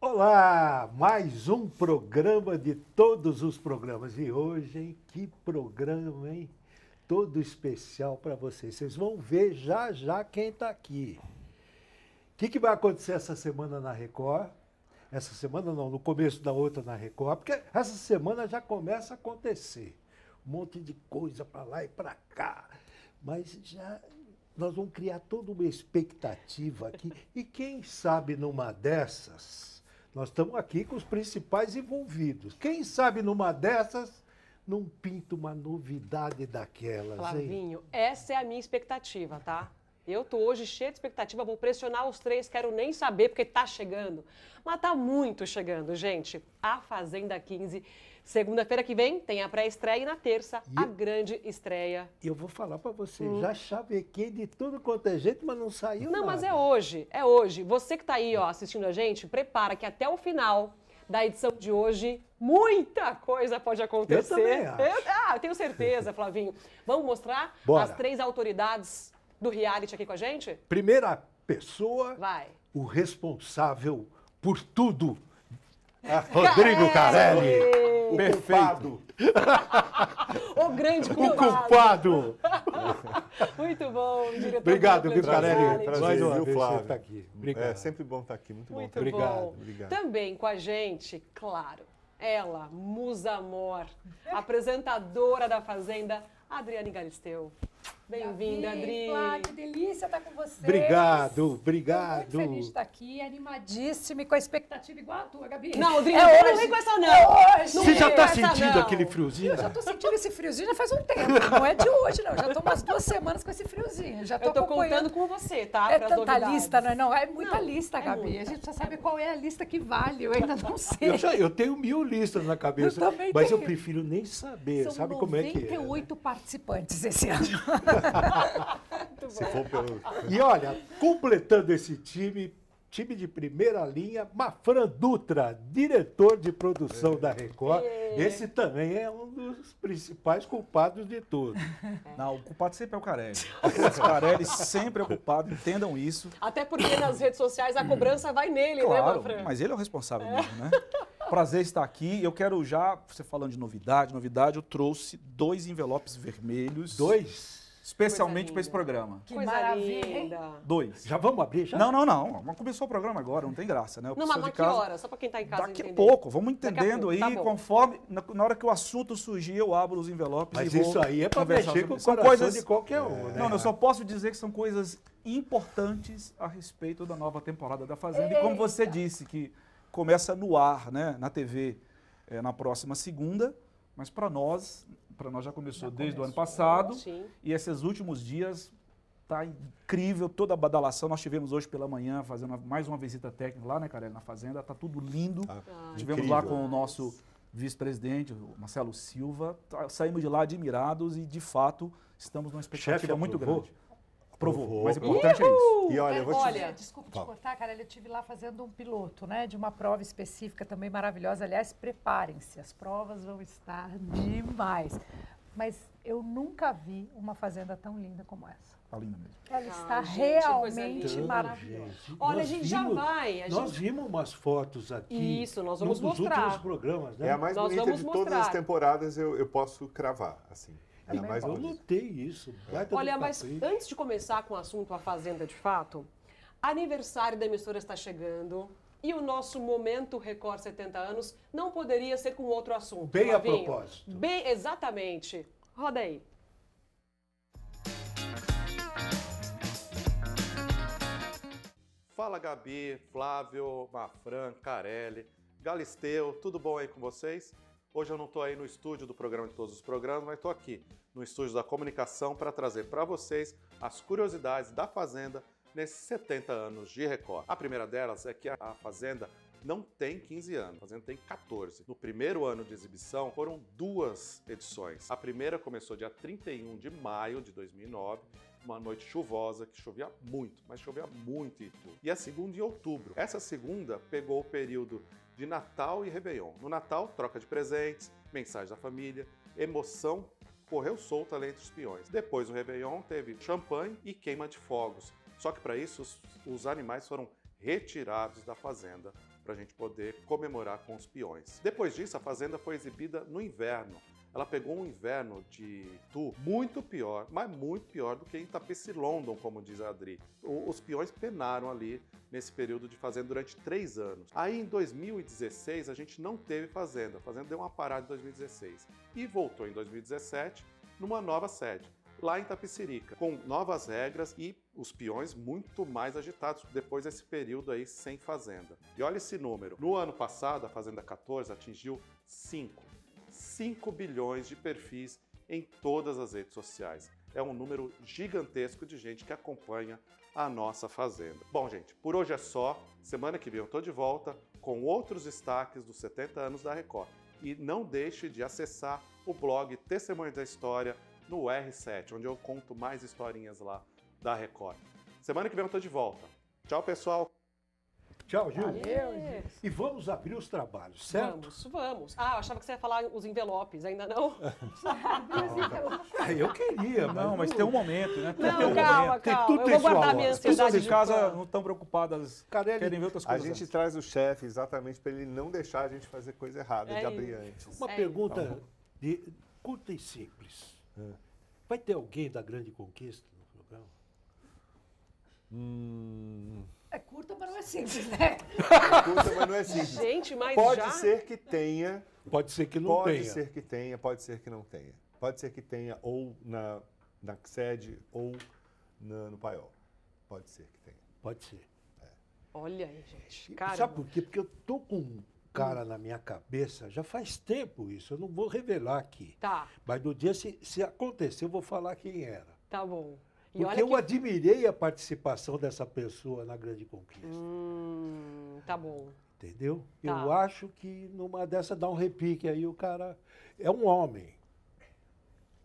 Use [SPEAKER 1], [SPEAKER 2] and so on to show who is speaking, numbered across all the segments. [SPEAKER 1] Olá! Mais um programa de todos os programas. E hoje, hein? Que programa, hein? Todo especial para vocês. Vocês vão ver já já quem está aqui. O que, que vai acontecer essa semana na Record? Essa semana não, no começo da outra na Record, porque essa semana já começa a acontecer. Um monte de coisa para lá e para cá. Mas já nós vamos criar toda uma expectativa aqui. E quem sabe numa dessas, nós estamos aqui com os principais envolvidos. Quem sabe numa dessas, não pinta uma novidade daquelas, hein?
[SPEAKER 2] Flavinho, essa é a minha expectativa, tá? Eu tô hoje cheia de expectativa, vou pressionar os três, quero nem saber porque tá chegando. Mas tá muito chegando, gente. A Fazenda 15, segunda-feira que vem tem a pré-estreia e na terça
[SPEAKER 1] E-
[SPEAKER 2] a grande estreia.
[SPEAKER 1] E eu vou falar para você,
[SPEAKER 3] Hum.
[SPEAKER 1] já chavequei de tudo quanto é jeito, mas não saiu
[SPEAKER 2] Não, mas é
[SPEAKER 1] nada.
[SPEAKER 2] hoje, é hoje. Você que tá aí, ó, assistindo a gente, prepara que até o final da edição de hoje, muita coisa pode acontecer.
[SPEAKER 1] também acho.
[SPEAKER 2] Eu- ah, eu tenho certeza, Flavinho. Vamos mostrar
[SPEAKER 1] Bora.
[SPEAKER 2] as três autoridades do reality aqui com a gente?
[SPEAKER 1] Primeira pessoa,
[SPEAKER 2] Vai.
[SPEAKER 1] o responsável por tudo, a Rodrigo
[SPEAKER 2] É.
[SPEAKER 1] Carelli.
[SPEAKER 2] Ei,
[SPEAKER 4] O Perfeito.
[SPEAKER 2] O grande
[SPEAKER 1] O
[SPEAKER 2] culpado.
[SPEAKER 1] culpado!
[SPEAKER 2] Muito bom, diretor.
[SPEAKER 1] Obrigado,
[SPEAKER 2] do
[SPEAKER 1] viu,
[SPEAKER 2] Grande
[SPEAKER 1] Carelli?
[SPEAKER 2] Reality.
[SPEAKER 4] Prazer,
[SPEAKER 1] Mais uma
[SPEAKER 4] viu,
[SPEAKER 1] vez
[SPEAKER 4] Flávio?
[SPEAKER 1] você tá aqui.
[SPEAKER 4] É
[SPEAKER 1] Obrigado.
[SPEAKER 4] sempre bom estar aqui, muito bom.
[SPEAKER 2] Muito
[SPEAKER 4] estar aqui.
[SPEAKER 1] Obrigado,
[SPEAKER 2] bom.
[SPEAKER 4] obrigado.
[SPEAKER 3] Tá
[SPEAKER 2] Também com a gente, claro, ela, musa amor, apresentadora da Fazenda, Adriane Galisteu. Bem-vinda, Adri.
[SPEAKER 3] Davi, Flá, que delícia estar com vocês.
[SPEAKER 1] Obrigado,
[SPEAKER 3] Tô
[SPEAKER 1] obrigado.
[SPEAKER 3] Muito feliz de estar aqui, animadíssima e com a expectativa igual a tua, Gabi.
[SPEAKER 2] Não, Adri,
[SPEAKER 3] É
[SPEAKER 2] não vem-
[SPEAKER 3] hoje.
[SPEAKER 2] não vem com essa
[SPEAKER 3] É
[SPEAKER 2] não.
[SPEAKER 3] hoje.
[SPEAKER 1] Você já está
[SPEAKER 2] Essa
[SPEAKER 1] sentindo
[SPEAKER 2] não.
[SPEAKER 1] aquele friozinho?
[SPEAKER 3] Eu já tô sentindo esse friozinho já faz um tempo. Não é de hoje, não. Já tô umas duas semanas com esse friozinho. Já tô,
[SPEAKER 2] Eu tô
[SPEAKER 3] acompanhando.
[SPEAKER 2] contando com você, tá?
[SPEAKER 3] É
[SPEAKER 2] Pras
[SPEAKER 3] tanta
[SPEAKER 2] novidades.
[SPEAKER 3] lista, não é? Não, é muita
[SPEAKER 2] Não,
[SPEAKER 3] lista,
[SPEAKER 2] é
[SPEAKER 3] Gabi.
[SPEAKER 2] muita,
[SPEAKER 3] a gente precisa saber qual é a lista que vale. Eu ainda não sei.
[SPEAKER 1] Eu, já- eu tenho mil listas na cabeça,
[SPEAKER 3] Eu também
[SPEAKER 1] mas eu
[SPEAKER 3] tenho.
[SPEAKER 1] prefiro nem saber,
[SPEAKER 3] São
[SPEAKER 1] sabe como é que é.
[SPEAKER 3] 98 participantes esse ano.
[SPEAKER 4] Se for pelo.
[SPEAKER 1] E olha, completando esse time, time de primeira linha, Mafran Dutra, diretor de produção da Record. Esse também é um dos principais culpados de tudo.
[SPEAKER 5] Não, o culpado sempre é o Carelli. O Carelli sempre é o culpado, entendam isso.
[SPEAKER 2] Até porque nas redes sociais a cobrança vai nele, né,
[SPEAKER 5] Claro,
[SPEAKER 2] Mafran?
[SPEAKER 5] mas ele é o responsável mesmo, né? Prazer estar aqui. Eu quero já, você falando de novidade, novidade, eu trouxe dois envelopes vermelhos.
[SPEAKER 1] Dois.
[SPEAKER 5] Especialmente
[SPEAKER 2] Coisa
[SPEAKER 5] para esse programa.
[SPEAKER 3] Que
[SPEAKER 2] Coisa
[SPEAKER 3] maravilha, hein?
[SPEAKER 2] linda.
[SPEAKER 5] Dois.
[SPEAKER 1] Já vamos abrir já?
[SPEAKER 5] Não, não, não. Mas Começou o programa agora, não tem graça, né? Eu
[SPEAKER 2] Não,
[SPEAKER 5] preciso
[SPEAKER 2] mas mas
[SPEAKER 5] de
[SPEAKER 2] que
[SPEAKER 5] casa.
[SPEAKER 2] hora? Só pra quem tá em casa
[SPEAKER 5] Daqui a
[SPEAKER 2] entender.
[SPEAKER 5] pouco, vamos
[SPEAKER 2] Daqui a
[SPEAKER 5] entendendo
[SPEAKER 2] pouco, tá
[SPEAKER 5] aí,
[SPEAKER 2] bom.
[SPEAKER 5] conforme, na, na hora que o assunto surgir, eu abro os envelopes
[SPEAKER 1] Mas
[SPEAKER 5] e vou
[SPEAKER 1] isso aí é para
[SPEAKER 5] conversar
[SPEAKER 1] mexer
[SPEAKER 5] sobre
[SPEAKER 1] com o
[SPEAKER 5] isso. São
[SPEAKER 1] coração
[SPEAKER 5] coisas- É.
[SPEAKER 1] de qualquer um, né?
[SPEAKER 5] Não, eu só posso dizer que são coisas importantes a respeito da nova temporada da Fazenda. E como você disse, que começa no ar, né, na TV, eh, na próxima segunda, mas para nós, para nós já começou desde o ano passado.
[SPEAKER 2] Sim.
[SPEAKER 5] E esses últimos dias tá incrível toda a badalação. Nós tivemos hoje pela manhã fazendo mais uma visita técnica lá, né, Carelli, na Fazenda. Tá tudo lindo.
[SPEAKER 4] Ah,
[SPEAKER 2] Ai,
[SPEAKER 5] Tivemos
[SPEAKER 4] incrível.
[SPEAKER 5] lá com o nosso vice-presidente, o Marcelo Silva. Tá- Saímos de lá admirados e, de fato, estamos numa expectativa
[SPEAKER 1] Chefe
[SPEAKER 5] é muito
[SPEAKER 1] aprovou?
[SPEAKER 5] grande. Aprovou.
[SPEAKER 4] Aprovou,
[SPEAKER 5] Mas o
[SPEAKER 4] aprovou.
[SPEAKER 5] importante é isso.
[SPEAKER 4] E olha, eu vou te
[SPEAKER 2] Olha,
[SPEAKER 4] dizer.
[SPEAKER 3] desculpa te
[SPEAKER 4] Fala.
[SPEAKER 3] cortar, cara. Eu estive lá fazendo um piloto, né? De uma prova específica também maravilhosa. Aliás, preparem-se, as provas vão estar demais. Mas eu nunca vi uma fazenda tão linda como essa.
[SPEAKER 5] Tá lindo mesmo.
[SPEAKER 3] Ela está
[SPEAKER 2] Ai, gente,
[SPEAKER 3] realmente
[SPEAKER 2] coisa linda.
[SPEAKER 3] maravilhosa.
[SPEAKER 2] Olha,
[SPEAKER 1] nós
[SPEAKER 2] a gente já vai, a
[SPEAKER 1] Nós
[SPEAKER 2] gente-
[SPEAKER 1] vimos umas fotos aqui.
[SPEAKER 2] Isso, nós
[SPEAKER 1] num
[SPEAKER 2] vamos
[SPEAKER 1] dos
[SPEAKER 2] mostrar.
[SPEAKER 1] últimos programas, né?
[SPEAKER 4] É a mais
[SPEAKER 2] Nós
[SPEAKER 4] bonita
[SPEAKER 2] vamos
[SPEAKER 4] de todas as
[SPEAKER 2] mostrar.
[SPEAKER 4] temporadas, eu, eu posso cravar, assim. É a
[SPEAKER 3] Também
[SPEAKER 4] mais
[SPEAKER 1] Eu
[SPEAKER 4] bonita.
[SPEAKER 1] notei isso. baita
[SPEAKER 2] Olha,
[SPEAKER 1] do
[SPEAKER 2] mas
[SPEAKER 1] capricho.
[SPEAKER 2] antes de começar com o assunto A Fazenda de Fato, aniversário da emissora está chegando e o nosso momento Record 70 anos não poderia ser com outro assunto.
[SPEAKER 1] Bem a
[SPEAKER 2] Flavinho.
[SPEAKER 1] propósito.
[SPEAKER 2] Bem, exatamente. Roda aí.
[SPEAKER 6] Fala Gabi, Flávio, Mafran, Carelli, Galisteu, tudo bom aí com vocês? Hoje eu não estou aí no estúdio do programa de todos os programas, mas estou aqui no estúdio da comunicação para trazer para vocês as curiosidades da Fazenda nesses 70 anos de Record. A primeira delas é que a Fazenda não tem 15 anos, a Fazenda tem 14. No primeiro ano de exibição foram duas edições. A primeira começou dia 31 de maio de 2009 uma noite chuvosa, que chovia muito, mas chovia muito em Itu. E a segunda em outubro. Essa segunda pegou o período de Natal e Réveillon. No Natal, troca de presentes, mensagem da família, emoção correu solta ali entre os peões. Depois do Réveillon, teve champanhe e queima de fogos. Só que para isso, os, os animais foram retirados da fazenda para a gente poder comemorar com os peões. Depois disso, a Fazenda foi exibida no inverno. Ela pegou um inverno de Tu muito pior, mas muito pior do que em Tapece London, como diz a Adri. O- os peões penaram ali nesse período de fazenda durante três anos. Aí em 2016 a gente não teve fazenda, a fazenda deu uma parada em 2016 e voltou em 2017 numa nova sede. Lá em Tapecerica, com novas regras e os peões muito mais agitados depois desse período aí sem fazenda. E olha esse número: no ano passado, a Fazenda 14 atingiu 5. 5 bilhões de perfis em todas as redes sociais. É um número gigantesco de gente que acompanha a nossa fazenda. Bom, gente, por hoje é só. Semana que vem eu tô de volta com outros destaques dos 70 anos da Record. E não deixe de acessar o blog Testemunhos da História no R7, onde eu conto mais historinhas lá da Record. Semana que vem eu tô de volta. Tchau, pessoal.
[SPEAKER 1] Tchau, Gil.
[SPEAKER 2] Aê.
[SPEAKER 1] E vamos abrir os trabalhos, certo?
[SPEAKER 2] É. Vamos, vamos. Ah, eu achava que você ia falar os envelopes, ainda não?
[SPEAKER 1] Ah, eu queria, mas
[SPEAKER 5] Não, mas tem um momento, né? Tem- tem
[SPEAKER 2] Tá Não,
[SPEAKER 5] um
[SPEAKER 2] calma,
[SPEAKER 5] momento.
[SPEAKER 1] Tem
[SPEAKER 2] calma.
[SPEAKER 1] tudo
[SPEAKER 2] Eu
[SPEAKER 1] tem
[SPEAKER 2] vou
[SPEAKER 1] sua
[SPEAKER 2] guardar
[SPEAKER 1] hora.
[SPEAKER 2] minha
[SPEAKER 1] As
[SPEAKER 5] As pessoas
[SPEAKER 2] ansiedade
[SPEAKER 5] de
[SPEAKER 2] de
[SPEAKER 5] casa
[SPEAKER 2] fã.
[SPEAKER 5] não estão preocupadas,
[SPEAKER 1] Carelli,
[SPEAKER 5] querem ver outras
[SPEAKER 4] A
[SPEAKER 5] coisas.
[SPEAKER 4] gente
[SPEAKER 5] antes.
[SPEAKER 4] traz o chefe exatamente para ele não deixar a gente fazer coisa errada,
[SPEAKER 2] É
[SPEAKER 4] de abrir
[SPEAKER 2] isso.
[SPEAKER 4] antes.
[SPEAKER 1] Uma
[SPEAKER 2] É.
[SPEAKER 5] Tá
[SPEAKER 1] pergunta de- curta e simples.
[SPEAKER 5] É.
[SPEAKER 1] Vai ter alguém da Grande Conquista no programa?
[SPEAKER 3] É curta, mas não é simples, né?
[SPEAKER 4] Curta, mas Hum. não é simples.
[SPEAKER 2] Gente, mas
[SPEAKER 4] Pode
[SPEAKER 2] já...
[SPEAKER 4] ser que tenha,
[SPEAKER 1] Pode ser que não
[SPEAKER 4] pode
[SPEAKER 1] tenha.
[SPEAKER 4] ser que tenha, pode ser que não tenha. Pode ser que tenha ou na, na sede ou na- no paiol. Pode ser que tenha.
[SPEAKER 1] Pode ser.
[SPEAKER 2] Olha aí, gente.
[SPEAKER 1] Sabe
[SPEAKER 2] Cara,
[SPEAKER 1] por quê? Porque eu tô com um cara na minha cabeça, já faz tempo isso, eu não vou revelar aqui.
[SPEAKER 2] tá,
[SPEAKER 1] Mas no dia, se, se acontecer, eu vou falar quem era.
[SPEAKER 2] tá bom. E
[SPEAKER 1] Porque
[SPEAKER 2] olha
[SPEAKER 1] eu
[SPEAKER 2] que...
[SPEAKER 1] admirei a participação dessa pessoa na Grande Conquista.
[SPEAKER 2] Hum, tá bom.
[SPEAKER 1] Entendeu?
[SPEAKER 2] Tá.
[SPEAKER 1] Eu acho que numa dessa dá um repique aí, o cara é um homem.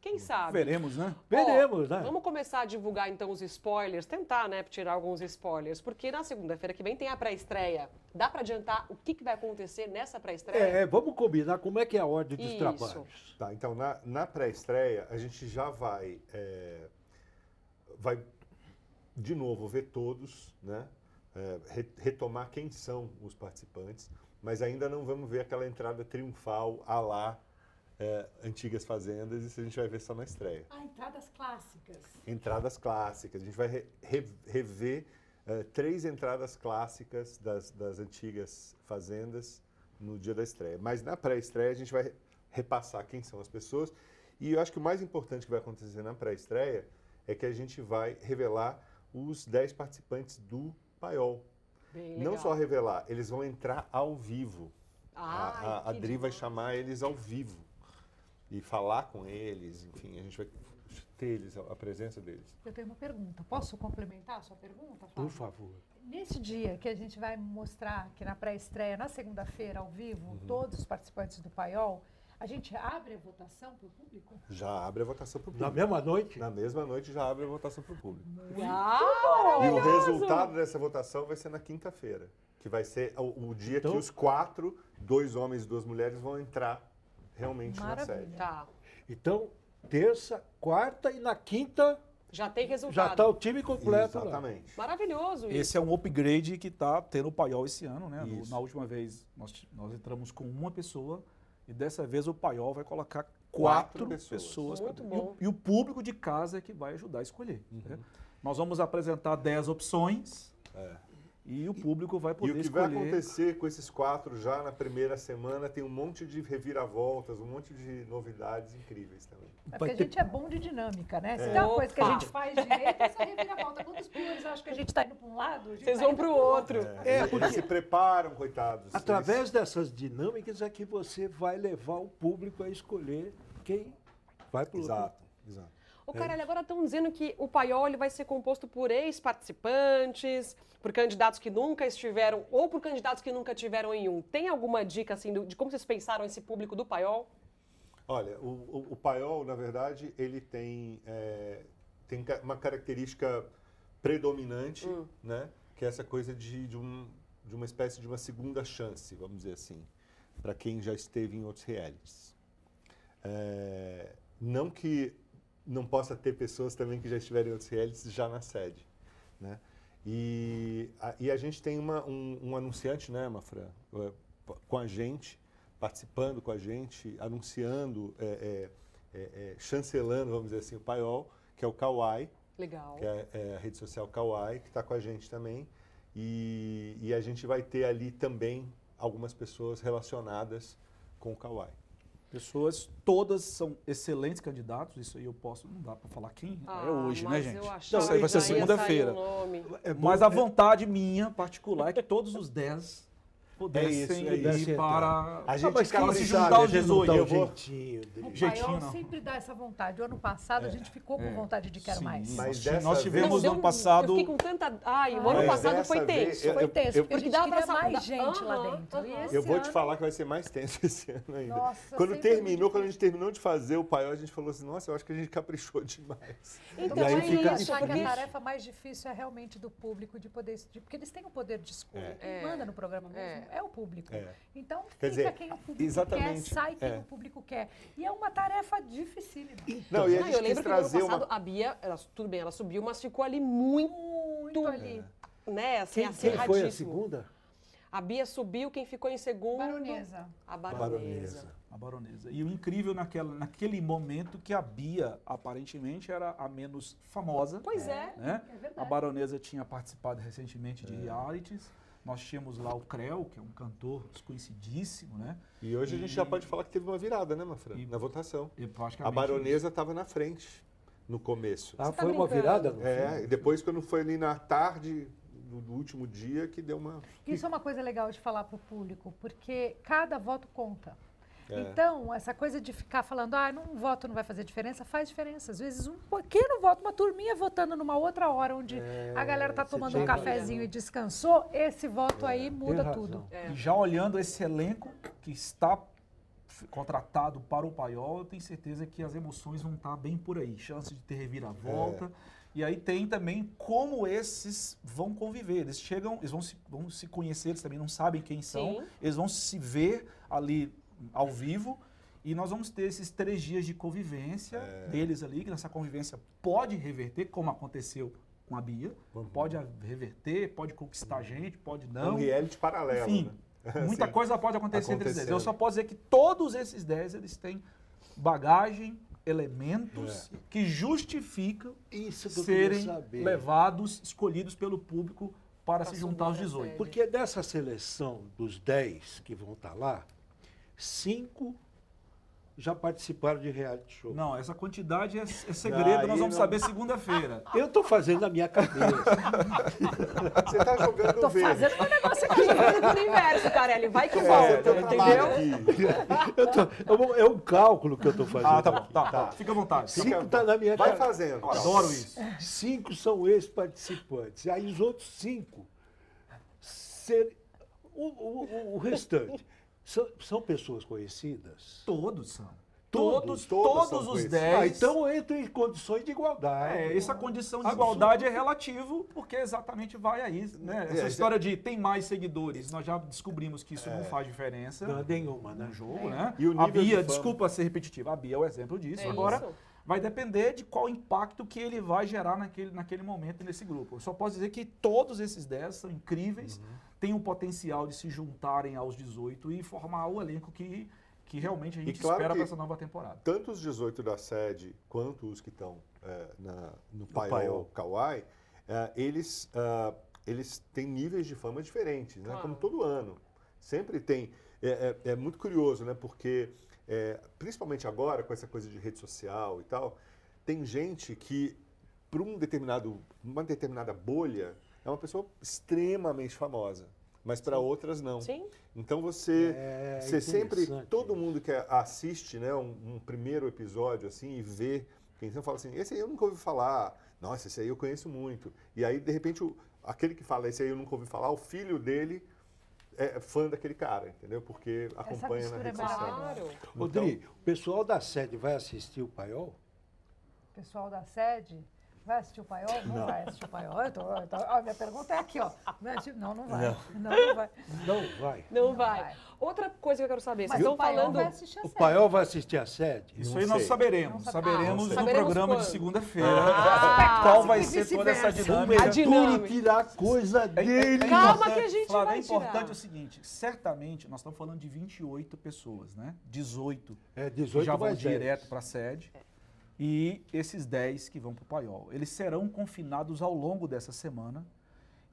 [SPEAKER 2] Quem sabe?
[SPEAKER 5] Veremos, né?
[SPEAKER 1] Veremos,
[SPEAKER 2] Ó,
[SPEAKER 1] né?
[SPEAKER 2] Vamos começar a divulgar então os spoilers, tentar, né, tirar alguns spoilers, porque na segunda-feira que vem tem a pré-estreia. Dá pra adiantar o que, que vai acontecer nessa pré-estreia?
[SPEAKER 1] É, é, vamos combinar como é que é a ordem dos
[SPEAKER 2] Isso.
[SPEAKER 1] trabalhos.
[SPEAKER 4] Tá, então na, na pré-estreia a gente já vai, é, vai de novo ver todos, né? É, re- retomar quem são os participantes, mas ainda não vamos ver aquela entrada triunfal à lá é, antigas fazendas, isso a gente vai ver só na estreia.
[SPEAKER 3] Ah, entradas clássicas.
[SPEAKER 4] Entradas clássicas, a gente vai re- re- rever é, três entradas clássicas das, das antigas fazendas no dia da estreia. Mas na pré-estreia a gente vai repassar quem são as pessoas. E eu acho que o mais importante que vai acontecer na pré-estreia é que a gente vai revelar os 10 participantes do paiol.
[SPEAKER 2] Bem legal.
[SPEAKER 4] Não só revelar, eles vão entrar ao vivo.
[SPEAKER 2] Ai,
[SPEAKER 4] a a, a
[SPEAKER 2] que
[SPEAKER 4] Dri vai
[SPEAKER 2] demais.
[SPEAKER 4] chamar eles ao vivo e falar com eles, enfim, a gente vai ter eles, a a presença deles.
[SPEAKER 3] Eu tenho uma pergunta. Posso complementar a sua pergunta,
[SPEAKER 1] Por
[SPEAKER 3] Flávio?
[SPEAKER 1] favor.
[SPEAKER 3] Nesse dia que a gente vai mostrar que na pré-estreia, na segunda-feira, ao vivo, todos os participantes do paiol, a gente abre a votação para o público?
[SPEAKER 4] Já abre a votação para o
[SPEAKER 1] Na
[SPEAKER 4] público.
[SPEAKER 1] mesma noite?
[SPEAKER 4] Na mesma noite já abre a votação para o público.
[SPEAKER 2] Uau!
[SPEAKER 4] E o resultado dessa votação vai ser na quinta-feira, que vai ser o, o dia
[SPEAKER 1] Então-
[SPEAKER 4] que os quatro, dois homens e duas mulheres, vão entrar realmente na
[SPEAKER 3] Maravilha.
[SPEAKER 4] série.
[SPEAKER 2] Tá.
[SPEAKER 1] Então, terça, quarta e na quinta
[SPEAKER 2] Já tem resultado.
[SPEAKER 1] já está o time completo né? lá.
[SPEAKER 4] Exatamente.
[SPEAKER 2] Maravilhoso isso.
[SPEAKER 5] Esse é um upgrade que está tendo o paiol esse ano, né? No-
[SPEAKER 4] Isso.
[SPEAKER 5] na última vez nós, t- nós entramos com uma pessoa e dessa vez o paiol vai colocar
[SPEAKER 4] Quatro
[SPEAKER 5] quatro,
[SPEAKER 4] pessoas.
[SPEAKER 5] pessoas.
[SPEAKER 2] Muito
[SPEAKER 5] pra- e o-
[SPEAKER 2] bom.
[SPEAKER 5] E, o público de casa é que vai ajudar a escolher.
[SPEAKER 4] Uhum.
[SPEAKER 5] né? Nós vamos apresentar 10 opções e o público vai
[SPEAKER 4] É. E
[SPEAKER 5] poder
[SPEAKER 4] o que
[SPEAKER 5] escolher.
[SPEAKER 4] vai acontecer com esses quatro já na primeira semana tem um monte de reviravoltas, um monte de novidades incríveis também.
[SPEAKER 3] É
[SPEAKER 1] Vai
[SPEAKER 3] porque a
[SPEAKER 1] ter-
[SPEAKER 3] gente é bom de dinâmica, né? Se tem uma coisa que a
[SPEAKER 2] Opa!
[SPEAKER 3] gente faz direito, é essa reviravolta. Quantos peões acham que a gente está indo para um lado? a gente
[SPEAKER 2] Vocês
[SPEAKER 3] tá
[SPEAKER 2] vão
[SPEAKER 3] indo
[SPEAKER 2] pro
[SPEAKER 3] pro
[SPEAKER 2] outro.
[SPEAKER 4] Eles- Eles se preparam, coitados. Eles-
[SPEAKER 1] É, Através dessas dinâmicas é que você vai levar o público a escolher quem vai para o
[SPEAKER 4] Exato, exato.
[SPEAKER 2] Ô, caralho, agora estão dizendo que o paiol ele vai ser composto por ex-participantes, por candidatos que nunca estiveram ou por candidatos que nunca tiveram em um. Tem alguma dica, assim, do- de como vocês pensaram esse público do paiol?
[SPEAKER 4] Olha, o, o, o paiol, na verdade, ele tem, é, tem ca- uma característica predominante, né? Que é essa coisa de, de, um, de uma espécie de uma segunda chance, vamos dizer assim, para quem já esteve em outros realities. É, não que não possa ter pessoas também que já estiverem em outros realities já na sede, né? E a, e a gente tem uma, um, um anunciante, né, Mafra? eh, p- Com a gente, participando com a gente, anunciando, eh, eh, eh, eh, chancelando, vamos dizer assim, o paiol, que é o Kawai,
[SPEAKER 2] Legal.
[SPEAKER 4] que é, é a rede social Kawai, que está com a gente também. E, e a gente vai ter ali também algumas pessoas relacionadas com o Kawai.
[SPEAKER 5] Pessoas, todas são excelentes candidatos, isso aí eu posso, não dá para falar quem, é hoje, né,
[SPEAKER 2] Ah, mas
[SPEAKER 5] gente?
[SPEAKER 2] eu
[SPEAKER 5] Não, isso aí
[SPEAKER 2] achava
[SPEAKER 5] vai ser
[SPEAKER 2] que já ia sair
[SPEAKER 5] segunda-feira.
[SPEAKER 2] o nome.
[SPEAKER 5] É Mas a vontade minha, particular, é que todos os 10
[SPEAKER 4] É isso,
[SPEAKER 5] pudessem
[SPEAKER 4] é isso.
[SPEAKER 5] ir para... Ah,
[SPEAKER 4] A gente
[SPEAKER 5] mas
[SPEAKER 4] caprichava,
[SPEAKER 5] se juntar
[SPEAKER 4] a
[SPEAKER 5] os
[SPEAKER 4] gente não
[SPEAKER 5] 18,
[SPEAKER 4] dá o
[SPEAKER 5] né, eu vou...
[SPEAKER 1] jeitinho dele.
[SPEAKER 3] O
[SPEAKER 5] Jeitinho,
[SPEAKER 3] paiol
[SPEAKER 5] não.
[SPEAKER 3] sempre dá essa vontade. O ano passado a gente ficou com vontade de quero
[SPEAKER 5] Sim,
[SPEAKER 3] mais.
[SPEAKER 4] Mas
[SPEAKER 5] nós,
[SPEAKER 4] dessa
[SPEAKER 5] nós
[SPEAKER 4] vez-
[SPEAKER 5] tivemos
[SPEAKER 2] deu um-
[SPEAKER 5] no ano passado...
[SPEAKER 2] Eu fiquei com tanta. Ai, o ano
[SPEAKER 4] Mas
[SPEAKER 2] passado
[SPEAKER 4] dessa
[SPEAKER 2] foi
[SPEAKER 4] vez-
[SPEAKER 2] tenso.
[SPEAKER 4] eu-
[SPEAKER 3] Foi tenso, porque a
[SPEAKER 2] porque
[SPEAKER 3] gente
[SPEAKER 2] dava
[SPEAKER 3] queria
[SPEAKER 2] pra
[SPEAKER 3] mais
[SPEAKER 2] saudar.
[SPEAKER 3] gente lá
[SPEAKER 2] Aham,
[SPEAKER 3] dentro. E
[SPEAKER 2] aham.
[SPEAKER 3] esse
[SPEAKER 4] Eu vou te
[SPEAKER 3] ano-
[SPEAKER 4] falar que vai ser mais tenso esse ano ainda.
[SPEAKER 3] Nossa,
[SPEAKER 4] quando
[SPEAKER 3] sempre
[SPEAKER 4] terminou,
[SPEAKER 3] muito
[SPEAKER 4] quando a gente terminou de fazer o paiol, a gente falou assim, nossa, eu acho que a gente caprichou demais.
[SPEAKER 2] Então
[SPEAKER 4] E aí
[SPEAKER 2] é
[SPEAKER 4] fica-
[SPEAKER 2] isso,
[SPEAKER 3] achar que
[SPEAKER 2] porque-
[SPEAKER 3] a tarefa mais difícil é realmente do público de poder de- porque eles têm o poder de escolha. Quem
[SPEAKER 2] É.
[SPEAKER 3] manda no programa mesmo
[SPEAKER 2] É.
[SPEAKER 3] é, o público.
[SPEAKER 4] É.
[SPEAKER 3] Então fica
[SPEAKER 4] Quer dizer,
[SPEAKER 3] quem o público
[SPEAKER 4] exatamente,
[SPEAKER 3] quer, sai quem
[SPEAKER 4] é.
[SPEAKER 3] o público quer. E é uma tarefa dificílima.
[SPEAKER 4] Não, e a
[SPEAKER 2] Não,
[SPEAKER 4] gente
[SPEAKER 2] Ah, eu
[SPEAKER 4] quis
[SPEAKER 2] lembro que no ano
[SPEAKER 4] trazer
[SPEAKER 2] passado
[SPEAKER 4] uma...
[SPEAKER 2] a Bia, ela- tudo bem, ela subiu, mas ficou ali muito,
[SPEAKER 3] Muito ali.
[SPEAKER 2] né, assim,
[SPEAKER 1] Quem, quem foi a
[SPEAKER 2] acirradíssimo.
[SPEAKER 1] segunda?
[SPEAKER 2] A Bia subiu, quem ficou em segundo?
[SPEAKER 3] Baronesa.
[SPEAKER 2] A baronesa.
[SPEAKER 4] Baronesa.
[SPEAKER 5] A baronesa. E o incrível naquela, naquele momento que a Bia, aparentemente, era a menos famosa.
[SPEAKER 2] Pois é.
[SPEAKER 5] né?
[SPEAKER 3] É verdade.
[SPEAKER 5] A baronesa tinha participado recentemente de realities. Nós tínhamos lá o Creu, que é um cantor desconhecidíssimo, né?
[SPEAKER 4] E hoje a gente já
[SPEAKER 5] E-
[SPEAKER 4] pode falar que teve uma virada, né, Mafra?
[SPEAKER 5] E-
[SPEAKER 4] Na votação.
[SPEAKER 5] E
[SPEAKER 4] A
[SPEAKER 5] praticamente-
[SPEAKER 4] baronesa estava na frente no começo.
[SPEAKER 1] Ah,
[SPEAKER 2] tá
[SPEAKER 1] foi uma
[SPEAKER 2] brincando.
[SPEAKER 1] virada? no
[SPEAKER 4] É,
[SPEAKER 1] fim?
[SPEAKER 4] e depois quando foi ali na tarde do, do último dia que deu uma...
[SPEAKER 3] Isso é uma coisa legal de falar para o público, porque cada voto conta.
[SPEAKER 4] É.
[SPEAKER 3] Então, essa coisa de ficar falando, ah, não, um voto não vai fazer diferença, faz diferença. Às vezes, um pequeno voto, uma turminha votando numa outra hora, onde a galera está
[SPEAKER 1] É, você
[SPEAKER 3] tomando
[SPEAKER 1] tem
[SPEAKER 3] um cafezinho e descansou, esse voto aí muda
[SPEAKER 1] razão.
[SPEAKER 3] tudo.
[SPEAKER 5] E já olhando esse elenco que está f- contratado para o Paiol, eu tenho certeza que as emoções vão estar bem por aí. Chance de ter reviravolta. E aí tem também como esses vão conviver. Eles chegam, eles vão se, vão se conhecer, eles também não sabem quem são.
[SPEAKER 2] Sim.
[SPEAKER 5] Eles vão se ver ali ao vivo. E nós vamos ter esses três dias de convivência deles ali, que nessa convivência pode reverter, como aconteceu com a Bia. Pode a- reverter, pode conquistar gente, pode não.
[SPEAKER 4] Um reality paralelo,
[SPEAKER 5] Enfim,
[SPEAKER 4] né?
[SPEAKER 5] Muita
[SPEAKER 4] Assim,
[SPEAKER 5] coisa pode acontecer entre esses 10. Eu só
[SPEAKER 4] acontecendo.
[SPEAKER 5] posso dizer que todos esses 10 eles têm bagagem, elementos que justificam
[SPEAKER 1] Isso que eu queria
[SPEAKER 5] serem
[SPEAKER 1] saber.
[SPEAKER 5] levados, escolhidos pelo público para
[SPEAKER 2] Pra
[SPEAKER 5] se juntar aos
[SPEAKER 2] subir a
[SPEAKER 5] 18.
[SPEAKER 2] série.
[SPEAKER 1] Porque dessa seleção dos 10 que vão estar lá, cinco já participaram de reality show.
[SPEAKER 5] Não, essa quantidade é, é segredo,
[SPEAKER 4] Aí
[SPEAKER 5] nós vamos
[SPEAKER 4] não-
[SPEAKER 5] saber segunda-feira.
[SPEAKER 1] Eu estou fazendo na minha cabeça.
[SPEAKER 4] Você tá jogando
[SPEAKER 3] Tô
[SPEAKER 4] verde.
[SPEAKER 3] fazendo um negócio aqui.
[SPEAKER 2] Do universo, Carelli, vai que
[SPEAKER 4] É,
[SPEAKER 2] volta,
[SPEAKER 4] tem um trabalho
[SPEAKER 2] entendeu?
[SPEAKER 4] aqui.
[SPEAKER 1] Eu tô- é um- é um cálculo que eu estou fazendo.
[SPEAKER 5] Ah, tá bom,
[SPEAKER 1] aqui.
[SPEAKER 5] tá, tá. Fica à vontade. Fica-
[SPEAKER 1] Cinco está na minha
[SPEAKER 4] Vai
[SPEAKER 1] cabeça.
[SPEAKER 4] fazendo.
[SPEAKER 5] Eu adoro isso.
[SPEAKER 1] Cinco são ex-participantes. Aí os outros cinco, ser, o, o- o- o restante, são, são pessoas conhecidas?
[SPEAKER 5] Todos são.
[SPEAKER 1] Todos,
[SPEAKER 5] Todos,
[SPEAKER 4] todos
[SPEAKER 5] todos,
[SPEAKER 4] são
[SPEAKER 5] os
[SPEAKER 4] conhecidos.
[SPEAKER 5] 10.
[SPEAKER 1] Ah, então entra em condições de igualdade.
[SPEAKER 5] É, essa condição de
[SPEAKER 1] Absurdo.
[SPEAKER 5] igualdade é relativo, porque exatamente vai aí, né?
[SPEAKER 4] É,
[SPEAKER 5] Essa
[SPEAKER 4] é.
[SPEAKER 5] história de tem mais seguidores, nós já descobrimos que isso não faz diferença
[SPEAKER 1] Não, nenhuma, né?
[SPEAKER 5] no jogo, né?
[SPEAKER 4] É. E o nível
[SPEAKER 5] a
[SPEAKER 4] de
[SPEAKER 5] Bia,
[SPEAKER 4] fama.
[SPEAKER 5] desculpa ser repetitiva, a Bia é o exemplo disso.
[SPEAKER 2] É
[SPEAKER 5] Agora
[SPEAKER 2] isso.
[SPEAKER 5] vai depender de qual impacto que ele vai gerar naquele, naquele momento nesse grupo. Eu só posso dizer que todos esses 10 são incríveis,
[SPEAKER 4] Uhum.
[SPEAKER 5] têm o potencial de se juntarem aos 18 e formar o elenco que, que realmente a gente
[SPEAKER 4] claro
[SPEAKER 5] espera
[SPEAKER 4] que-
[SPEAKER 5] para essa nova temporada.
[SPEAKER 4] tanto os 18 da sede quanto os que estão eh, na- no
[SPEAKER 1] paiol.
[SPEAKER 4] Paiol Kauai, eh, eles, ah, eles têm níveis de fama diferentes, né?
[SPEAKER 2] Claro.
[SPEAKER 4] como todo ano. Sempre tem. É, é- é muito curioso, né? porque eh, principalmente agora, com essa coisa de rede social e tal, tem gente que, para um determinado, uma determinada bolha, é uma pessoa extremamente famosa, mas para outras não.
[SPEAKER 2] Sim,
[SPEAKER 4] Então você,
[SPEAKER 1] É
[SPEAKER 4] você sempre,
[SPEAKER 1] interessante
[SPEAKER 4] todo
[SPEAKER 1] isso.
[SPEAKER 4] mundo que assiste, né, um, um primeiro episódio assim e vê, quem então fala assim, esse aí eu nunca ouvi falar. Nossa, esse aí eu conheço muito. E aí de repente o- aquele que fala esse aí eu nunca ouvi falar, o filho dele é fã daquele cara, entendeu? Porque acompanha na
[SPEAKER 3] mistura é
[SPEAKER 4] rede social.
[SPEAKER 2] claro.
[SPEAKER 1] Rodrigo, o pessoal da sede vai assistir o paiol?
[SPEAKER 3] pessoal da sede, Vai assistir o paiol? Não, vai assistir o paiol. Eu tô- eu tô- ó, minha pergunta é aqui, ó. Não, é tipo, não, não vai. Não, não vai.
[SPEAKER 1] Não vai.
[SPEAKER 2] Não,
[SPEAKER 3] Não
[SPEAKER 2] vai.
[SPEAKER 3] vai.
[SPEAKER 2] Outra coisa que eu quero saber,
[SPEAKER 3] Mas
[SPEAKER 2] vocês estão
[SPEAKER 3] o paiol
[SPEAKER 2] falando...
[SPEAKER 3] vai assistir a
[SPEAKER 1] O
[SPEAKER 3] série.
[SPEAKER 1] Paiol vai assistir a sede?
[SPEAKER 5] Isso
[SPEAKER 4] Não
[SPEAKER 5] aí nós
[SPEAKER 4] sei.
[SPEAKER 5] saberemos.
[SPEAKER 3] Não sabe-
[SPEAKER 5] saberemos
[SPEAKER 3] Ah,
[SPEAKER 5] no
[SPEAKER 2] saberemos
[SPEAKER 5] programa
[SPEAKER 2] quando?
[SPEAKER 5] de segunda-feira
[SPEAKER 2] Ah,
[SPEAKER 5] qual então vai
[SPEAKER 3] e
[SPEAKER 5] ser toda essa
[SPEAKER 3] vice-versa.
[SPEAKER 5] dinâmica.
[SPEAKER 2] A dinâmica.
[SPEAKER 1] Duro tirar coisa
[SPEAKER 5] É- é- é
[SPEAKER 1] dele.
[SPEAKER 2] Calma
[SPEAKER 5] importante-
[SPEAKER 2] que a gente
[SPEAKER 5] Flávio,
[SPEAKER 2] vai
[SPEAKER 5] é importante
[SPEAKER 2] tirar.
[SPEAKER 5] o seguinte, certamente nós estamos falando de 28 pessoas, né? 18
[SPEAKER 1] É,
[SPEAKER 5] que
[SPEAKER 1] 18
[SPEAKER 5] já vão
[SPEAKER 1] mais 10.
[SPEAKER 5] direto para a sede. E esses 10 que vão para o paiol. Eles serão confinados ao longo dessa semana.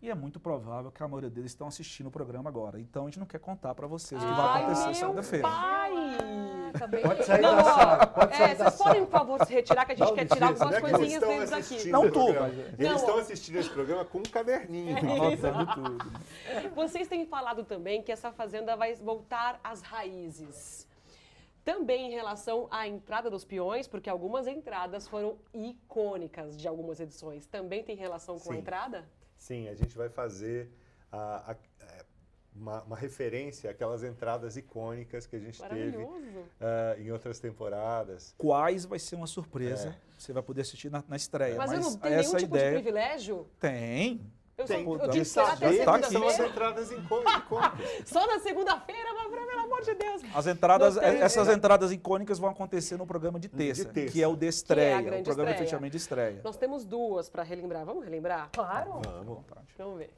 [SPEAKER 5] E é muito provável que a maioria deles estão assistindo o programa agora. Então a gente não quer contar para vocês o que vai
[SPEAKER 2] Ai,
[SPEAKER 5] acontecer
[SPEAKER 2] meu
[SPEAKER 5] segunda-feira.
[SPEAKER 2] pai!
[SPEAKER 3] Ah, Também.
[SPEAKER 1] Pode sair da
[SPEAKER 2] ó,
[SPEAKER 1] sala. Pode
[SPEAKER 2] é,
[SPEAKER 1] sair da
[SPEAKER 2] vocês
[SPEAKER 1] sala.
[SPEAKER 2] podem, por favor, se retirar, que a gente
[SPEAKER 1] Não,
[SPEAKER 2] quer tirar
[SPEAKER 1] licença,
[SPEAKER 4] é
[SPEAKER 2] algumas
[SPEAKER 1] né, que eles
[SPEAKER 2] coisinhas deles
[SPEAKER 4] assistindo
[SPEAKER 2] aqui.
[SPEAKER 5] Não
[SPEAKER 4] o
[SPEAKER 5] tu,
[SPEAKER 4] programa.
[SPEAKER 5] mas-
[SPEAKER 4] Eles
[SPEAKER 2] é. Não, É.
[SPEAKER 4] estão
[SPEAKER 2] ó.
[SPEAKER 4] assistindo esse programa com um caderninho.
[SPEAKER 5] Anotando Tá tudo.
[SPEAKER 2] Vocês têm falado também que essa fazenda vai voltar às raízes. Também em relação à entrada dos peões, porque algumas entradas foram icônicas de algumas edições. Também tem relação com a
[SPEAKER 4] Sim.
[SPEAKER 2] entrada?
[SPEAKER 4] Sim, a gente vai fazer a- a- é, uma, uma referência àquelas entradas icônicas que a gente teve
[SPEAKER 2] Maravilhoso.
[SPEAKER 4] ah, em outras temporadas.
[SPEAKER 5] Quais vai ser uma surpresa. Você vai poder assistir na, na estreia.
[SPEAKER 2] Mas,
[SPEAKER 5] É, Mas,
[SPEAKER 2] eu não tenho nenhum
[SPEAKER 5] essa
[SPEAKER 2] tipo de
[SPEAKER 5] ideia
[SPEAKER 2] privilégio?
[SPEAKER 5] tem.
[SPEAKER 2] Eu,
[SPEAKER 4] Tem,
[SPEAKER 2] só, eu tive que
[SPEAKER 5] dá
[SPEAKER 2] tá
[SPEAKER 4] de
[SPEAKER 2] esperar
[SPEAKER 4] saber
[SPEAKER 2] até
[SPEAKER 5] Tá
[SPEAKER 4] que são as
[SPEAKER 2] segunda-feira?
[SPEAKER 4] entradas icô- icônicas.
[SPEAKER 2] Só na segunda-feira, mas pelo amor de Deus.
[SPEAKER 5] As entradas,
[SPEAKER 2] Não né? tem
[SPEAKER 5] essas entradas icônicas vão acontecer no programa de terça,
[SPEAKER 4] terça.
[SPEAKER 5] que é o de estreia,
[SPEAKER 2] grande
[SPEAKER 5] o programa
[SPEAKER 2] estreia.
[SPEAKER 5] de fechamento de estreia.
[SPEAKER 2] Nós temos duas para relembrar. Vamos relembrar?
[SPEAKER 3] Claro.
[SPEAKER 4] Vamos.
[SPEAKER 2] Vamos ver.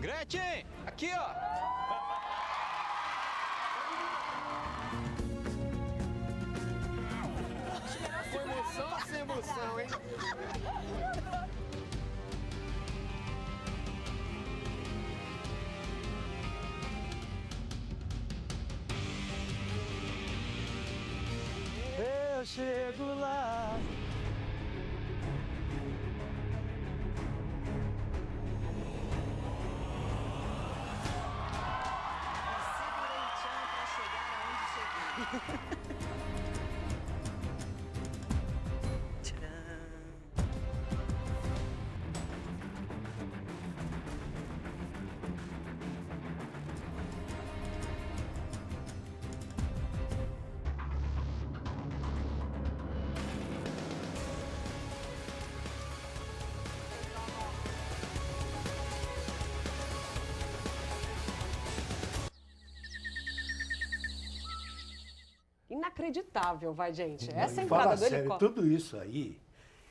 [SPEAKER 7] Gretchen, aqui ó. Com emoção ou sem emoção, hein? Eu chego lá.
[SPEAKER 2] Inacreditável, vai, gente. Essa
[SPEAKER 1] Não, e
[SPEAKER 2] entrada
[SPEAKER 1] fala
[SPEAKER 2] do
[SPEAKER 1] sério,
[SPEAKER 2] helicóptero.
[SPEAKER 1] tudo isso aí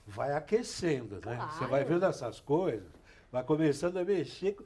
[SPEAKER 1] vai aquecendo, né?
[SPEAKER 2] Claro.
[SPEAKER 1] Você vai vendo essas coisas, vai começando a mexer. com-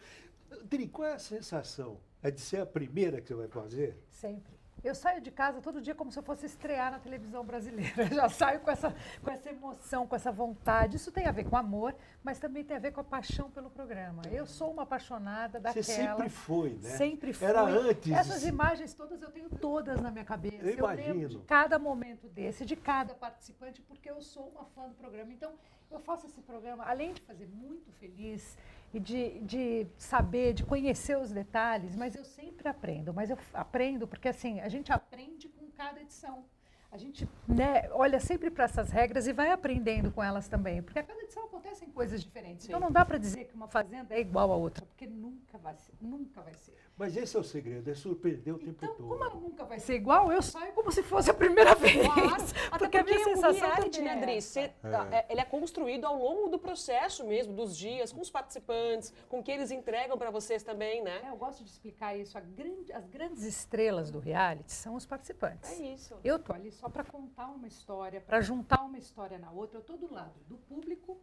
[SPEAKER 1] Dri, qual é a sensação? É de ser a primeira que você vai fazer?
[SPEAKER 3] Sempre. Eu saio de casa todo dia como se eu fosse estrear na televisão brasileira. Eu já saio com essa, com essa emoção, com essa vontade. Isso tem a ver com amor, mas também tem a ver com a paixão pelo programa. Eu sou uma apaixonada
[SPEAKER 1] Você
[SPEAKER 3] daquela.
[SPEAKER 1] sempre foi, né?
[SPEAKER 3] Sempre fui.
[SPEAKER 1] Era antes.
[SPEAKER 3] Essas
[SPEAKER 1] de-
[SPEAKER 3] imagens todas eu tenho todas na minha cabeça.
[SPEAKER 1] Eu
[SPEAKER 3] lembro de
[SPEAKER 1] imagino.
[SPEAKER 3] cada momento desse, de cada participante, porque eu sou uma fã do programa. Então, eu faço esse programa, além de fazer muito feliz e de, de saber, de conhecer os detalhes, mas eu sempre aprendo. Mas eu f- aprendo porque, assim, a gente aprende com cada edição. A gente né, olha sempre para essas regras e vai aprendendo com elas também, porque a cada edição acontecem coisas diferentes. Então não dá para dizer que uma fazenda é igual a outra, porque nunca vai ser, nunca vai ser.
[SPEAKER 1] Mas esse é o segredo, é surpreender o tempo
[SPEAKER 3] Então,
[SPEAKER 2] Tipo,
[SPEAKER 1] todo.
[SPEAKER 3] como ela nunca vai ser igual, eu saio como se fosse a primeira vez.
[SPEAKER 2] Claro, até É porque,
[SPEAKER 3] a minha
[SPEAKER 2] o
[SPEAKER 3] sensação
[SPEAKER 2] reality,
[SPEAKER 3] também
[SPEAKER 2] né,
[SPEAKER 3] é
[SPEAKER 2] Dri?
[SPEAKER 3] essa.
[SPEAKER 2] Cê- é, Ele é construído ao longo do processo mesmo, dos dias, com os participantes, com o que eles entregam pra vocês também, né?
[SPEAKER 3] É, Eu gosto de explicar isso. A grande- as grandes estrelas do reality são os participantes.
[SPEAKER 2] É isso.
[SPEAKER 3] Eu tô ali só para contar uma história, para juntar uma história na outra. Eu tô do lado do público,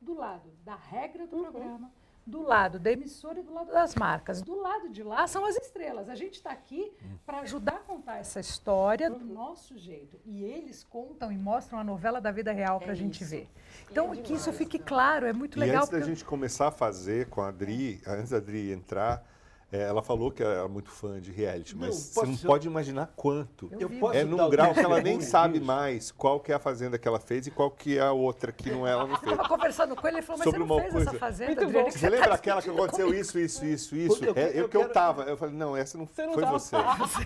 [SPEAKER 3] do lado da regra
[SPEAKER 2] Uhum.
[SPEAKER 3] do programa, do lado da emissora e do lado das marcas. Do lado de lá são as estrelas. A gente está aqui
[SPEAKER 2] Uhum.
[SPEAKER 3] para ajudar a contar essa história do nosso jeito. E eles contam e mostram a novela da vida real para a gente
[SPEAKER 2] É isso.
[SPEAKER 3] ver. Então, que isso
[SPEAKER 2] demais, né?
[SPEAKER 3] fique claro, é muito
[SPEAKER 4] E
[SPEAKER 3] legal.
[SPEAKER 4] antes da
[SPEAKER 3] porque-
[SPEAKER 4] gente começar a fazer com a Adri, antes da Adri entrar, É, ela falou que era muito fã de reality,
[SPEAKER 1] Não,
[SPEAKER 4] mas você
[SPEAKER 1] posso-
[SPEAKER 4] não pode imaginar quanto.
[SPEAKER 1] Eu
[SPEAKER 3] vi.
[SPEAKER 1] posso
[SPEAKER 4] É
[SPEAKER 1] dar
[SPEAKER 4] num
[SPEAKER 1] o um
[SPEAKER 4] grau que ela
[SPEAKER 1] testemunho
[SPEAKER 4] nem sabe
[SPEAKER 1] disso?
[SPEAKER 4] mais qual que é a fazenda que ela fez e qual que é a outra que não é, ela não fez.
[SPEAKER 3] Estava conversando com ele, ele falou, mas
[SPEAKER 4] Sobre
[SPEAKER 3] você não
[SPEAKER 4] uma
[SPEAKER 3] fez essa
[SPEAKER 4] coisa.
[SPEAKER 3] fazenda,
[SPEAKER 2] Muito
[SPEAKER 3] Adriana,
[SPEAKER 2] bom.
[SPEAKER 3] que
[SPEAKER 4] Você
[SPEAKER 3] você
[SPEAKER 4] lembra
[SPEAKER 3] tá
[SPEAKER 4] aquela que
[SPEAKER 3] discutindo
[SPEAKER 4] aconteceu isso, isso, isso, isso?
[SPEAKER 1] Porque eu
[SPEAKER 4] É,
[SPEAKER 1] que- eu
[SPEAKER 4] eu que eu
[SPEAKER 1] quero-
[SPEAKER 4] tava. Eu falei, não, essa não,
[SPEAKER 2] não
[SPEAKER 4] foi
[SPEAKER 2] tava.
[SPEAKER 4] você.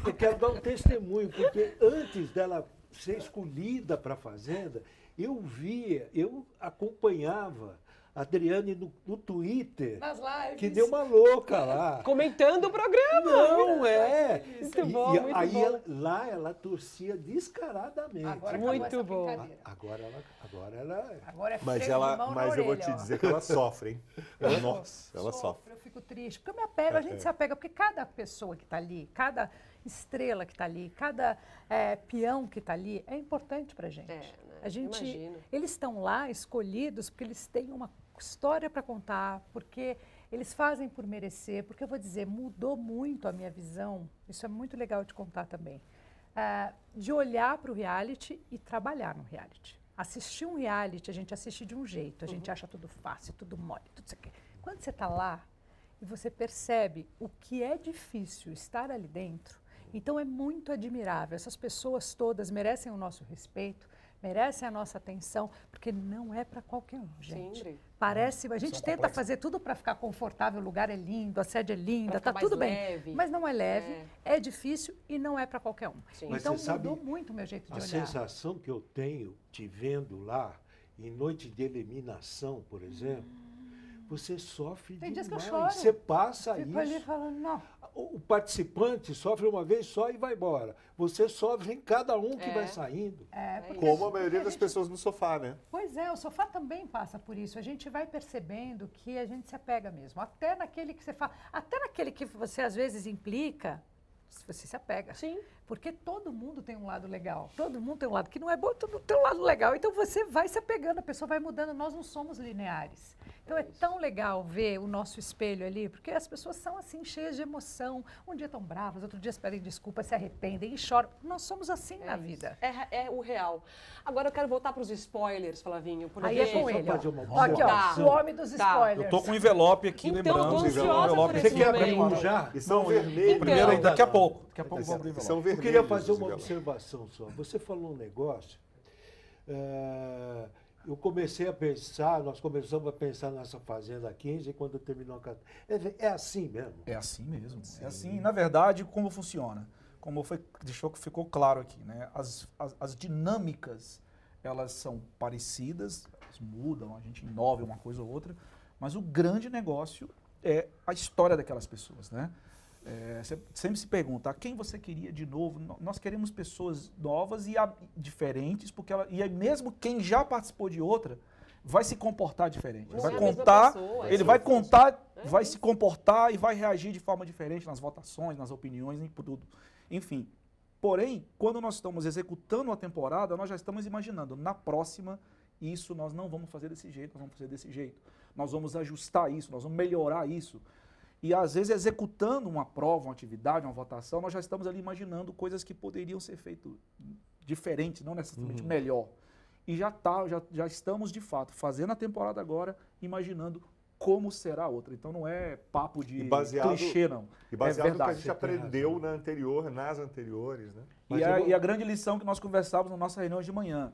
[SPEAKER 1] Eu quero dar um testemunho, porque antes dela ser escolhida para a Fazenda, eu via, eu acompanhava a Adriane no, no Twitter,
[SPEAKER 3] Nas lives.
[SPEAKER 1] que deu uma louca lá.
[SPEAKER 2] Comentando o programa.
[SPEAKER 1] Não, é.
[SPEAKER 2] Muito
[SPEAKER 1] E-
[SPEAKER 2] bom,
[SPEAKER 1] e
[SPEAKER 2] muito
[SPEAKER 1] aí
[SPEAKER 2] bom.
[SPEAKER 1] ela- lá ela torcia descaradamente.
[SPEAKER 3] Agora acabou
[SPEAKER 2] Muito
[SPEAKER 3] essa
[SPEAKER 2] bom.
[SPEAKER 3] brincadeira.
[SPEAKER 1] Agora ela, agora ela
[SPEAKER 3] Agora é
[SPEAKER 4] Mas,
[SPEAKER 3] freio de
[SPEAKER 4] ela,
[SPEAKER 3] mão na
[SPEAKER 4] mas eu vou
[SPEAKER 3] orelha,
[SPEAKER 4] te
[SPEAKER 3] ó.
[SPEAKER 4] dizer que ela sofre, hein? Nossa, ela sofre. É,
[SPEAKER 3] Eu fico triste, porque eu me apego, a gente se apega, porque cada pessoa que está ali, cada estrela que está ali, cada eh, peão que está ali, é importante para a gente.
[SPEAKER 2] É, né?
[SPEAKER 3] A gente,
[SPEAKER 2] Imagino.
[SPEAKER 3] eles estão lá escolhidos porque eles têm uma história para contar, porque eles fazem por merecer, porque eu vou dizer, mudou muito a minha visão, isso é muito legal de contar também, ah, de olhar para o reality e trabalhar no reality. Assistir um reality, a gente assiste de um jeito, a gente
[SPEAKER 2] Uhum.
[SPEAKER 3] acha tudo fácil, tudo mole, tudo isso aqui. Quando você está lá e você percebe o que é difícil estar ali dentro, então é muito admirável. Essas pessoas todas merecem o nosso respeito, merecem a nossa atenção, porque não é para qualquer um, gente.
[SPEAKER 2] Sempre.
[SPEAKER 3] Parece, a gente
[SPEAKER 5] São
[SPEAKER 3] tenta
[SPEAKER 5] complexos.
[SPEAKER 3] fazer tudo para ficar confortável, o lugar é lindo, a sede é linda,
[SPEAKER 2] Pra ficar
[SPEAKER 3] tá tudo
[SPEAKER 2] mais
[SPEAKER 3] bem.
[SPEAKER 2] leve.
[SPEAKER 3] Mas não é leve, é. difícil e não é para qualquer um.
[SPEAKER 2] Sim.
[SPEAKER 1] Mas
[SPEAKER 3] Então
[SPEAKER 1] você sabe, Ah,
[SPEAKER 3] mudou muito o meu jeito de
[SPEAKER 1] A
[SPEAKER 3] olhar.
[SPEAKER 1] sensação que eu tenho te vendo lá, em noite de eliminação, por exemplo, você sofre
[SPEAKER 3] Hum. Tem dias
[SPEAKER 1] demais.
[SPEAKER 3] que eu choro.
[SPEAKER 1] Você passa
[SPEAKER 3] Fico
[SPEAKER 1] isso.
[SPEAKER 3] ali falando, não.
[SPEAKER 1] O o participante sofre uma vez só e vai embora. Você sofre em cada um que
[SPEAKER 2] É.
[SPEAKER 1] vai saindo.
[SPEAKER 3] É,
[SPEAKER 2] É
[SPEAKER 3] porque
[SPEAKER 4] Como a
[SPEAKER 3] porque
[SPEAKER 4] maioria das
[SPEAKER 3] gente-
[SPEAKER 4] pessoas no sofá, né?
[SPEAKER 3] Pois é, o sofá também passa por isso. A gente vai percebendo que a gente se apega mesmo. Até naquele que você fala, até naquele que você às vezes implica, você se apega.
[SPEAKER 2] Sim.
[SPEAKER 3] Porque todo mundo tem um lado legal. Todo mundo tem um lado que não é bom, todo mundo tem um lado legal. Então você vai se apegando, a pessoa vai mudando. Nós não somos lineares. Então é tão legal ver o nosso espelho ali, porque as pessoas são assim, cheias de emoção. Um dia tão bravas, outro dia elas pedem desculpa, se arrependem e choram. Nós somos assim na
[SPEAKER 2] isso.
[SPEAKER 3] vida.
[SPEAKER 2] É, é o real. Agora eu quero voltar para os spoilers, Flavinho. Porque...
[SPEAKER 3] Aí é com
[SPEAKER 1] só
[SPEAKER 3] ele.
[SPEAKER 1] fazer uma
[SPEAKER 3] Ó. Ó, aqui, ó,
[SPEAKER 1] observação.
[SPEAKER 3] o homem dos
[SPEAKER 2] Tá.
[SPEAKER 3] spoilers.
[SPEAKER 5] Eu tô com um envelope aqui,
[SPEAKER 2] Então,
[SPEAKER 5] lembrando.
[SPEAKER 2] tô
[SPEAKER 5] um
[SPEAKER 2] ansiosa
[SPEAKER 5] envelope
[SPEAKER 2] por
[SPEAKER 1] Você
[SPEAKER 2] esse
[SPEAKER 5] aqui.
[SPEAKER 1] quer abrir um
[SPEAKER 2] momento.
[SPEAKER 1] já?
[SPEAKER 4] E são
[SPEAKER 5] O
[SPEAKER 4] vermelhos. é,
[SPEAKER 5] primeiro aí,
[SPEAKER 2] Então.
[SPEAKER 5] daqui a pouco. Daqui a pouco eu vou abrir o
[SPEAKER 4] São,
[SPEAKER 5] envelope.
[SPEAKER 4] são
[SPEAKER 1] Eu
[SPEAKER 4] vermelhos.
[SPEAKER 1] queria fazer uma
[SPEAKER 4] Isabela.
[SPEAKER 1] observação só. Você falou um negócio. eh, eu comecei a pensar, nós começamos a pensar nessa Fazenda 15 e quando terminou a 14. É ve- É assim mesmo.
[SPEAKER 5] É assim mesmo. É assim. Na verdade, como funciona? Como foi, deixou que ficou claro aqui, né? As, as, as dinâmicas elas são parecidas, elas mudam, a gente inova uma coisa ou outra, mas o grande negócio é a história daquelas pessoas, né? É, você sempre se pergunta, "Ah, quem você queria de novo? No- Nós queremos pessoas novas e a- diferentes, porque ela, e aí mesmo quem já participou de outra vai se comportar diferente. Ele
[SPEAKER 2] Não
[SPEAKER 5] vai
[SPEAKER 2] é a mesma
[SPEAKER 5] contar,
[SPEAKER 2] pessoa, é
[SPEAKER 5] ele
[SPEAKER 2] isso.
[SPEAKER 5] vai contar,
[SPEAKER 2] É
[SPEAKER 5] vai se comportar e vai reagir de forma diferente nas votações, nas opiniões, em tudo. Enfim. Porém, quando nós estamos executando a temporada, nós já estamos imaginando, na próxima, isso nós não vamos fazer desse jeito, nós vamos fazer desse jeito. Nós vamos ajustar isso, nós vamos melhorar isso. E às vezes, executando uma prova, uma atividade, uma votação, nós já estamos ali imaginando coisas que poderiam ser feitas diferentes, não
[SPEAKER 4] Uhum.
[SPEAKER 5] necessariamente melhor. E já, tá, já, já estamos, de fato, fazendo a temporada agora, imaginando como será a outra. Então não é papo de
[SPEAKER 4] E baseado-
[SPEAKER 5] clichê, não.
[SPEAKER 4] E baseado
[SPEAKER 5] É
[SPEAKER 4] no que a
[SPEAKER 5] verdade,
[SPEAKER 4] gente
[SPEAKER 5] você
[SPEAKER 1] tem
[SPEAKER 4] aprendeu na anterior, nas anteriores, né?
[SPEAKER 5] E
[SPEAKER 1] Mas
[SPEAKER 5] a,
[SPEAKER 1] eu vou-
[SPEAKER 5] e a grande lição que nós conversávamos na nossa reunião de manhã.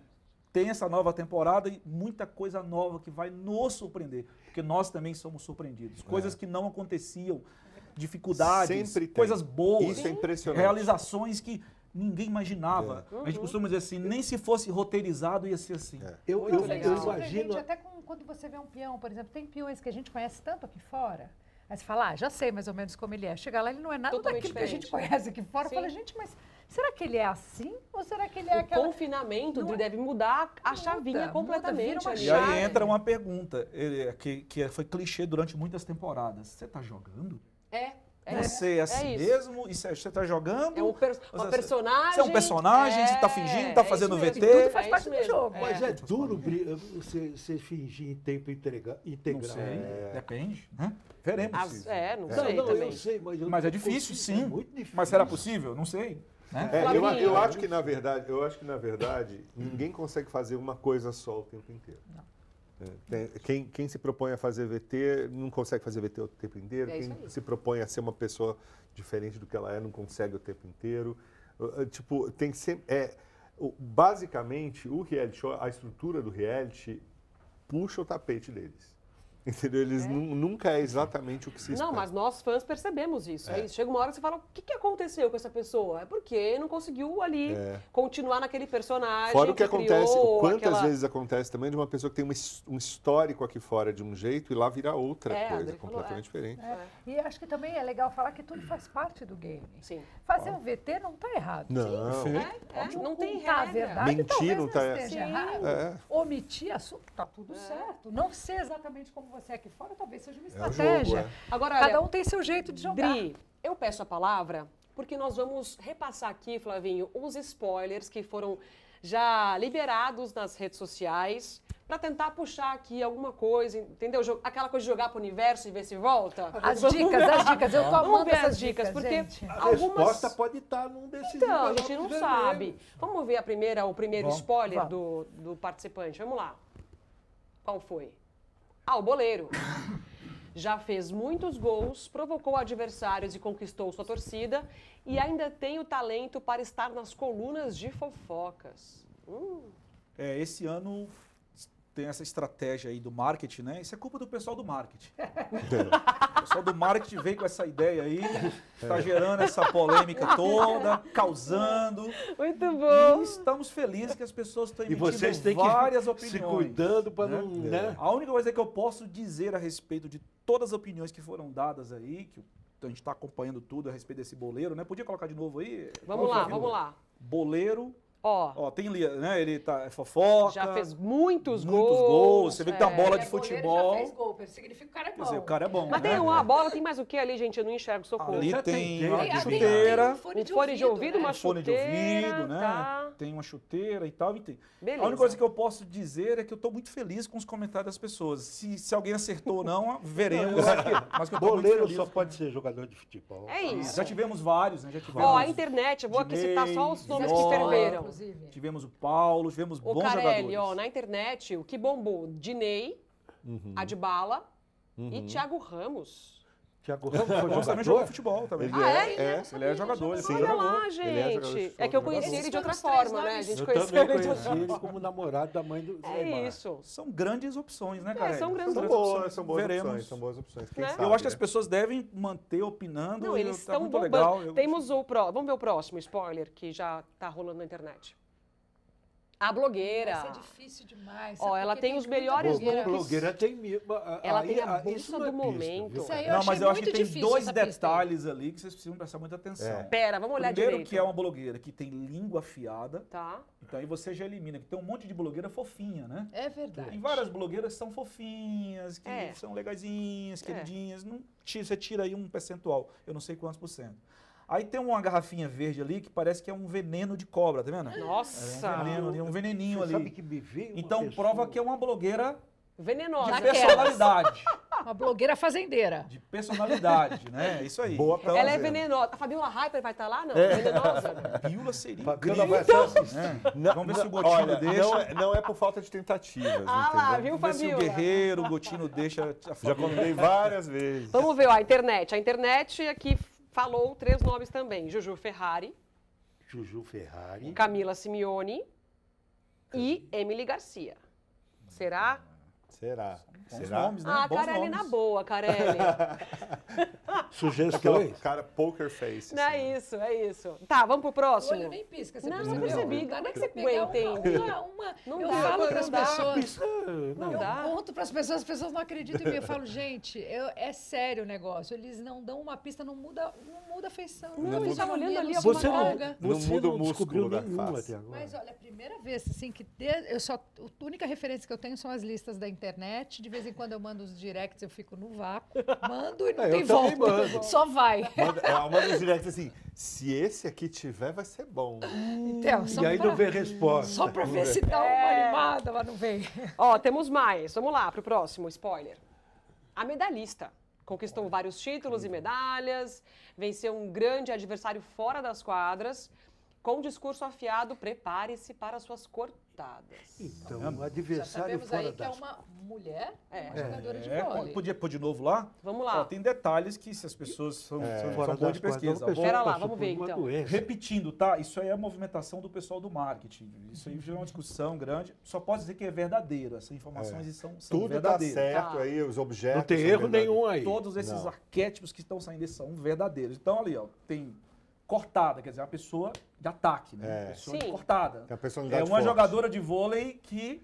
[SPEAKER 5] Tem essa nova temporada e muita coisa nova que vai nos surpreender, porque nós também somos
[SPEAKER 4] É.
[SPEAKER 5] surpreendidos. Coisas que não aconteciam, dificuldades,
[SPEAKER 4] Sempre tem.
[SPEAKER 5] coisas boas,
[SPEAKER 4] Isso é impressionante.
[SPEAKER 5] realizações que ninguém imaginava. A
[SPEAKER 2] Uhum.
[SPEAKER 5] gente costuma dizer assim, nem se fosse roteirizado ia ser assim.
[SPEAKER 4] É.
[SPEAKER 1] Eu,
[SPEAKER 2] Muito
[SPEAKER 1] eu,
[SPEAKER 2] legal.
[SPEAKER 1] eu
[SPEAKER 3] Surpreende
[SPEAKER 1] imagino.
[SPEAKER 3] até com- quando você vê um peão, por exemplo, tem peões que a gente conhece tanto aqui fora. Aí você fala, ah, já sei mais ou menos como ele é. Chega lá, ele não é nada
[SPEAKER 2] Totalmente
[SPEAKER 3] daquilo que a gente
[SPEAKER 2] diferente.
[SPEAKER 3] conhece aqui fora.
[SPEAKER 2] Sim.
[SPEAKER 3] Fala, gente, mas será que ele é assim? Ou será que ele é
[SPEAKER 2] O
[SPEAKER 3] aquela...
[SPEAKER 2] confinamento
[SPEAKER 3] Não é-
[SPEAKER 2] deve mudar a chavinha
[SPEAKER 3] muda,
[SPEAKER 2] completamente.
[SPEAKER 3] vira uma
[SPEAKER 2] ali.
[SPEAKER 5] E aí entra uma pergunta eh, que, que foi clichê durante muitas temporadas. Você está jogando?
[SPEAKER 2] É, é.
[SPEAKER 5] Você é assim
[SPEAKER 2] isso.
[SPEAKER 5] mesmo? Isso é- você está jogando?
[SPEAKER 2] É um per- uma
[SPEAKER 5] Você-
[SPEAKER 2] personagem. é
[SPEAKER 5] você é um personagem, você tá fingindo, tá
[SPEAKER 2] isso
[SPEAKER 5] fazendo
[SPEAKER 2] mesmo,
[SPEAKER 5] VT.
[SPEAKER 2] tudo
[SPEAKER 3] Faz
[SPEAKER 2] isso
[SPEAKER 3] parte do
[SPEAKER 2] mesmo.
[SPEAKER 3] jogo.
[SPEAKER 1] Mas é duro bri- você, você fingir em tempo integra-
[SPEAKER 5] Não
[SPEAKER 1] integral.
[SPEAKER 5] sei,
[SPEAKER 4] É.
[SPEAKER 5] depende, né? Veremos.
[SPEAKER 2] As- é, não
[SPEAKER 1] Não,
[SPEAKER 2] sei
[SPEAKER 1] não,
[SPEAKER 2] também.
[SPEAKER 1] eu sei, mas eu
[SPEAKER 5] Mas é
[SPEAKER 1] não
[SPEAKER 5] difícil,
[SPEAKER 1] consigo,
[SPEAKER 5] sim.
[SPEAKER 1] É muito difícil.
[SPEAKER 5] Mas será possível? Não sei. né?
[SPEAKER 4] É, eu,
[SPEAKER 2] Flavinho.
[SPEAKER 4] eu acho que na verdade, eu acho que na verdade ninguém consegue fazer uma coisa só o tempo inteiro. É, Tem- Quem, quem se propõe a fazer VT não consegue fazer VT o tempo inteiro.
[SPEAKER 2] É isso
[SPEAKER 4] quem
[SPEAKER 2] aí.
[SPEAKER 4] se propõe a ser uma pessoa diferente do que ela é não consegue o tempo inteiro. Uh, uh, Tipo, tem que ser. É, o- basicamente, o reality show, a estrutura do reality puxa o tapete deles. Entendeu? Eles nu- nunca é exatamente o que se espera.
[SPEAKER 2] Não, mas nós fãs percebemos isso. Aí chega uma hora que você fala: o que, que aconteceu com essa pessoa? É porque não conseguiu ali continuar naquele personagem.
[SPEAKER 4] Fora o que acontece,
[SPEAKER 2] criou,
[SPEAKER 4] quantas
[SPEAKER 2] aquela-
[SPEAKER 4] vezes acontece também de uma pessoa que tem um his- um histórico aqui fora de um jeito e lá vira outra
[SPEAKER 2] É,
[SPEAKER 4] coisa,
[SPEAKER 2] André falou, é.
[SPEAKER 4] completamente diferente.
[SPEAKER 3] E acho que também é legal falar que tudo faz parte do game.
[SPEAKER 2] Sim.
[SPEAKER 3] Fazer um VT não está errado.
[SPEAKER 4] Não,
[SPEAKER 2] É, é, não tem
[SPEAKER 3] Ocultar
[SPEAKER 2] regra.
[SPEAKER 3] a verdade,
[SPEAKER 4] Mentir
[SPEAKER 3] talvez
[SPEAKER 4] não
[SPEAKER 3] não
[SPEAKER 4] tá-
[SPEAKER 3] esteja
[SPEAKER 2] Sim.
[SPEAKER 3] errado.
[SPEAKER 4] É.
[SPEAKER 3] Omitir assunto, tá
[SPEAKER 2] É.
[SPEAKER 3] tudo certo. Não ser exatamente como você é aqui fora, talvez seja uma
[SPEAKER 4] é o
[SPEAKER 3] estratégia.
[SPEAKER 4] jogo. é.
[SPEAKER 2] Agora, olha,
[SPEAKER 3] Cada um tem seu jeito de jogar.
[SPEAKER 2] Dri, eu peço a palavra porque nós vamos repassar aqui, Flavinho, os spoilers que foram já liberados nas redes sociais para tentar puxar aqui alguma coisa, entendeu? Jo- Aquela coisa de jogar pro universo e ver se volta.
[SPEAKER 3] As dicas, as dicas. Eu tô
[SPEAKER 2] Vamos
[SPEAKER 3] amando
[SPEAKER 2] ver
[SPEAKER 3] essas
[SPEAKER 2] as dicas, porque
[SPEAKER 3] gente.
[SPEAKER 1] A
[SPEAKER 2] algumas
[SPEAKER 1] resposta pode estar num desses
[SPEAKER 2] Então, a gente
[SPEAKER 1] envelopes
[SPEAKER 2] não
[SPEAKER 1] vermelhos. Tá
[SPEAKER 2] sabe. Vamos ver a primeira, o primeiro
[SPEAKER 5] né? Vamos.
[SPEAKER 2] spoiler do, do participante. Vamos lá. Qual foi? Ah, o boleiro. Já fez muitos gols, provocou adversários e conquistou sua torcida. E ainda tem o talento para estar nas colunas de fofocas.
[SPEAKER 5] É, esse ano tem essa estratégia aí do marketing, né? Isso é culpa do pessoal do marketing. O pessoal do marketing veio com essa ideia aí,
[SPEAKER 1] É.
[SPEAKER 5] está gerando essa polêmica toda, causando.
[SPEAKER 2] Muito
[SPEAKER 5] E estamos felizes que as pessoas estão
[SPEAKER 1] E
[SPEAKER 5] emitindo
[SPEAKER 1] vocês têm
[SPEAKER 5] várias
[SPEAKER 1] que
[SPEAKER 5] opiniões.
[SPEAKER 1] se cuidando para
[SPEAKER 5] né?
[SPEAKER 1] não, né?
[SPEAKER 5] A única coisa que eu posso dizer a respeito de todas as opiniões que foram dadas aí, que a gente está acompanhando tudo a respeito desse boleiro, né? Podia colocar de novo aí?
[SPEAKER 2] Vamos lá, vamos lá.
[SPEAKER 5] Boleiro,
[SPEAKER 2] Ó,
[SPEAKER 5] ó, tem ali, né? Ele tá é fofoca.
[SPEAKER 2] já fez muitos,
[SPEAKER 5] muitos gols. Você vê que tá da
[SPEAKER 2] é.
[SPEAKER 5] bola de
[SPEAKER 3] É, goleiro
[SPEAKER 5] futebol.
[SPEAKER 3] Já fez gol, significa que o cara é bom.
[SPEAKER 5] Quer dizer, o cara é bom.
[SPEAKER 2] Mas
[SPEAKER 5] né?
[SPEAKER 2] tem uma bola, tem mais o que ali, gente? Eu ah, não enxergo, socorro.
[SPEAKER 5] Ali
[SPEAKER 1] Já
[SPEAKER 5] tem,
[SPEAKER 1] tem
[SPEAKER 5] uma
[SPEAKER 1] dele.
[SPEAKER 3] Tem- tem-
[SPEAKER 5] chuteira,
[SPEAKER 3] tem
[SPEAKER 2] Um fone de ouvido,
[SPEAKER 3] né?
[SPEAKER 2] uma
[SPEAKER 5] fone de
[SPEAKER 2] chuteira,
[SPEAKER 5] ouvido, né?
[SPEAKER 2] tá.
[SPEAKER 5] Tem uma chuteira e tal. E tem.
[SPEAKER 2] Beleza.
[SPEAKER 5] A única coisa que eu posso dizer é que eu estou muito feliz com os comentários das pessoas. Se, se alguém acertou ou não, veremos. Mas que eu tô muito
[SPEAKER 1] Boleiro
[SPEAKER 5] feliz.
[SPEAKER 1] só pode ser jogador de futebol.
[SPEAKER 2] É isso.
[SPEAKER 5] Já tivemos vários, né? Já tivemos.
[SPEAKER 2] Ó, a internet, eu vou aqui citar só os
[SPEAKER 5] De
[SPEAKER 2] nomes que
[SPEAKER 5] Ney,
[SPEAKER 2] ferveram.
[SPEAKER 3] é Inclusive.
[SPEAKER 5] Tivemos o Paulo, tivemos
[SPEAKER 2] O
[SPEAKER 5] bons
[SPEAKER 2] Carelli, ó, né?
[SPEAKER 5] jogadores.
[SPEAKER 2] na internet, o que bombou? Dinei, Adbala e Thiago Ramos.
[SPEAKER 1] Tiago Ramos foi
[SPEAKER 5] Ramos também jogou
[SPEAKER 1] jogador?
[SPEAKER 5] futebol também.
[SPEAKER 3] Ah,
[SPEAKER 4] Ele é, é,
[SPEAKER 5] Ele é jogador, ele foi
[SPEAKER 2] Olha
[SPEAKER 5] jogador.
[SPEAKER 2] lá,
[SPEAKER 4] Ele é jogador de
[SPEAKER 2] gente. É,
[SPEAKER 4] futebol,
[SPEAKER 2] que eu
[SPEAKER 4] jogador.
[SPEAKER 2] conheci ele de outra
[SPEAKER 3] Esses foram os três
[SPEAKER 2] forma, né? A
[SPEAKER 3] nomes.
[SPEAKER 2] gente
[SPEAKER 1] Eu
[SPEAKER 2] conheceu
[SPEAKER 1] também
[SPEAKER 2] ele de
[SPEAKER 1] conheci
[SPEAKER 2] outra
[SPEAKER 1] ele como namorado da mãe do Neymar.
[SPEAKER 2] É isso.
[SPEAKER 5] São grandes opções, né, cara?
[SPEAKER 2] É, são grandes
[SPEAKER 4] São boas, são boas opções, são boas opções. Quem
[SPEAKER 2] Né?
[SPEAKER 4] sabe,
[SPEAKER 5] Eu acho que as
[SPEAKER 4] né?
[SPEAKER 5] pessoas devem manter opinando.
[SPEAKER 2] Não,
[SPEAKER 5] e
[SPEAKER 2] eles
[SPEAKER 5] tá
[SPEAKER 2] estão
[SPEAKER 5] muito
[SPEAKER 2] bombando.
[SPEAKER 5] legal. Eu-
[SPEAKER 2] Temos o pró. Vamos ver o próximo spoiler que já tá rolando na internet. A blogueira.
[SPEAKER 3] Vai ser é difícil demais.
[SPEAKER 2] Ó,
[SPEAKER 3] sabe?
[SPEAKER 2] ela
[SPEAKER 3] Porque
[SPEAKER 2] tem os
[SPEAKER 3] muita
[SPEAKER 2] melhores
[SPEAKER 1] Bom,
[SPEAKER 3] blogueira.
[SPEAKER 2] gols.
[SPEAKER 1] blogueira tem mesmo. a-
[SPEAKER 2] Ela
[SPEAKER 1] aí-
[SPEAKER 2] tem a
[SPEAKER 1] a- isso
[SPEAKER 2] bolsa
[SPEAKER 1] não é
[SPEAKER 2] do
[SPEAKER 1] pista,
[SPEAKER 2] momento.
[SPEAKER 1] viu,
[SPEAKER 2] Isso
[SPEAKER 1] cara?
[SPEAKER 3] aí Eu
[SPEAKER 5] Não,
[SPEAKER 3] achei
[SPEAKER 5] mas eu acho que
[SPEAKER 3] muito
[SPEAKER 5] tem
[SPEAKER 3] difícil
[SPEAKER 5] dois
[SPEAKER 3] essa pista aí.
[SPEAKER 5] detalhes ali que vocês precisam prestar muita atenção.
[SPEAKER 4] É.
[SPEAKER 2] Pera, vamos olhar
[SPEAKER 5] Primeiro
[SPEAKER 2] direito.
[SPEAKER 5] que é uma blogueira que tem língua afiada,
[SPEAKER 2] Tá.
[SPEAKER 5] então aí você já elimina, que tem um monte de blogueira fofinha, né?
[SPEAKER 3] É
[SPEAKER 5] Tem
[SPEAKER 3] verdade.
[SPEAKER 5] várias blogueiras que são fofinhas, que
[SPEAKER 2] É.
[SPEAKER 5] são legazinhas,
[SPEAKER 2] É.
[SPEAKER 5] queridinhas. Não, tira, você tira aí um percentual, eu não sei quantos por cento. Aí tem uma garrafinha verde ali que parece que é um veneno de cobra, tá vendo? É um
[SPEAKER 2] Nossa.
[SPEAKER 5] veneno ali, um veneninho
[SPEAKER 1] Você sabe
[SPEAKER 5] ali.
[SPEAKER 1] que me veio uma
[SPEAKER 5] Então prova que é uma blogueira
[SPEAKER 2] Venenosa. é
[SPEAKER 5] de
[SPEAKER 3] Daquelas.
[SPEAKER 5] personalidade.
[SPEAKER 3] Uma blogueira fazendeira.
[SPEAKER 5] De personalidade, né? Isso aí.
[SPEAKER 4] Boa pra
[SPEAKER 2] Ela é
[SPEAKER 4] fazer.
[SPEAKER 2] venenosa. A Fabiola Hyper vai estar lá,
[SPEAKER 5] É.
[SPEAKER 2] não? é Venenosa?
[SPEAKER 5] Pílula seria
[SPEAKER 1] Fabiana
[SPEAKER 5] incrível,
[SPEAKER 1] vai estar assistindo.
[SPEAKER 5] né?
[SPEAKER 4] Não,
[SPEAKER 5] Vamos ver se o
[SPEAKER 4] não,
[SPEAKER 5] Gotino
[SPEAKER 4] olha,
[SPEAKER 5] deixa.
[SPEAKER 4] Não é, não é por falta de tentativas,
[SPEAKER 2] Ah lá,
[SPEAKER 4] entendeu?
[SPEAKER 2] viu,
[SPEAKER 5] Vamos ver se o
[SPEAKER 2] Fabiola?
[SPEAKER 5] Guerreiro, o Gotino deixa a
[SPEAKER 4] Já
[SPEAKER 5] família.
[SPEAKER 4] contei várias vezes.
[SPEAKER 2] Vamos ver, ó, a internet. A internet aqui falou três nomes também. Juju Ferrari,
[SPEAKER 1] Juju Ferrari.
[SPEAKER 2] Camila Simeone e Emily Garcia. Será?
[SPEAKER 4] Será?
[SPEAKER 5] Bons
[SPEAKER 4] Será?
[SPEAKER 5] nomes, né?
[SPEAKER 2] Ah,
[SPEAKER 5] Bons
[SPEAKER 2] Carelli
[SPEAKER 5] nomes.
[SPEAKER 2] na boa, Carelli.
[SPEAKER 4] Aquela
[SPEAKER 1] Sugestões?
[SPEAKER 4] cara poker face. assim.
[SPEAKER 2] Não é isso, é isso. Tá, vamos pro
[SPEAKER 3] O olho
[SPEAKER 2] próximo.
[SPEAKER 3] nem pisca. Você
[SPEAKER 2] Não,
[SPEAKER 3] percebeu?
[SPEAKER 2] eu percebi. Como é que você
[SPEAKER 3] pegar
[SPEAKER 2] aguenta, hein?
[SPEAKER 3] Uma, uma, uma...
[SPEAKER 2] Não
[SPEAKER 3] eu
[SPEAKER 2] dá,
[SPEAKER 3] falo
[SPEAKER 2] não
[SPEAKER 3] para as
[SPEAKER 2] dá.
[SPEAKER 3] pessoas...
[SPEAKER 1] Isso, não.
[SPEAKER 2] Não dá.
[SPEAKER 3] Eu conto para as pessoas, as pessoas não acreditam em mim. Eu falo, gente, eu- é sério o negócio. Eles não dão uma pista, não muda, não muda a feição.
[SPEAKER 2] Não, eles
[SPEAKER 3] muda
[SPEAKER 2] estavam olhando
[SPEAKER 3] harmonia,
[SPEAKER 2] ali
[SPEAKER 3] não
[SPEAKER 2] alguma
[SPEAKER 1] Você
[SPEAKER 3] muda
[SPEAKER 1] não,
[SPEAKER 3] carga.
[SPEAKER 4] Não
[SPEAKER 1] você
[SPEAKER 4] muda
[SPEAKER 1] não,
[SPEAKER 4] o músculo
[SPEAKER 1] descobriu
[SPEAKER 4] da
[SPEAKER 1] nenhuma
[SPEAKER 4] face.
[SPEAKER 1] até agora.
[SPEAKER 3] Mas olha, a primeira vez assim que de- eu só a única referência que eu tenho são as listas da internet. De vez em quando eu mando os directs, eu fico no vácuo, mando e não
[SPEAKER 1] É, eu
[SPEAKER 3] tem
[SPEAKER 1] também
[SPEAKER 3] volta.
[SPEAKER 1] mando.
[SPEAKER 3] Só vai.
[SPEAKER 4] Manda, ela manda nos directs assim, se esse aqui tiver, vai ser bom.
[SPEAKER 3] Então, só
[SPEAKER 1] Hum, e aí
[SPEAKER 3] pra,
[SPEAKER 1] não vê resposta.
[SPEAKER 3] só pra ver se dá uma
[SPEAKER 2] É.
[SPEAKER 3] animada, mas não vem.
[SPEAKER 2] Ó, temos mais. Vamos lá pro próximo spoiler. A medalhista. Conquistou vários títulos e medalhas, venceu um grande adversário fora das quadras Com discurso afiado, prepare-se para suas cortadas.
[SPEAKER 1] Então, o
[SPEAKER 8] Já
[SPEAKER 1] adversário
[SPEAKER 8] sabemos
[SPEAKER 1] fora
[SPEAKER 8] aí que é
[SPEAKER 1] das
[SPEAKER 8] uma mulher,
[SPEAKER 2] É.
[SPEAKER 8] uma jogadora de
[SPEAKER 5] É,
[SPEAKER 8] vôlei.
[SPEAKER 5] podia pôr de novo lá?
[SPEAKER 2] Vamos lá.
[SPEAKER 5] Ó, tem detalhes que se as pessoas são,
[SPEAKER 2] É.
[SPEAKER 4] É,
[SPEAKER 5] são, são
[SPEAKER 1] fora
[SPEAKER 5] boas
[SPEAKER 1] das
[SPEAKER 5] de
[SPEAKER 1] quatro,
[SPEAKER 5] pesquisa.
[SPEAKER 1] uma pessoa
[SPEAKER 5] Vou-
[SPEAKER 2] Pera lá,
[SPEAKER 1] passa
[SPEAKER 2] vamos
[SPEAKER 1] por
[SPEAKER 2] ver,
[SPEAKER 1] uma
[SPEAKER 2] então.
[SPEAKER 1] doença.
[SPEAKER 5] Repetindo, tá? Isso aí é a movimentação do pessoal do marketing. Isso aí já é uma discussão grande. Só pode dizer que é verdadeiro. Essas informações são, são
[SPEAKER 4] Tudo tá
[SPEAKER 5] verdadeiras.
[SPEAKER 4] certo
[SPEAKER 2] Tá.
[SPEAKER 4] aí, os objetos.
[SPEAKER 1] Não tem
[SPEAKER 4] são
[SPEAKER 1] erro
[SPEAKER 4] verdadeiros.
[SPEAKER 1] nenhum aí.
[SPEAKER 5] Todos esses
[SPEAKER 4] Não.
[SPEAKER 5] arquétipos que estão saindo são verdadeiros. Então, ali, ó, tem cortada, quer dizer, uma pessoa de ataque, né?
[SPEAKER 4] É.
[SPEAKER 5] Uma pessoa
[SPEAKER 2] Sim.
[SPEAKER 5] de cortada.
[SPEAKER 4] Tem a personalidade
[SPEAKER 5] É uma
[SPEAKER 4] forte.
[SPEAKER 5] jogadora de vôlei que.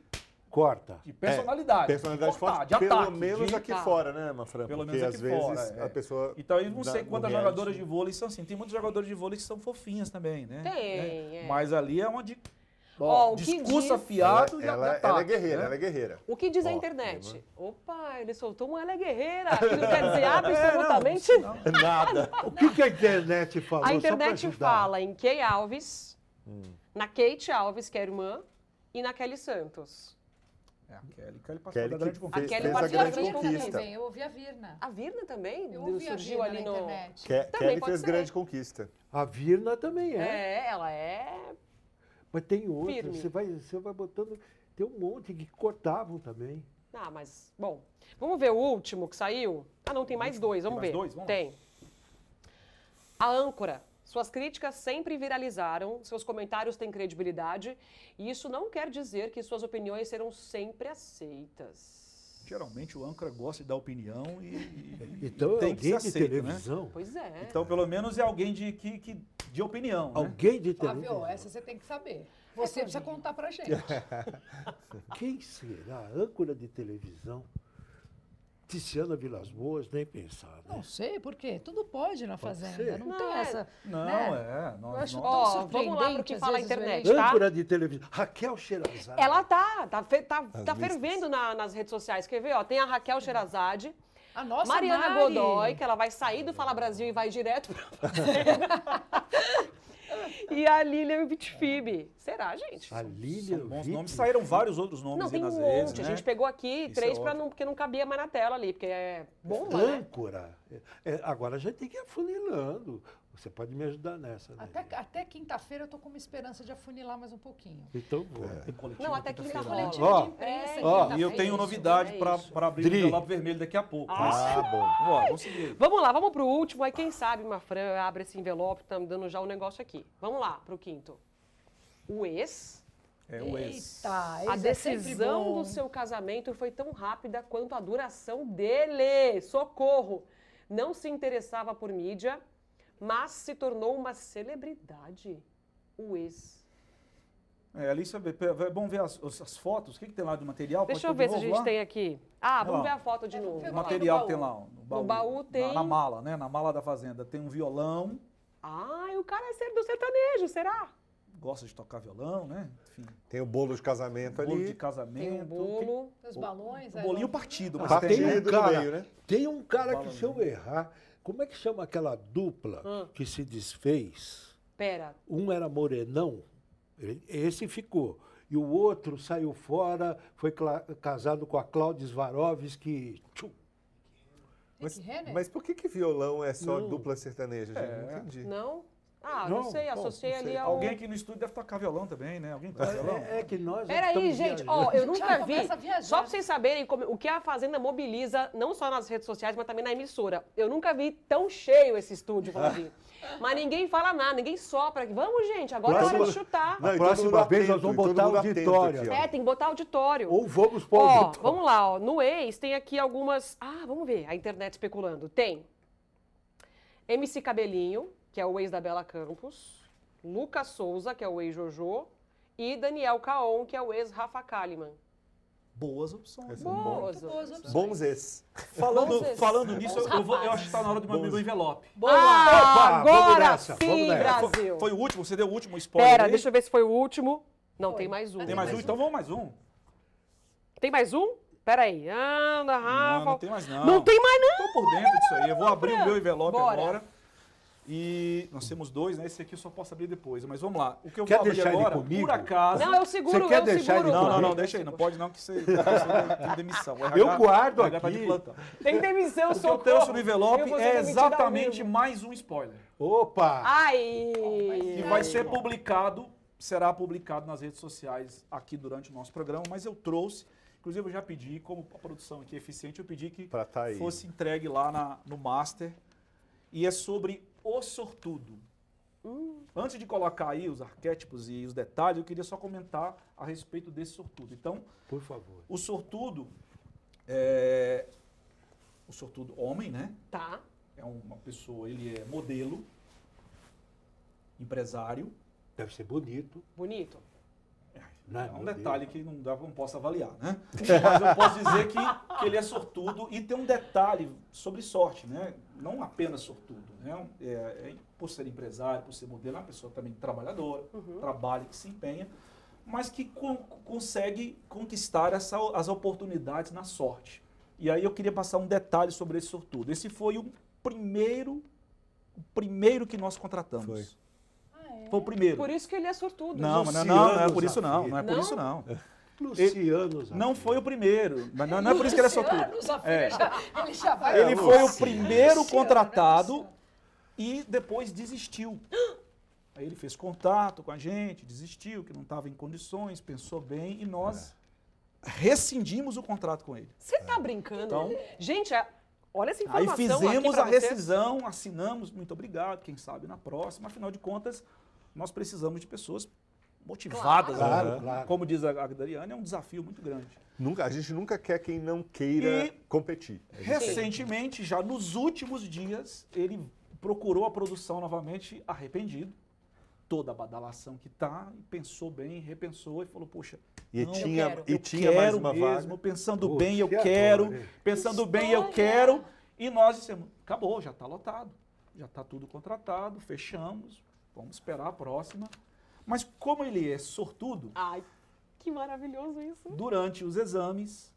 [SPEAKER 1] Corta.
[SPEAKER 5] de personalidade.
[SPEAKER 4] É, Personalidade
[SPEAKER 5] de cortar,
[SPEAKER 4] forte,
[SPEAKER 5] de
[SPEAKER 4] pelo
[SPEAKER 5] ataque,
[SPEAKER 4] menos
[SPEAKER 5] de-
[SPEAKER 4] aqui
[SPEAKER 2] tá.
[SPEAKER 4] fora, né, Mafran?
[SPEAKER 5] Pelo
[SPEAKER 4] Porque
[SPEAKER 5] menos
[SPEAKER 4] às
[SPEAKER 5] aqui
[SPEAKER 4] vezes
[SPEAKER 5] fora, é.
[SPEAKER 4] a pessoa.
[SPEAKER 5] Então eu não
[SPEAKER 4] dá-
[SPEAKER 5] sei quantas
[SPEAKER 4] no reality-
[SPEAKER 5] jogadoras de vôlei são assim. Tem muitos jogadores de vôlei que são fofinhas também, né?
[SPEAKER 2] Tem,
[SPEAKER 5] Né?
[SPEAKER 2] é.
[SPEAKER 5] Mas ali é onde.
[SPEAKER 2] Ó,
[SPEAKER 5] Ó,
[SPEAKER 2] o que
[SPEAKER 5] discurso
[SPEAKER 2] diz-
[SPEAKER 5] afiado e
[SPEAKER 4] ela,
[SPEAKER 5] ataque,
[SPEAKER 4] ela é guerreira,
[SPEAKER 5] né?
[SPEAKER 4] ela é guerreira.
[SPEAKER 2] O que diz a
[SPEAKER 4] Ó,
[SPEAKER 2] internet? Opa, ele soltou uma ela é guerreira. Que não quer dizer É absolutamente
[SPEAKER 5] É, não, não.
[SPEAKER 4] Nada.
[SPEAKER 1] O que, que a internet falou?
[SPEAKER 2] A
[SPEAKER 1] Só pra
[SPEAKER 2] internet
[SPEAKER 1] ajudar.
[SPEAKER 2] fala em Kay Alves, na Kate Alves, que é irmã, e na Kelly Santos.
[SPEAKER 5] É, a Kelly, Kelly passou
[SPEAKER 4] Kelly
[SPEAKER 5] da
[SPEAKER 4] que
[SPEAKER 5] grande
[SPEAKER 4] fez,
[SPEAKER 5] conquista.
[SPEAKER 2] Aquele
[SPEAKER 4] fez a
[SPEAKER 2] parceiro
[SPEAKER 4] grande
[SPEAKER 2] também,
[SPEAKER 4] conquista.
[SPEAKER 8] Eu ouvi a Virna.
[SPEAKER 2] A Virna também
[SPEAKER 8] Eu ouvi a
[SPEAKER 2] Ah, surgiu
[SPEAKER 8] Virna
[SPEAKER 2] ali
[SPEAKER 8] na
[SPEAKER 2] no.
[SPEAKER 8] internet.
[SPEAKER 4] Ke-
[SPEAKER 2] Também
[SPEAKER 4] Kelly
[SPEAKER 2] pode
[SPEAKER 4] fez
[SPEAKER 2] ser.
[SPEAKER 4] grande conquista.
[SPEAKER 1] A Virna também é.
[SPEAKER 2] É, ela é.
[SPEAKER 1] Mas tem outra.
[SPEAKER 2] Firme.
[SPEAKER 1] Você vai, você vai botando. Tem um monte que cortavam também.
[SPEAKER 2] Ah, mas. Bom, vamos ver o último que saiu? Ah, não, tem mais dois, vamos
[SPEAKER 5] mais
[SPEAKER 2] ver.
[SPEAKER 5] dois? Vamos lá.
[SPEAKER 2] Tem. A âncora. Suas críticas sempre viralizaram, seus comentários têm credibilidade, e isso não quer dizer que suas opiniões serão sempre aceitas.
[SPEAKER 5] Geralmente o âncora gosta de dar opinião e, e-
[SPEAKER 2] é um
[SPEAKER 1] Então,
[SPEAKER 5] e tem que
[SPEAKER 1] alguém
[SPEAKER 5] ser
[SPEAKER 1] de
[SPEAKER 5] aceito, né?
[SPEAKER 1] televisão.
[SPEAKER 2] Pois é.
[SPEAKER 5] Então, pelo menos é alguém de, que, que- de opinião, né?
[SPEAKER 1] Alguém de
[SPEAKER 8] Ah, viu?
[SPEAKER 1] televisão.
[SPEAKER 8] Essa você tem que saber. Você precisa contar
[SPEAKER 1] É.
[SPEAKER 8] pra gente.
[SPEAKER 1] Quem será? Âncora de televisão. Tiziana Vilas Boas, nem pensar. Né?
[SPEAKER 8] Não sei por quê. Tudo pode na fazenda.
[SPEAKER 1] ser.
[SPEAKER 8] Não,
[SPEAKER 2] Não,
[SPEAKER 8] tem
[SPEAKER 2] é.
[SPEAKER 8] essa.
[SPEAKER 5] Não,
[SPEAKER 8] né?
[SPEAKER 5] é.
[SPEAKER 8] Eu
[SPEAKER 5] Nós,
[SPEAKER 8] acho
[SPEAKER 5] nós-
[SPEAKER 8] tão
[SPEAKER 2] Ó,
[SPEAKER 8] surpreendente.
[SPEAKER 2] vamos lá pro que
[SPEAKER 8] às
[SPEAKER 2] fala a
[SPEAKER 8] vezes, ver
[SPEAKER 2] internet. Tá.
[SPEAKER 1] Âncora de televisão. Raquel Sherazade.
[SPEAKER 2] Ela tá, tá, fe- tá,
[SPEAKER 4] As
[SPEAKER 2] tá
[SPEAKER 4] listas.
[SPEAKER 2] fervendo na- nas redes sociais. Quer ver? Ó, tem a Raquel Sherazade,
[SPEAKER 8] A nossa
[SPEAKER 2] Mariana
[SPEAKER 8] Mari.
[SPEAKER 2] Godoy, que ela vai sair do Fala Brasil e vai direto pra você. E a Lilian Vitfib. Será, gente?
[SPEAKER 1] A
[SPEAKER 5] são
[SPEAKER 1] Lilian
[SPEAKER 5] bons
[SPEAKER 1] Witt.
[SPEAKER 5] nomes. Saíram vários outros
[SPEAKER 2] Não,
[SPEAKER 5] nomes aí
[SPEAKER 2] tem um
[SPEAKER 5] nas
[SPEAKER 2] monte.
[SPEAKER 5] redes,
[SPEAKER 2] A
[SPEAKER 5] né?
[SPEAKER 2] gente pegou aqui
[SPEAKER 5] Isso
[SPEAKER 2] três
[SPEAKER 5] é
[SPEAKER 2] pra
[SPEAKER 5] ótimo.
[SPEAKER 2] não, porque não cabia mais na tela ali, porque é bomba, né?
[SPEAKER 1] Âncora. É, agora já tem que ir afunilando. Você pode me ajudar nessa. Né?
[SPEAKER 8] Até, até quinta-feira eu tô com uma esperança de afunilar mais um pouquinho.
[SPEAKER 1] Então, vou.
[SPEAKER 5] Tem coletivo tá
[SPEAKER 2] Não,
[SPEAKER 5] na
[SPEAKER 2] até
[SPEAKER 5] quinta-feira.
[SPEAKER 2] quinta-feira.
[SPEAKER 8] Coletivo
[SPEAKER 1] Ó,
[SPEAKER 8] de imprensa.
[SPEAKER 2] é,
[SPEAKER 8] quinta-feira.
[SPEAKER 5] E eu tenho
[SPEAKER 2] isso,
[SPEAKER 5] novidade
[SPEAKER 2] é
[SPEAKER 5] para
[SPEAKER 2] isso.
[SPEAKER 5] abrir
[SPEAKER 1] Dri.
[SPEAKER 5] o envelope vermelho daqui a pouco. Mas,
[SPEAKER 4] Ah, bom.
[SPEAKER 5] ó, vamos seguir.
[SPEAKER 2] Vamos lá, vamos pro último. Aí quem sabe, Mafran, abre esse envelope, tá me dando já o negócio aqui. Vamos lá, pro quinto. O ex
[SPEAKER 5] É o ex.
[SPEAKER 8] Eita, ex
[SPEAKER 2] A
[SPEAKER 8] é sempre
[SPEAKER 2] decisão
[SPEAKER 8] bom.
[SPEAKER 2] do seu casamento foi tão rápida quanto a duração dele. Socorro! Não se interessava por mídia, mas se tornou uma celebridade. O ex.
[SPEAKER 5] É, ali você vê, pe- é bom ver as, os- as fotos. O que, que tem lá de material?
[SPEAKER 2] Deixa
[SPEAKER 5] Pode
[SPEAKER 2] eu
[SPEAKER 5] pôr
[SPEAKER 2] ver
[SPEAKER 5] de
[SPEAKER 2] se a
[SPEAKER 5] novo
[SPEAKER 2] gente
[SPEAKER 5] lá?
[SPEAKER 2] tem aqui. Ah, vamos
[SPEAKER 5] Ó.
[SPEAKER 2] ver a foto de novo.
[SPEAKER 8] ver
[SPEAKER 5] O
[SPEAKER 8] lá.
[SPEAKER 5] material que tem
[SPEAKER 8] No
[SPEAKER 5] lá.
[SPEAKER 8] baú.
[SPEAKER 5] ó, No baú,
[SPEAKER 2] baú
[SPEAKER 5] Na-
[SPEAKER 2] tem-
[SPEAKER 5] Na, mala, né? Na mala da fazenda tem um violão.
[SPEAKER 2] Ah, e o cara é ser do sertanejo, será?
[SPEAKER 5] Gosta de tocar violão, né? Enfim,
[SPEAKER 4] Tem o bolo de casamento
[SPEAKER 5] bolo
[SPEAKER 4] Tá ali.
[SPEAKER 5] de casamento.
[SPEAKER 2] Tem um bolo. é,
[SPEAKER 8] Tem Os balões. é,
[SPEAKER 5] tem-
[SPEAKER 8] aí,
[SPEAKER 5] bolinho
[SPEAKER 8] ó.
[SPEAKER 5] partido.
[SPEAKER 1] Ah,
[SPEAKER 5] mas
[SPEAKER 1] tem
[SPEAKER 5] né?
[SPEAKER 1] um
[SPEAKER 4] Tá Partido no
[SPEAKER 1] cara,
[SPEAKER 4] meio, né?
[SPEAKER 1] tem um cara
[SPEAKER 5] Fala,
[SPEAKER 1] que se eu errar, como é que chama aquela dupla
[SPEAKER 2] Hum.
[SPEAKER 1] que se desfez?
[SPEAKER 2] Pera.
[SPEAKER 1] Um era morenão, ele- esse ficou. E o outro saiu fora, foi cla- casado com a Cláudia Svarovski. Tchum.
[SPEAKER 8] Rick Renner?
[SPEAKER 4] Mas por que, que violão é só
[SPEAKER 1] Não.
[SPEAKER 4] dupla sertaneja, gente?
[SPEAKER 5] É.
[SPEAKER 4] Não entendi.
[SPEAKER 2] Não? Ah, não,
[SPEAKER 1] Não,
[SPEAKER 2] sei,
[SPEAKER 4] bom,
[SPEAKER 2] associei
[SPEAKER 4] não sei.
[SPEAKER 2] ali ao.
[SPEAKER 5] Alguém aqui no estúdio deve tocar violão também, né? Alguém toca violão?
[SPEAKER 1] É, é que nós.
[SPEAKER 2] Peraí,
[SPEAKER 1] estamos
[SPEAKER 2] gente,
[SPEAKER 1] viajando.
[SPEAKER 2] ó, eu
[SPEAKER 8] Já
[SPEAKER 2] nunca vi.
[SPEAKER 8] começa a viajar.
[SPEAKER 2] Só pra vocês saberem como- o que a Fazenda mobiliza, não só nas redes sociais, mas também na emissora. Eu nunca vi tão cheio esse estúdio, Flavinho. mas ninguém fala nada, ninguém sopra. aqui. Vamos, gente, agora é hora de
[SPEAKER 1] Próxima-
[SPEAKER 2] chutar.
[SPEAKER 4] Não, e então todo
[SPEAKER 1] próxima
[SPEAKER 4] mundo
[SPEAKER 1] vez nós vamos
[SPEAKER 4] e todo
[SPEAKER 1] botar
[SPEAKER 4] mundo atento
[SPEAKER 1] auditório.
[SPEAKER 4] aqui, ó.
[SPEAKER 2] É, tem que botar auditório.
[SPEAKER 1] Ou vamos pôr.
[SPEAKER 2] Ó, vamos lá, ó. No ex tem aqui algumas. Ah, vamos ver, a internet especulando. Tem MC Cabelinho, que é o ex da Bela Campos, Lucas Souza, que é o ex Jojo, e Daniel Caon, que é o ex Rafa Kalimann.
[SPEAKER 5] Boas opções.
[SPEAKER 4] Esse é um bom.
[SPEAKER 2] Boas.
[SPEAKER 8] Muito boas opções.
[SPEAKER 4] Bons esses.
[SPEAKER 5] Falando,
[SPEAKER 2] Bons-
[SPEAKER 5] falando nisso, eu, vou, eu
[SPEAKER 8] rapazes.
[SPEAKER 5] acho que está na hora de mandar o envelope.
[SPEAKER 2] Ah,
[SPEAKER 1] Opa, vamos
[SPEAKER 2] agora
[SPEAKER 1] nessa,
[SPEAKER 2] sim,
[SPEAKER 1] vamos nessa.
[SPEAKER 2] Brasil.
[SPEAKER 5] Foi o último? Você deu o último spoiler?
[SPEAKER 2] Pera,
[SPEAKER 5] aí?
[SPEAKER 2] deixa eu ver se foi o último. Não,
[SPEAKER 8] Foi.
[SPEAKER 2] tem mais um.
[SPEAKER 5] Tem mais um? Então vamos mais um.
[SPEAKER 2] Tem mais um? Pera aí. Anda, Rafa.
[SPEAKER 5] Não, não tem mais não.
[SPEAKER 2] Ah, Não tem mais não.
[SPEAKER 5] Tô por dentro disso aí. Eu vou abrir o meu envelope
[SPEAKER 2] Bora.
[SPEAKER 5] agora. E nós temos dois, né? Esse aqui eu só posso abrir depois, mas vamos lá. O que eu
[SPEAKER 1] Quer
[SPEAKER 5] vou abrir
[SPEAKER 1] deixar ele
[SPEAKER 5] agora,
[SPEAKER 1] comigo?
[SPEAKER 5] por acaso.
[SPEAKER 2] Não, eu seguro,
[SPEAKER 1] Você quer
[SPEAKER 2] eu
[SPEAKER 1] deixar
[SPEAKER 2] seguro.
[SPEAKER 1] ele
[SPEAKER 5] não, não, não,
[SPEAKER 1] comigo?
[SPEAKER 5] deixa aí. Não pode não que você tem demissão. O RH
[SPEAKER 1] Eu guardo
[SPEAKER 5] o RH tá de
[SPEAKER 1] aqui.
[SPEAKER 5] plantão.
[SPEAKER 2] Tem demissão,
[SPEAKER 5] O que eu
[SPEAKER 2] socorro.
[SPEAKER 5] trouxe no envelope
[SPEAKER 2] vou ser
[SPEAKER 5] é
[SPEAKER 2] demitida ao
[SPEAKER 5] exatamente
[SPEAKER 2] vivo.
[SPEAKER 5] mais um spoiler.
[SPEAKER 1] Opa!
[SPEAKER 2] Ai!
[SPEAKER 5] E vai ser publicado, será publicado nas redes sociais aqui durante o nosso programa, mas eu trouxe, inclusive eu já pedi, como a produção aqui é eficiente, eu pedi que
[SPEAKER 4] Pra tá aí.
[SPEAKER 5] fosse entregue lá na- no Master. E é sobre o sortudo. Antes de colocar aí os arquétipos e os detalhes, eu queria só comentar a respeito desse sortudo. Então,
[SPEAKER 1] Por favor.
[SPEAKER 5] o sortudo é. O sortudo homem, né?
[SPEAKER 2] Tá.
[SPEAKER 5] É uma pessoa, ele é modelo, empresário.
[SPEAKER 1] Deve ser bonito.
[SPEAKER 2] Bonito.
[SPEAKER 1] Não é,
[SPEAKER 5] É um
[SPEAKER 1] meu
[SPEAKER 5] detalhe que não, dá, não posso avaliar, né? Mas eu posso dizer que, que ele é sortudo e tem um detalhe sobre sorte, né? Não apenas sortudo, né? É, é, por ser empresário, por ser modelo, é uma pessoa também trabalhadora,
[SPEAKER 2] Uhum.
[SPEAKER 5] trabalha, que se empenha, mas que con- consegue conquistar essa, as oportunidades na sorte. E aí eu queria passar um detalhe sobre esse sortudo. Esse foi o primeiro, o primeiro que nós contratamos.
[SPEAKER 4] Foi.
[SPEAKER 8] Ah,
[SPEAKER 5] Foi o primeiro.
[SPEAKER 2] Por isso que ele é sortudo.
[SPEAKER 5] Não, mas não,
[SPEAKER 1] Luciano
[SPEAKER 5] não, não é por isso não,
[SPEAKER 1] Zafir.
[SPEAKER 5] não é por
[SPEAKER 2] Não?
[SPEAKER 5] isso não.
[SPEAKER 1] Luciano Zafir.
[SPEAKER 5] Não foi o primeiro. Mas não, não é por isso que ele é sortudo. É.
[SPEAKER 8] Ele já vai.
[SPEAKER 5] Ele foi o
[SPEAKER 1] Luciano,
[SPEAKER 5] primeiro
[SPEAKER 8] Luciano,
[SPEAKER 5] contratado
[SPEAKER 8] né,
[SPEAKER 5] e depois desistiu. Aí ele fez contato com a gente, desistiu, que não estava em condições, pensou bem e nós rescindimos o contrato com ele.
[SPEAKER 2] Você tá brincando?
[SPEAKER 5] Então-
[SPEAKER 2] Gente, é- olha essa
[SPEAKER 5] Aí
[SPEAKER 2] informação aqui
[SPEAKER 5] fizemos
[SPEAKER 2] pra
[SPEAKER 5] a
[SPEAKER 2] você.
[SPEAKER 5] rescisão, assinamos, muito obrigado, quem sabe na próxima. Afinal de contas, nós precisamos de pessoas motivadas. né?
[SPEAKER 1] Claro, claro.
[SPEAKER 5] Como diz a a Dariane, é um desafio muito grande.
[SPEAKER 4] Nunca, a gente nunca quer quem não queira
[SPEAKER 5] E-
[SPEAKER 4] competir. A gente-
[SPEAKER 5] Recentemente, já nos últimos dias, ele procurou a produção novamente arrependido. Toda a badalação que tá, e pensou bem, repensou e falou: Poxa,
[SPEAKER 4] E
[SPEAKER 5] não,
[SPEAKER 4] tinha,
[SPEAKER 8] quero.
[SPEAKER 4] e
[SPEAKER 5] eu
[SPEAKER 4] tinha
[SPEAKER 5] quero
[SPEAKER 4] mais uma
[SPEAKER 5] mesmo,
[SPEAKER 4] vaga.
[SPEAKER 5] pensando
[SPEAKER 1] Pô,
[SPEAKER 5] bem eu
[SPEAKER 1] que
[SPEAKER 5] quero,
[SPEAKER 1] adoro, hein?
[SPEAKER 5] pensando bem eu quero. E nós dissemos: Acabou, já está lotado, já está tudo contratado, fechamos, vamos esperar a próxima. Mas como ele é sortudo,
[SPEAKER 2] Ai, que maravilhoso isso.
[SPEAKER 5] durante os exames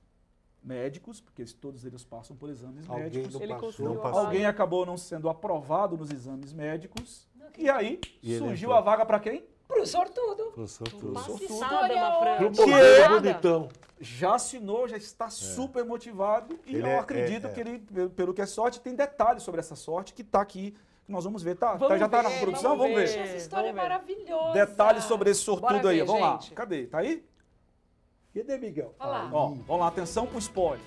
[SPEAKER 5] médicos, porque eles- todos eles passam por exames
[SPEAKER 1] Alguém
[SPEAKER 5] médicos,
[SPEAKER 1] não
[SPEAKER 2] Ele
[SPEAKER 1] passou.
[SPEAKER 2] conseguiu
[SPEAKER 4] Não
[SPEAKER 2] a
[SPEAKER 4] passou.
[SPEAKER 2] vaga.
[SPEAKER 5] Alguém acabou não sendo aprovado nos exames médicos. E aí
[SPEAKER 4] E ele
[SPEAKER 5] surgiu
[SPEAKER 4] entrou.
[SPEAKER 5] a vaga para quem?
[SPEAKER 8] Pro sortudo.
[SPEAKER 4] Professor
[SPEAKER 2] Não
[SPEAKER 4] Tuso.
[SPEAKER 2] passa
[SPEAKER 5] Sortudo.
[SPEAKER 2] nada,
[SPEAKER 1] Pro
[SPEAKER 2] Mafran.
[SPEAKER 1] modelo
[SPEAKER 2] Nada.
[SPEAKER 1] bonitão.
[SPEAKER 5] é- Já assinou, já está super motivado e
[SPEAKER 4] É. Ele
[SPEAKER 5] eu
[SPEAKER 4] é-
[SPEAKER 5] acredito
[SPEAKER 4] é- é.
[SPEAKER 5] que ele, pelo- pelo que é sorte, tem detalhes sobre essa sorte que está aqui. que Nós vamos ver. Tá, tá-
[SPEAKER 2] É, Vamos
[SPEAKER 5] já está na
[SPEAKER 2] ver,
[SPEAKER 5] produção? Vamos ver.
[SPEAKER 8] Gente, essa história é
[SPEAKER 2] Vamos ver.
[SPEAKER 8] maravilhosa.
[SPEAKER 5] Detalhes sobre esse sortudo
[SPEAKER 2] Bora
[SPEAKER 5] aí.
[SPEAKER 2] ver,
[SPEAKER 5] vamos
[SPEAKER 2] gente.
[SPEAKER 5] lá. Cadê? Tá aí?
[SPEAKER 1] Cadê, Miguel?
[SPEAKER 8] Olha lá.
[SPEAKER 5] Ó, vamos lá, atenção pro spoiler.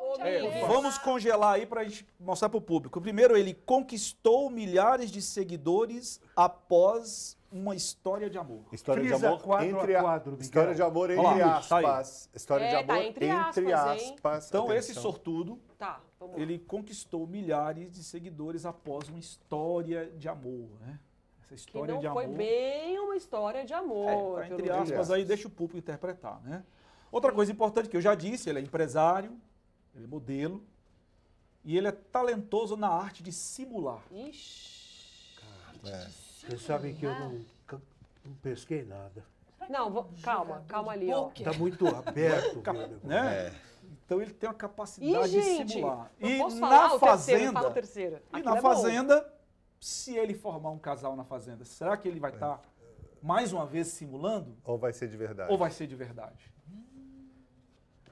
[SPEAKER 2] Ô,
[SPEAKER 5] É,
[SPEAKER 2] Miguel.
[SPEAKER 5] vamos congelar aí para gente mostrar para o público. Primeiro, ele conquistou milhares de seguidores após uma história de amor.
[SPEAKER 4] História de
[SPEAKER 1] Frisa
[SPEAKER 4] amor
[SPEAKER 1] quadro a
[SPEAKER 4] entre a-
[SPEAKER 1] quadro, Miguel.
[SPEAKER 4] História de amor entre
[SPEAKER 5] Olha lá, tá aí.
[SPEAKER 4] aspas. História de
[SPEAKER 2] É, tá
[SPEAKER 4] amor
[SPEAKER 2] entre
[SPEAKER 4] entre,
[SPEAKER 2] aspas, hein?
[SPEAKER 4] aspas.
[SPEAKER 5] Então,
[SPEAKER 4] Atenção.
[SPEAKER 5] esse sortudo,
[SPEAKER 2] Tá, vamos lá.
[SPEAKER 5] ele conquistou milhares de seguidores após uma história de amor, né? Essa
[SPEAKER 2] Que
[SPEAKER 5] história
[SPEAKER 2] não
[SPEAKER 5] de
[SPEAKER 2] foi
[SPEAKER 5] amor.
[SPEAKER 2] bem uma história de amor.
[SPEAKER 5] É, tá
[SPEAKER 2] pelo
[SPEAKER 5] entre
[SPEAKER 2] menos.
[SPEAKER 5] aspas aí, deixa o público interpretar, né? Outra coisa importante que eu já disse, ele é empresário, ele é modelo e ele é talentoso na arte de simular.
[SPEAKER 2] Ixi.
[SPEAKER 5] Ah, é.
[SPEAKER 1] Vocês sabem que eu
[SPEAKER 8] né?
[SPEAKER 1] não, ca- não pesquei nada.
[SPEAKER 2] Não, vo- calma, calma ali, ó.
[SPEAKER 1] Está muito aberto, meu negócio.
[SPEAKER 4] É.
[SPEAKER 5] né? Então ele tem uma
[SPEAKER 2] Ih,
[SPEAKER 5] capacidade de
[SPEAKER 2] gente,
[SPEAKER 5] simular.
[SPEAKER 2] eu
[SPEAKER 5] E
[SPEAKER 2] posso
[SPEAKER 5] na
[SPEAKER 2] falar o terceiro, fala o
[SPEAKER 5] fazenda,
[SPEAKER 2] terceiro.
[SPEAKER 5] e
[SPEAKER 2] Aquilo
[SPEAKER 5] na
[SPEAKER 2] é bom.
[SPEAKER 5] fazenda, se ele formar um casal na fazenda, será que ele vai estar mais uma vez simulando
[SPEAKER 4] Ou vai ser de verdade.
[SPEAKER 5] ou vai ser de verdade?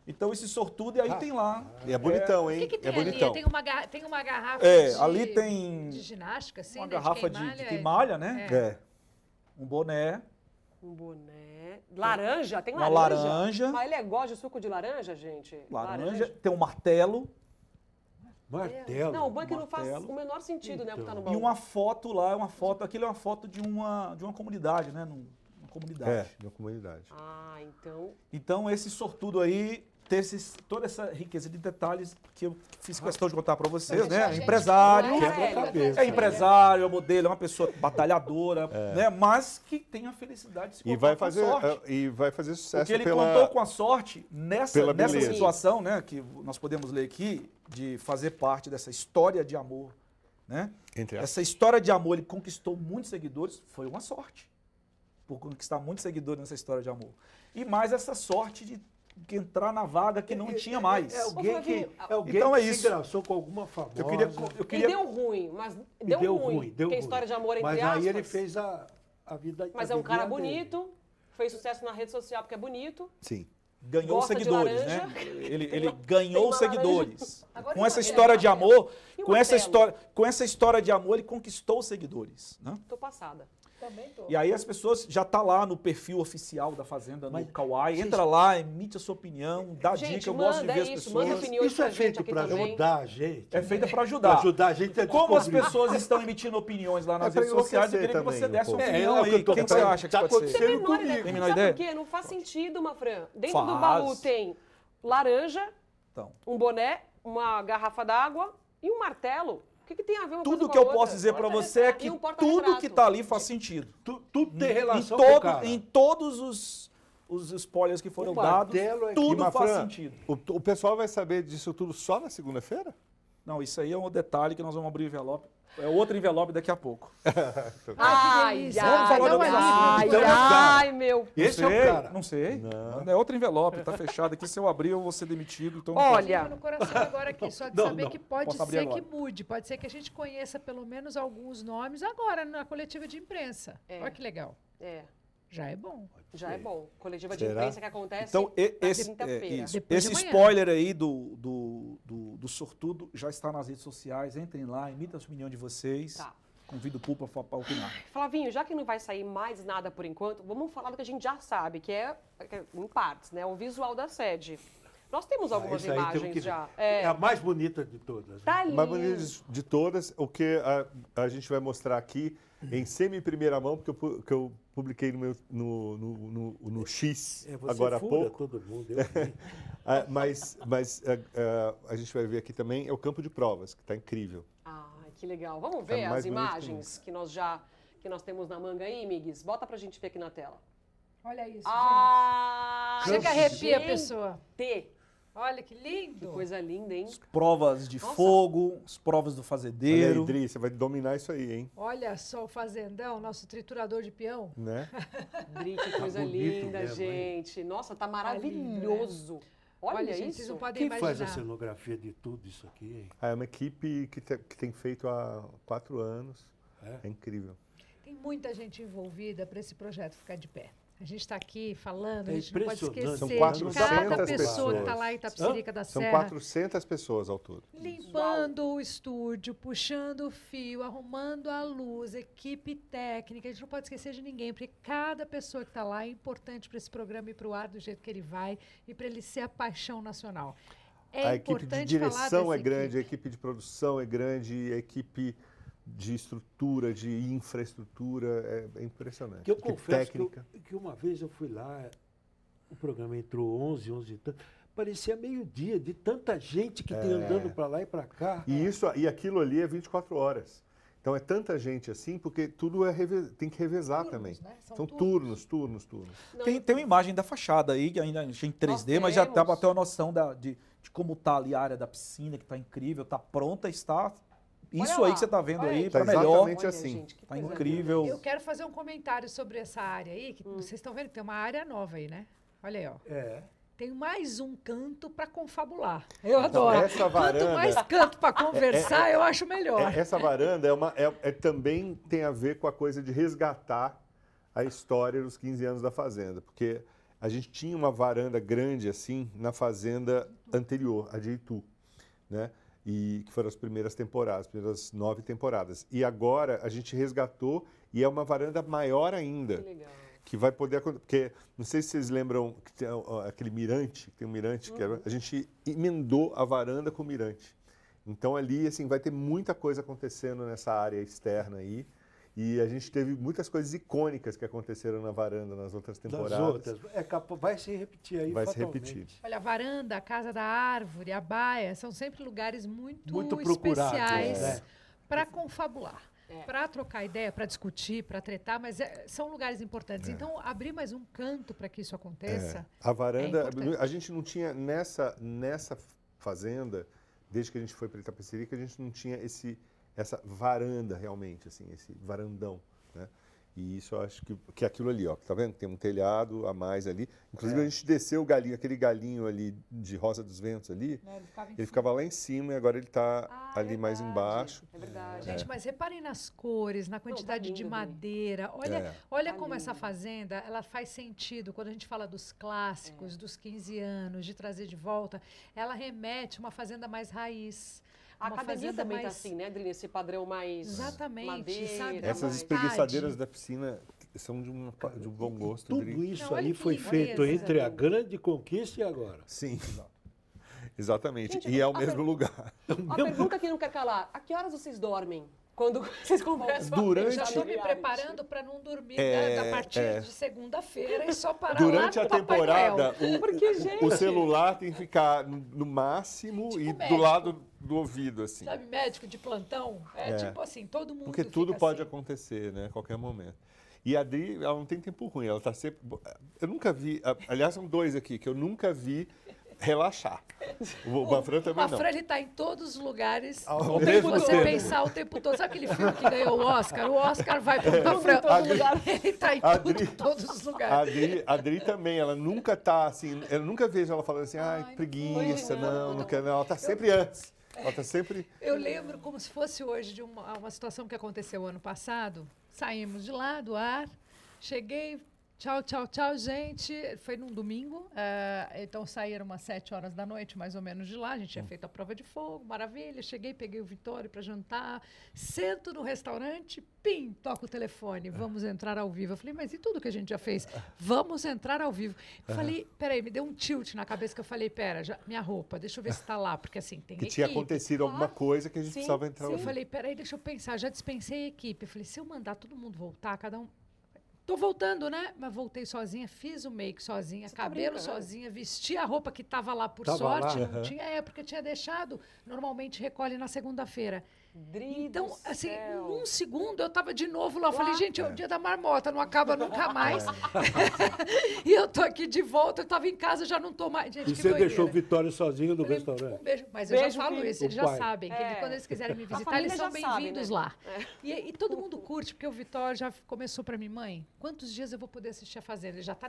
[SPEAKER 5] Então esse sortudo e aí tem lá.
[SPEAKER 4] E é bonitão,
[SPEAKER 8] O
[SPEAKER 4] hein?
[SPEAKER 8] que, que tem
[SPEAKER 4] é bonitão.
[SPEAKER 8] ali? Tem uma, garra- tem uma garrafa
[SPEAKER 5] É,
[SPEAKER 8] de...
[SPEAKER 5] ali tem
[SPEAKER 8] De ginástica, assim,
[SPEAKER 5] uma
[SPEAKER 8] né?
[SPEAKER 5] garrafa de,
[SPEAKER 8] queimalha,
[SPEAKER 5] de
[SPEAKER 8] é.
[SPEAKER 5] queimalha, né?
[SPEAKER 4] É.
[SPEAKER 5] Um boné,
[SPEAKER 2] Um boné. Laranja, tem
[SPEAKER 5] uma
[SPEAKER 2] laranja.
[SPEAKER 5] laranja,
[SPEAKER 2] Mas ele é gosta de suco de laranja, gente?
[SPEAKER 5] laranja, tem um martelo
[SPEAKER 1] Martelo.
[SPEAKER 2] Não, o banco não faz
[SPEAKER 5] é martelo. Então.
[SPEAKER 2] o menor sentido, né? Botar no
[SPEAKER 5] e
[SPEAKER 2] baú.
[SPEAKER 5] uma foto lá, é uma foto, aquilo é uma foto de uma de uma comunidade, né? Num- Uma comunidade.
[SPEAKER 4] É, de uma comunidade.
[SPEAKER 2] Ah, então.
[SPEAKER 5] Então, esse sortudo aí ter esses- toda essa riqueza de detalhes que eu fiz questão de contar para vocês,
[SPEAKER 3] Deixa a
[SPEAKER 5] né?
[SPEAKER 3] gente né?
[SPEAKER 5] Empresário,
[SPEAKER 3] mais
[SPEAKER 1] quebra a
[SPEAKER 3] velho,
[SPEAKER 1] cabeça.
[SPEAKER 5] é empresário, é modelo, é uma pessoa batalhadora, né? Mas que tem a felicidade de se
[SPEAKER 4] É. E
[SPEAKER 5] contar
[SPEAKER 4] vai
[SPEAKER 5] com a
[SPEAKER 4] fazer,
[SPEAKER 5] sorte.
[SPEAKER 4] eh, e vai fazer
[SPEAKER 5] Porque
[SPEAKER 4] sucesso
[SPEAKER 5] ele
[SPEAKER 4] pela.
[SPEAKER 5] contou com a sorte nessa,
[SPEAKER 4] pela
[SPEAKER 5] nessa
[SPEAKER 4] beleza.
[SPEAKER 5] situação, né? Que nós podemos ler aqui, de fazer parte dessa história de amor, né?
[SPEAKER 4] Entre aspas.
[SPEAKER 5] Essa história de amor, ele conquistou muitos seguidores, foi uma sorte. Por conquistar muitos seguidores nessa história de amor. E mais essa sorte de entrar na vaga que não tinha mais.
[SPEAKER 1] É alguém que,
[SPEAKER 2] Flavinho,
[SPEAKER 1] é alguém
[SPEAKER 5] então
[SPEAKER 1] que
[SPEAKER 5] é
[SPEAKER 1] se
[SPEAKER 5] isso.
[SPEAKER 1] engraçou com alguma famosa.
[SPEAKER 5] Eu queria, eu
[SPEAKER 2] E
[SPEAKER 5] queria
[SPEAKER 2] deu ruim, mas
[SPEAKER 1] E
[SPEAKER 2] deu, ruim.
[SPEAKER 1] deu
[SPEAKER 2] Porque a
[SPEAKER 1] ruim.
[SPEAKER 2] história de amor, entre
[SPEAKER 1] Mas
[SPEAKER 2] aspas.
[SPEAKER 1] aí ele fez a, a vida
[SPEAKER 2] Mas
[SPEAKER 1] a
[SPEAKER 2] é um cara
[SPEAKER 1] vidinha dele.
[SPEAKER 2] bonito, fez sucesso na rede social porque é bonito.
[SPEAKER 4] Sim.
[SPEAKER 5] ganhou
[SPEAKER 2] Gosta de
[SPEAKER 5] seguidores, né?
[SPEAKER 2] laranja.
[SPEAKER 5] Ele, ele
[SPEAKER 2] tem
[SPEAKER 5] ganhou
[SPEAKER 2] uma
[SPEAKER 5] seguidores.
[SPEAKER 3] Agora
[SPEAKER 5] Com
[SPEAKER 3] uma
[SPEAKER 5] essa
[SPEAKER 3] vez,
[SPEAKER 5] história de amor,
[SPEAKER 2] E o
[SPEAKER 5] com essa
[SPEAKER 2] Marcelo?
[SPEAKER 5] história, com essa história de amor, ele conquistou seguidores, né?
[SPEAKER 2] Tô passada.
[SPEAKER 3] Também tô.
[SPEAKER 5] E aí as pessoas já tá lá no perfil oficial da Fazenda no
[SPEAKER 1] Mas,
[SPEAKER 5] Kawaii,
[SPEAKER 1] gente-
[SPEAKER 5] entra lá, emite a sua opinião, dá
[SPEAKER 2] Gente,
[SPEAKER 5] dica, eu
[SPEAKER 2] manda
[SPEAKER 5] gosto de ver
[SPEAKER 2] isso,
[SPEAKER 5] as
[SPEAKER 2] manda
[SPEAKER 5] pessoas.
[SPEAKER 2] opinião. opiniões
[SPEAKER 1] Isso é
[SPEAKER 2] pra gente
[SPEAKER 1] feito
[SPEAKER 2] aqui
[SPEAKER 1] para
[SPEAKER 2] também.
[SPEAKER 1] ajudar a gente.
[SPEAKER 5] É feita para
[SPEAKER 1] Pra
[SPEAKER 5] ajudar.
[SPEAKER 1] ajudar a gente a
[SPEAKER 5] Como as
[SPEAKER 1] descobrir.
[SPEAKER 5] pessoas estão emitindo opiniões lá
[SPEAKER 4] É
[SPEAKER 5] nas
[SPEAKER 4] pra
[SPEAKER 5] redes sociais, eu
[SPEAKER 4] enlouquecer
[SPEAKER 5] queria que você
[SPEAKER 4] também um
[SPEAKER 5] desse uma
[SPEAKER 4] pouco.
[SPEAKER 5] opinião
[SPEAKER 1] o
[SPEAKER 5] aí. Quem que você
[SPEAKER 1] falando.
[SPEAKER 5] acha que
[SPEAKER 1] tá
[SPEAKER 5] pode ser?
[SPEAKER 1] acontecendo
[SPEAKER 2] menor ideia.
[SPEAKER 1] comigo.
[SPEAKER 5] Tem
[SPEAKER 2] né? Sabe
[SPEAKER 5] menor ideia?
[SPEAKER 2] por quê? Não faz sentido, Mafran. Dentro do
[SPEAKER 5] Faz.
[SPEAKER 2] baú tem laranja,
[SPEAKER 5] Então.
[SPEAKER 2] um boné, uma garrafa d'água e um martelo. O que, que tem a ver uma coisa
[SPEAKER 5] Tudo
[SPEAKER 2] com
[SPEAKER 5] que
[SPEAKER 2] a
[SPEAKER 5] eu
[SPEAKER 2] outra?
[SPEAKER 5] posso dizer para você é que
[SPEAKER 2] E um
[SPEAKER 5] tudo
[SPEAKER 2] porta-retrato.
[SPEAKER 5] que tá ali faz sentido.
[SPEAKER 1] Tu- tudo tem relação
[SPEAKER 5] em,
[SPEAKER 1] com o
[SPEAKER 5] todo-
[SPEAKER 1] cara.
[SPEAKER 5] em todos os, os spoilers que foram
[SPEAKER 1] O
[SPEAKER 5] dados,
[SPEAKER 1] martelo é que-
[SPEAKER 5] tudo
[SPEAKER 4] E,
[SPEAKER 5] faz
[SPEAKER 4] Mafran,
[SPEAKER 5] sentido.
[SPEAKER 4] O, o pessoal vai saber disso tudo só na segunda-feira?
[SPEAKER 5] Não, isso aí é um detalhe que nós vamos abrir o envelope. É outro envelope daqui a pouco.
[SPEAKER 3] Ai, que
[SPEAKER 2] Ai,
[SPEAKER 3] delícia.
[SPEAKER 5] tá- Vamos
[SPEAKER 2] ai,
[SPEAKER 5] falar
[SPEAKER 3] Não
[SPEAKER 5] do
[SPEAKER 3] é
[SPEAKER 5] desafio.
[SPEAKER 2] ai,
[SPEAKER 1] Então é o cara.
[SPEAKER 2] ai, meu
[SPEAKER 1] Esse é
[SPEAKER 5] sei,
[SPEAKER 1] o cara.
[SPEAKER 5] Não sei. É outro envelope, tá fechado aqui. Se eu abrir, eu vou ser demitido. Então não posso-
[SPEAKER 2] Olha,
[SPEAKER 3] no coração agora aqui, só de
[SPEAKER 1] Não,
[SPEAKER 3] saber
[SPEAKER 1] não.
[SPEAKER 3] que pode
[SPEAKER 5] Posso abrir
[SPEAKER 3] ser
[SPEAKER 5] agora.
[SPEAKER 3] que mude, pode ser que a gente conheça pelo menos alguns nomes agora na coletiva de imprensa.
[SPEAKER 2] É.
[SPEAKER 3] Olha que legal.
[SPEAKER 2] é,
[SPEAKER 3] Já é bom.
[SPEAKER 2] já é bom. Coletiva de
[SPEAKER 4] Será?
[SPEAKER 2] imprensa que acontece
[SPEAKER 5] Então, e-
[SPEAKER 2] na
[SPEAKER 5] esse, é,
[SPEAKER 2] quinta-feira.
[SPEAKER 5] isso.
[SPEAKER 3] Depois de
[SPEAKER 5] Esse
[SPEAKER 3] amanhã.
[SPEAKER 5] spoiler aí do, do, do, do sortudo já está nas redes sociais. Entrem lá, imitem a opinião de vocês.
[SPEAKER 2] Tá.
[SPEAKER 5] Convido o Pupa para opinar.
[SPEAKER 2] Flavinho, já que não vai sair mais nada por enquanto, vamos falar do que a gente já sabe, que é, que é, em partes, né? O visual da sede. Nós temos
[SPEAKER 1] Ah,
[SPEAKER 2] algumas
[SPEAKER 1] isso aí
[SPEAKER 5] um
[SPEAKER 1] temos
[SPEAKER 2] imagens
[SPEAKER 1] que ver.
[SPEAKER 2] já.
[SPEAKER 1] É.
[SPEAKER 2] É,
[SPEAKER 1] a mais bonita de todas. né?
[SPEAKER 2] tá lindo.
[SPEAKER 4] Mas bonita de- de todas, o que a, a gente vai mostrar aqui em semi-primeira mão, porque eu, pu- que eu publiquei no, meu, no, no, no- no X
[SPEAKER 1] É, você
[SPEAKER 4] agora há
[SPEAKER 1] fura
[SPEAKER 4] pouco.
[SPEAKER 1] todo mundo. eu vi.
[SPEAKER 4] Ah, mas mas ah, ah, a gente vai ver aqui também é o campo de provas, que está incrível.
[SPEAKER 2] Ai, Ah, que legal. Vamos ver as
[SPEAKER 4] mais bonito que
[SPEAKER 2] imagens que nós já que nós temos na manga aí, Migues. Bota pra gente ver aqui na tela.
[SPEAKER 3] Olha isso,
[SPEAKER 2] Ah,
[SPEAKER 3] gente. Chega arrepia a
[SPEAKER 2] gente.
[SPEAKER 3] pessoa. Olha que
[SPEAKER 2] Que
[SPEAKER 3] lindo.
[SPEAKER 2] coisa linda, hein?
[SPEAKER 5] Provas de
[SPEAKER 2] Nossa.
[SPEAKER 5] fogo, as provas do
[SPEAKER 4] Olha aí,
[SPEAKER 5] fazendeiro.
[SPEAKER 4] Idri, você vai dominar isso aí, hein?
[SPEAKER 3] Olha só o fazendão, nosso triturador de peão.
[SPEAKER 4] Né?
[SPEAKER 3] é
[SPEAKER 2] Dri,
[SPEAKER 3] tá
[SPEAKER 2] que coisa
[SPEAKER 1] bonito
[SPEAKER 2] linda,
[SPEAKER 1] mesmo, hein?
[SPEAKER 2] gente. Nossa, tá
[SPEAKER 3] lindo, né?
[SPEAKER 2] maravilhoso. Olha,
[SPEAKER 3] gente,
[SPEAKER 2] isso.
[SPEAKER 3] Vocês não podem
[SPEAKER 1] Quem
[SPEAKER 3] imaginar.
[SPEAKER 1] faz a cenografia de tudo isso aqui? hein?
[SPEAKER 4] Ah, é uma equipe que, te- que tem feito há quatro anos.
[SPEAKER 1] É?
[SPEAKER 4] É incrível.
[SPEAKER 3] Tem muita gente envolvida para esse projeto ficar de pé. A gente está aqui falando,
[SPEAKER 1] É
[SPEAKER 3] a gente não pode
[SPEAKER 1] impressionante.
[SPEAKER 3] esquecer
[SPEAKER 1] São
[SPEAKER 3] de
[SPEAKER 4] 400
[SPEAKER 3] cada pessoa que
[SPEAKER 4] pessoas.
[SPEAKER 3] está lá em Itapsirica da
[SPEAKER 4] São
[SPEAKER 3] Serra.
[SPEAKER 4] 400 pessoas ao todo.
[SPEAKER 3] Limpando o estúdio, puxando o fio, arrumando a luz, equipe técnica. A gente não pode esquecer de ninguém, porque cada pessoa que está lá é importante para esse programa ir para o ar do jeito que ele vai e para ele ser a paixão nacional. É
[SPEAKER 4] a equipe de
[SPEAKER 3] importante falar
[SPEAKER 4] direção
[SPEAKER 3] dessa
[SPEAKER 4] é
[SPEAKER 3] equipe.
[SPEAKER 4] grande, a equipe de produção é grande, a equipe de estrutura, de infraestrutura, é, é impressionante.
[SPEAKER 1] Que eu
[SPEAKER 4] A equipe
[SPEAKER 1] confesso que, eu-
[SPEAKER 4] técnica.
[SPEAKER 1] que uma vez eu fui lá, o programa entrou 11, 11 e tanto, parecia meio-dia de tanta gente que
[SPEAKER 4] É.
[SPEAKER 1] tem andando para lá e para cá.
[SPEAKER 4] E, isso, e aquilo ali é 24 horas. Então é tanta gente assim, porque tudo é reve- tem que revezar
[SPEAKER 3] Turnos,
[SPEAKER 4] também.
[SPEAKER 3] né? São
[SPEAKER 4] São, turnos, turnos, turnos.
[SPEAKER 2] Não,
[SPEAKER 5] Tem, tem uma imagem da fachada aí, que ainda em 3D, mas já
[SPEAKER 2] temos.
[SPEAKER 5] dá para ter uma noção da- de, de como tá ali a área da piscina, que tá incrível, tá pronta, está.
[SPEAKER 2] Olha
[SPEAKER 5] Isso aí
[SPEAKER 2] lá,
[SPEAKER 5] que você tá vendo
[SPEAKER 2] olha
[SPEAKER 5] aí,
[SPEAKER 2] aí.
[SPEAKER 5] tá
[SPEAKER 4] Tá
[SPEAKER 5] melhor.
[SPEAKER 4] exatamente assim.
[SPEAKER 2] que
[SPEAKER 5] Tá
[SPEAKER 2] coisa
[SPEAKER 3] Eu
[SPEAKER 5] incrível.
[SPEAKER 3] quero fazer um comentário sobre essa área aí, que
[SPEAKER 4] Hum.
[SPEAKER 3] vocês estão vendo que tem uma área nova aí, né? Olha aí, ó.
[SPEAKER 1] É.
[SPEAKER 3] Tem mais um canto para confabular. Eu adoro.
[SPEAKER 4] Então, essa é
[SPEAKER 3] Quanto
[SPEAKER 4] varanda-
[SPEAKER 3] mais canto para conversar, eu acho melhor.
[SPEAKER 4] É, essa varanda é uma, é- é- também tem a ver com a coisa de resgatar a história dos 15 anos da Fazenda, porque a gente tinha uma varanda grande assim na Fazenda anterior, a de Itu, né? E que foram as primeiras temporadas, as primeiras nove temporadas. E agora a gente resgatou e é uma varanda maior ainda
[SPEAKER 2] linda. Que legal.
[SPEAKER 4] que vai poder acontecer. Porque não sei se vocês lembram que tem ó, aquele mirante, tem um mirante que era, a gente emendou a varanda com o mirante. Então ali assim vai ter muita coisa acontecendo nessa área externa aí E a gente teve muitas coisas icônicas que aconteceram na varanda nas outras temporadas.
[SPEAKER 1] Das outras. É capa- Vai se repetir aí
[SPEAKER 4] Vai se
[SPEAKER 1] fatalmente.
[SPEAKER 4] repetir.
[SPEAKER 3] Olha, a varanda, a casa da árvore, a baia, são sempre lugares muito,
[SPEAKER 1] Muito procurados,
[SPEAKER 3] especiais
[SPEAKER 4] é.
[SPEAKER 1] né?
[SPEAKER 3] para confabular. Para trocar ideia, para discutir, para tretar, mas é- são lugares importantes. Então, abrir mais um canto para que
[SPEAKER 4] É.
[SPEAKER 3] isso aconteça.
[SPEAKER 4] A varanda,
[SPEAKER 3] importante.
[SPEAKER 4] a gente não tinha nessa nessa fazenda, desde que a gente foi para Itapecerica, a gente não tinha esse essa varanda realmente assim, esse varandão, né? E isso eu acho que que é aquilo ali, ó, que tá vendo? Tem um telhado a mais ali. Inclusive a gente desceu o galinho, aquele galinho ali de Rosa dos Ventos ali,
[SPEAKER 9] né? Ele ficava em
[SPEAKER 4] ele ficava lá em cima e agora ele tá
[SPEAKER 2] Ah,
[SPEAKER 4] ali mais
[SPEAKER 2] verdade,
[SPEAKER 4] embaixo.
[SPEAKER 2] É verdade.
[SPEAKER 3] Gente, mas reparem nas cores, na quantidade de
[SPEAKER 2] lindo, né?
[SPEAKER 3] madeira. Olha,
[SPEAKER 4] É.
[SPEAKER 3] olha
[SPEAKER 2] Tá
[SPEAKER 3] como essa
[SPEAKER 2] lindo.
[SPEAKER 3] fazenda, ela faz sentido quando a gente fala dos
[SPEAKER 2] É.
[SPEAKER 3] clássicos, dos 15 anos, de trazer de volta. Ela remete a uma fazenda mais raiz.
[SPEAKER 2] A
[SPEAKER 3] uma
[SPEAKER 2] academia
[SPEAKER 3] fazenda
[SPEAKER 2] também tá
[SPEAKER 3] mais-
[SPEAKER 2] assim, né, Adriana? Esse padrão mais
[SPEAKER 3] Exatamente,
[SPEAKER 2] madeira,
[SPEAKER 3] sabe?
[SPEAKER 4] Essas
[SPEAKER 2] mais-
[SPEAKER 3] espe-
[SPEAKER 4] espreguiçadeiras da piscina são de, uma, de um bom gosto.
[SPEAKER 1] Tudo
[SPEAKER 4] Adri.
[SPEAKER 1] isso
[SPEAKER 3] Não, olha
[SPEAKER 1] aí
[SPEAKER 3] que
[SPEAKER 1] foi
[SPEAKER 3] lindeza.
[SPEAKER 1] feito entre a grande conquista e agora.
[SPEAKER 4] Sim. Exatamente.
[SPEAKER 2] Gente,
[SPEAKER 4] e é o
[SPEAKER 2] a
[SPEAKER 4] mesmo
[SPEAKER 2] per-
[SPEAKER 4] lugar.
[SPEAKER 2] A pergunta que não quer calar, a que horas vocês dormem? Quando vocês conversam
[SPEAKER 4] Durante-
[SPEAKER 3] Eu
[SPEAKER 2] a
[SPEAKER 3] já estou me
[SPEAKER 2] reality?
[SPEAKER 3] preparando para não dormir
[SPEAKER 4] É,
[SPEAKER 3] né, a partir
[SPEAKER 4] é.
[SPEAKER 3] de segunda-feira e só parar
[SPEAKER 4] Durante
[SPEAKER 3] lá no
[SPEAKER 4] a
[SPEAKER 3] Papai Noel.
[SPEAKER 4] temporada, o,
[SPEAKER 2] Porque,
[SPEAKER 4] o-
[SPEAKER 2] gente-
[SPEAKER 4] o celular tem que ficar no- no máximo
[SPEAKER 3] Tipo
[SPEAKER 4] e
[SPEAKER 3] médico.
[SPEAKER 4] do lado do ouvido, assim.
[SPEAKER 3] Sabe, médico de plantão? É,
[SPEAKER 4] É.
[SPEAKER 3] tipo assim, todo mundo.
[SPEAKER 4] Porque
[SPEAKER 3] fica
[SPEAKER 4] tudo pode
[SPEAKER 3] assim.
[SPEAKER 4] acontecer, né? A qualquer momento. E a Adri, ela não tem tempo ruim, ela tá sempre. bo- Eu nunca vi. a- Aliás, são dois aqui que eu nunca vi relaxar. O o Mafran também não.
[SPEAKER 3] Mafra, ele tá em todos os lugares.
[SPEAKER 4] Ao
[SPEAKER 3] Ao
[SPEAKER 4] mesmo
[SPEAKER 3] você
[SPEAKER 4] tempo.
[SPEAKER 3] pensar o tempo todo. Sabe aquele filme que ganhou o Oscar? O Oscar vai pro Mafra.
[SPEAKER 4] Adri-
[SPEAKER 3] Ele tá em
[SPEAKER 4] Adri-
[SPEAKER 3] tudo, todos os
[SPEAKER 4] A
[SPEAKER 3] lugares.
[SPEAKER 4] Adri, a Adri também, ela nunca tá assim. Eu nunca vejo ela falando assim, ai,
[SPEAKER 3] Ai,
[SPEAKER 4] preguiça,
[SPEAKER 2] não.
[SPEAKER 4] não, não quero. Não. Ela tá sempre antes. Ela tá sempre.
[SPEAKER 3] Eu lembro como se fosse hoje de uma, uma situação que aconteceu ano passado. Saímos de lá, do ar. Cheguei, tchau, tchau, tchau, gente. Foi num domingo. ah, então saíram umas sete horas da noite, mais ou menos, de lá. A gente tinha feito a prova de fogo, maravilha. Cheguei, peguei o Vitório para jantar. Sento no restaurante, pim, toco o telefone. Vamos entrar ao vivo. Eu falei, mas e tudo que a gente já fez? Vamos entrar ao vivo. Eu falei, peraí, me deu um tilt na cabeça que eu falei, pera, já- minha roupa, deixa eu ver se está lá, porque assim, tem
[SPEAKER 4] Que tinha
[SPEAKER 3] equipe,
[SPEAKER 4] acontecido alguma coisa que a gente
[SPEAKER 2] tá? Sim,
[SPEAKER 4] precisava entrar
[SPEAKER 2] sim.
[SPEAKER 3] Então, eu
[SPEAKER 4] ao vivo.
[SPEAKER 3] falei, peraí, deixa eu pensar. Já dispensei a equipe. Eu falei, se eu mandar todo mundo voltar, cada um. Tô voltando, né? Mas voltei sozinha, fiz o make sozinha,
[SPEAKER 2] Você tá
[SPEAKER 3] cabelo
[SPEAKER 2] brincando?
[SPEAKER 3] sozinha, vesti a roupa que tava lá por
[SPEAKER 1] Tava
[SPEAKER 3] sorte.
[SPEAKER 1] lá,
[SPEAKER 3] Não tinha, é, porque eu tinha deixado. Normalmente recolhe na segunda-feira.
[SPEAKER 2] Dri do
[SPEAKER 3] Então, assim,
[SPEAKER 2] céu.
[SPEAKER 3] num segundo eu tava de novo lá. Eu falei, gente, é o dia da marmota, não acaba nunca
[SPEAKER 1] É.
[SPEAKER 3] mais. e eu tô aqui de volta, eu tava em casa, já não tô mais. Gente,
[SPEAKER 1] E
[SPEAKER 3] que
[SPEAKER 1] você
[SPEAKER 3] doideira.
[SPEAKER 1] deixou o Vitório sozinho no
[SPEAKER 3] Falei,
[SPEAKER 1] restaurante.
[SPEAKER 3] Um beijo. Mas eu
[SPEAKER 2] Beijo,
[SPEAKER 3] já falo
[SPEAKER 2] filho.
[SPEAKER 3] isso, eles
[SPEAKER 1] O
[SPEAKER 3] já
[SPEAKER 1] pai.
[SPEAKER 3] sabem. Que ele-
[SPEAKER 2] É.
[SPEAKER 3] quando eles quiserem me visitar,
[SPEAKER 2] família
[SPEAKER 3] eles são
[SPEAKER 2] já sabe,
[SPEAKER 3] bem-vindos
[SPEAKER 2] né?
[SPEAKER 3] lá. E, e todo mundo curte, porque o Vitório já começou para mim, mãe, quantos dias eu vou poder assistir a Fazenda? Ele já está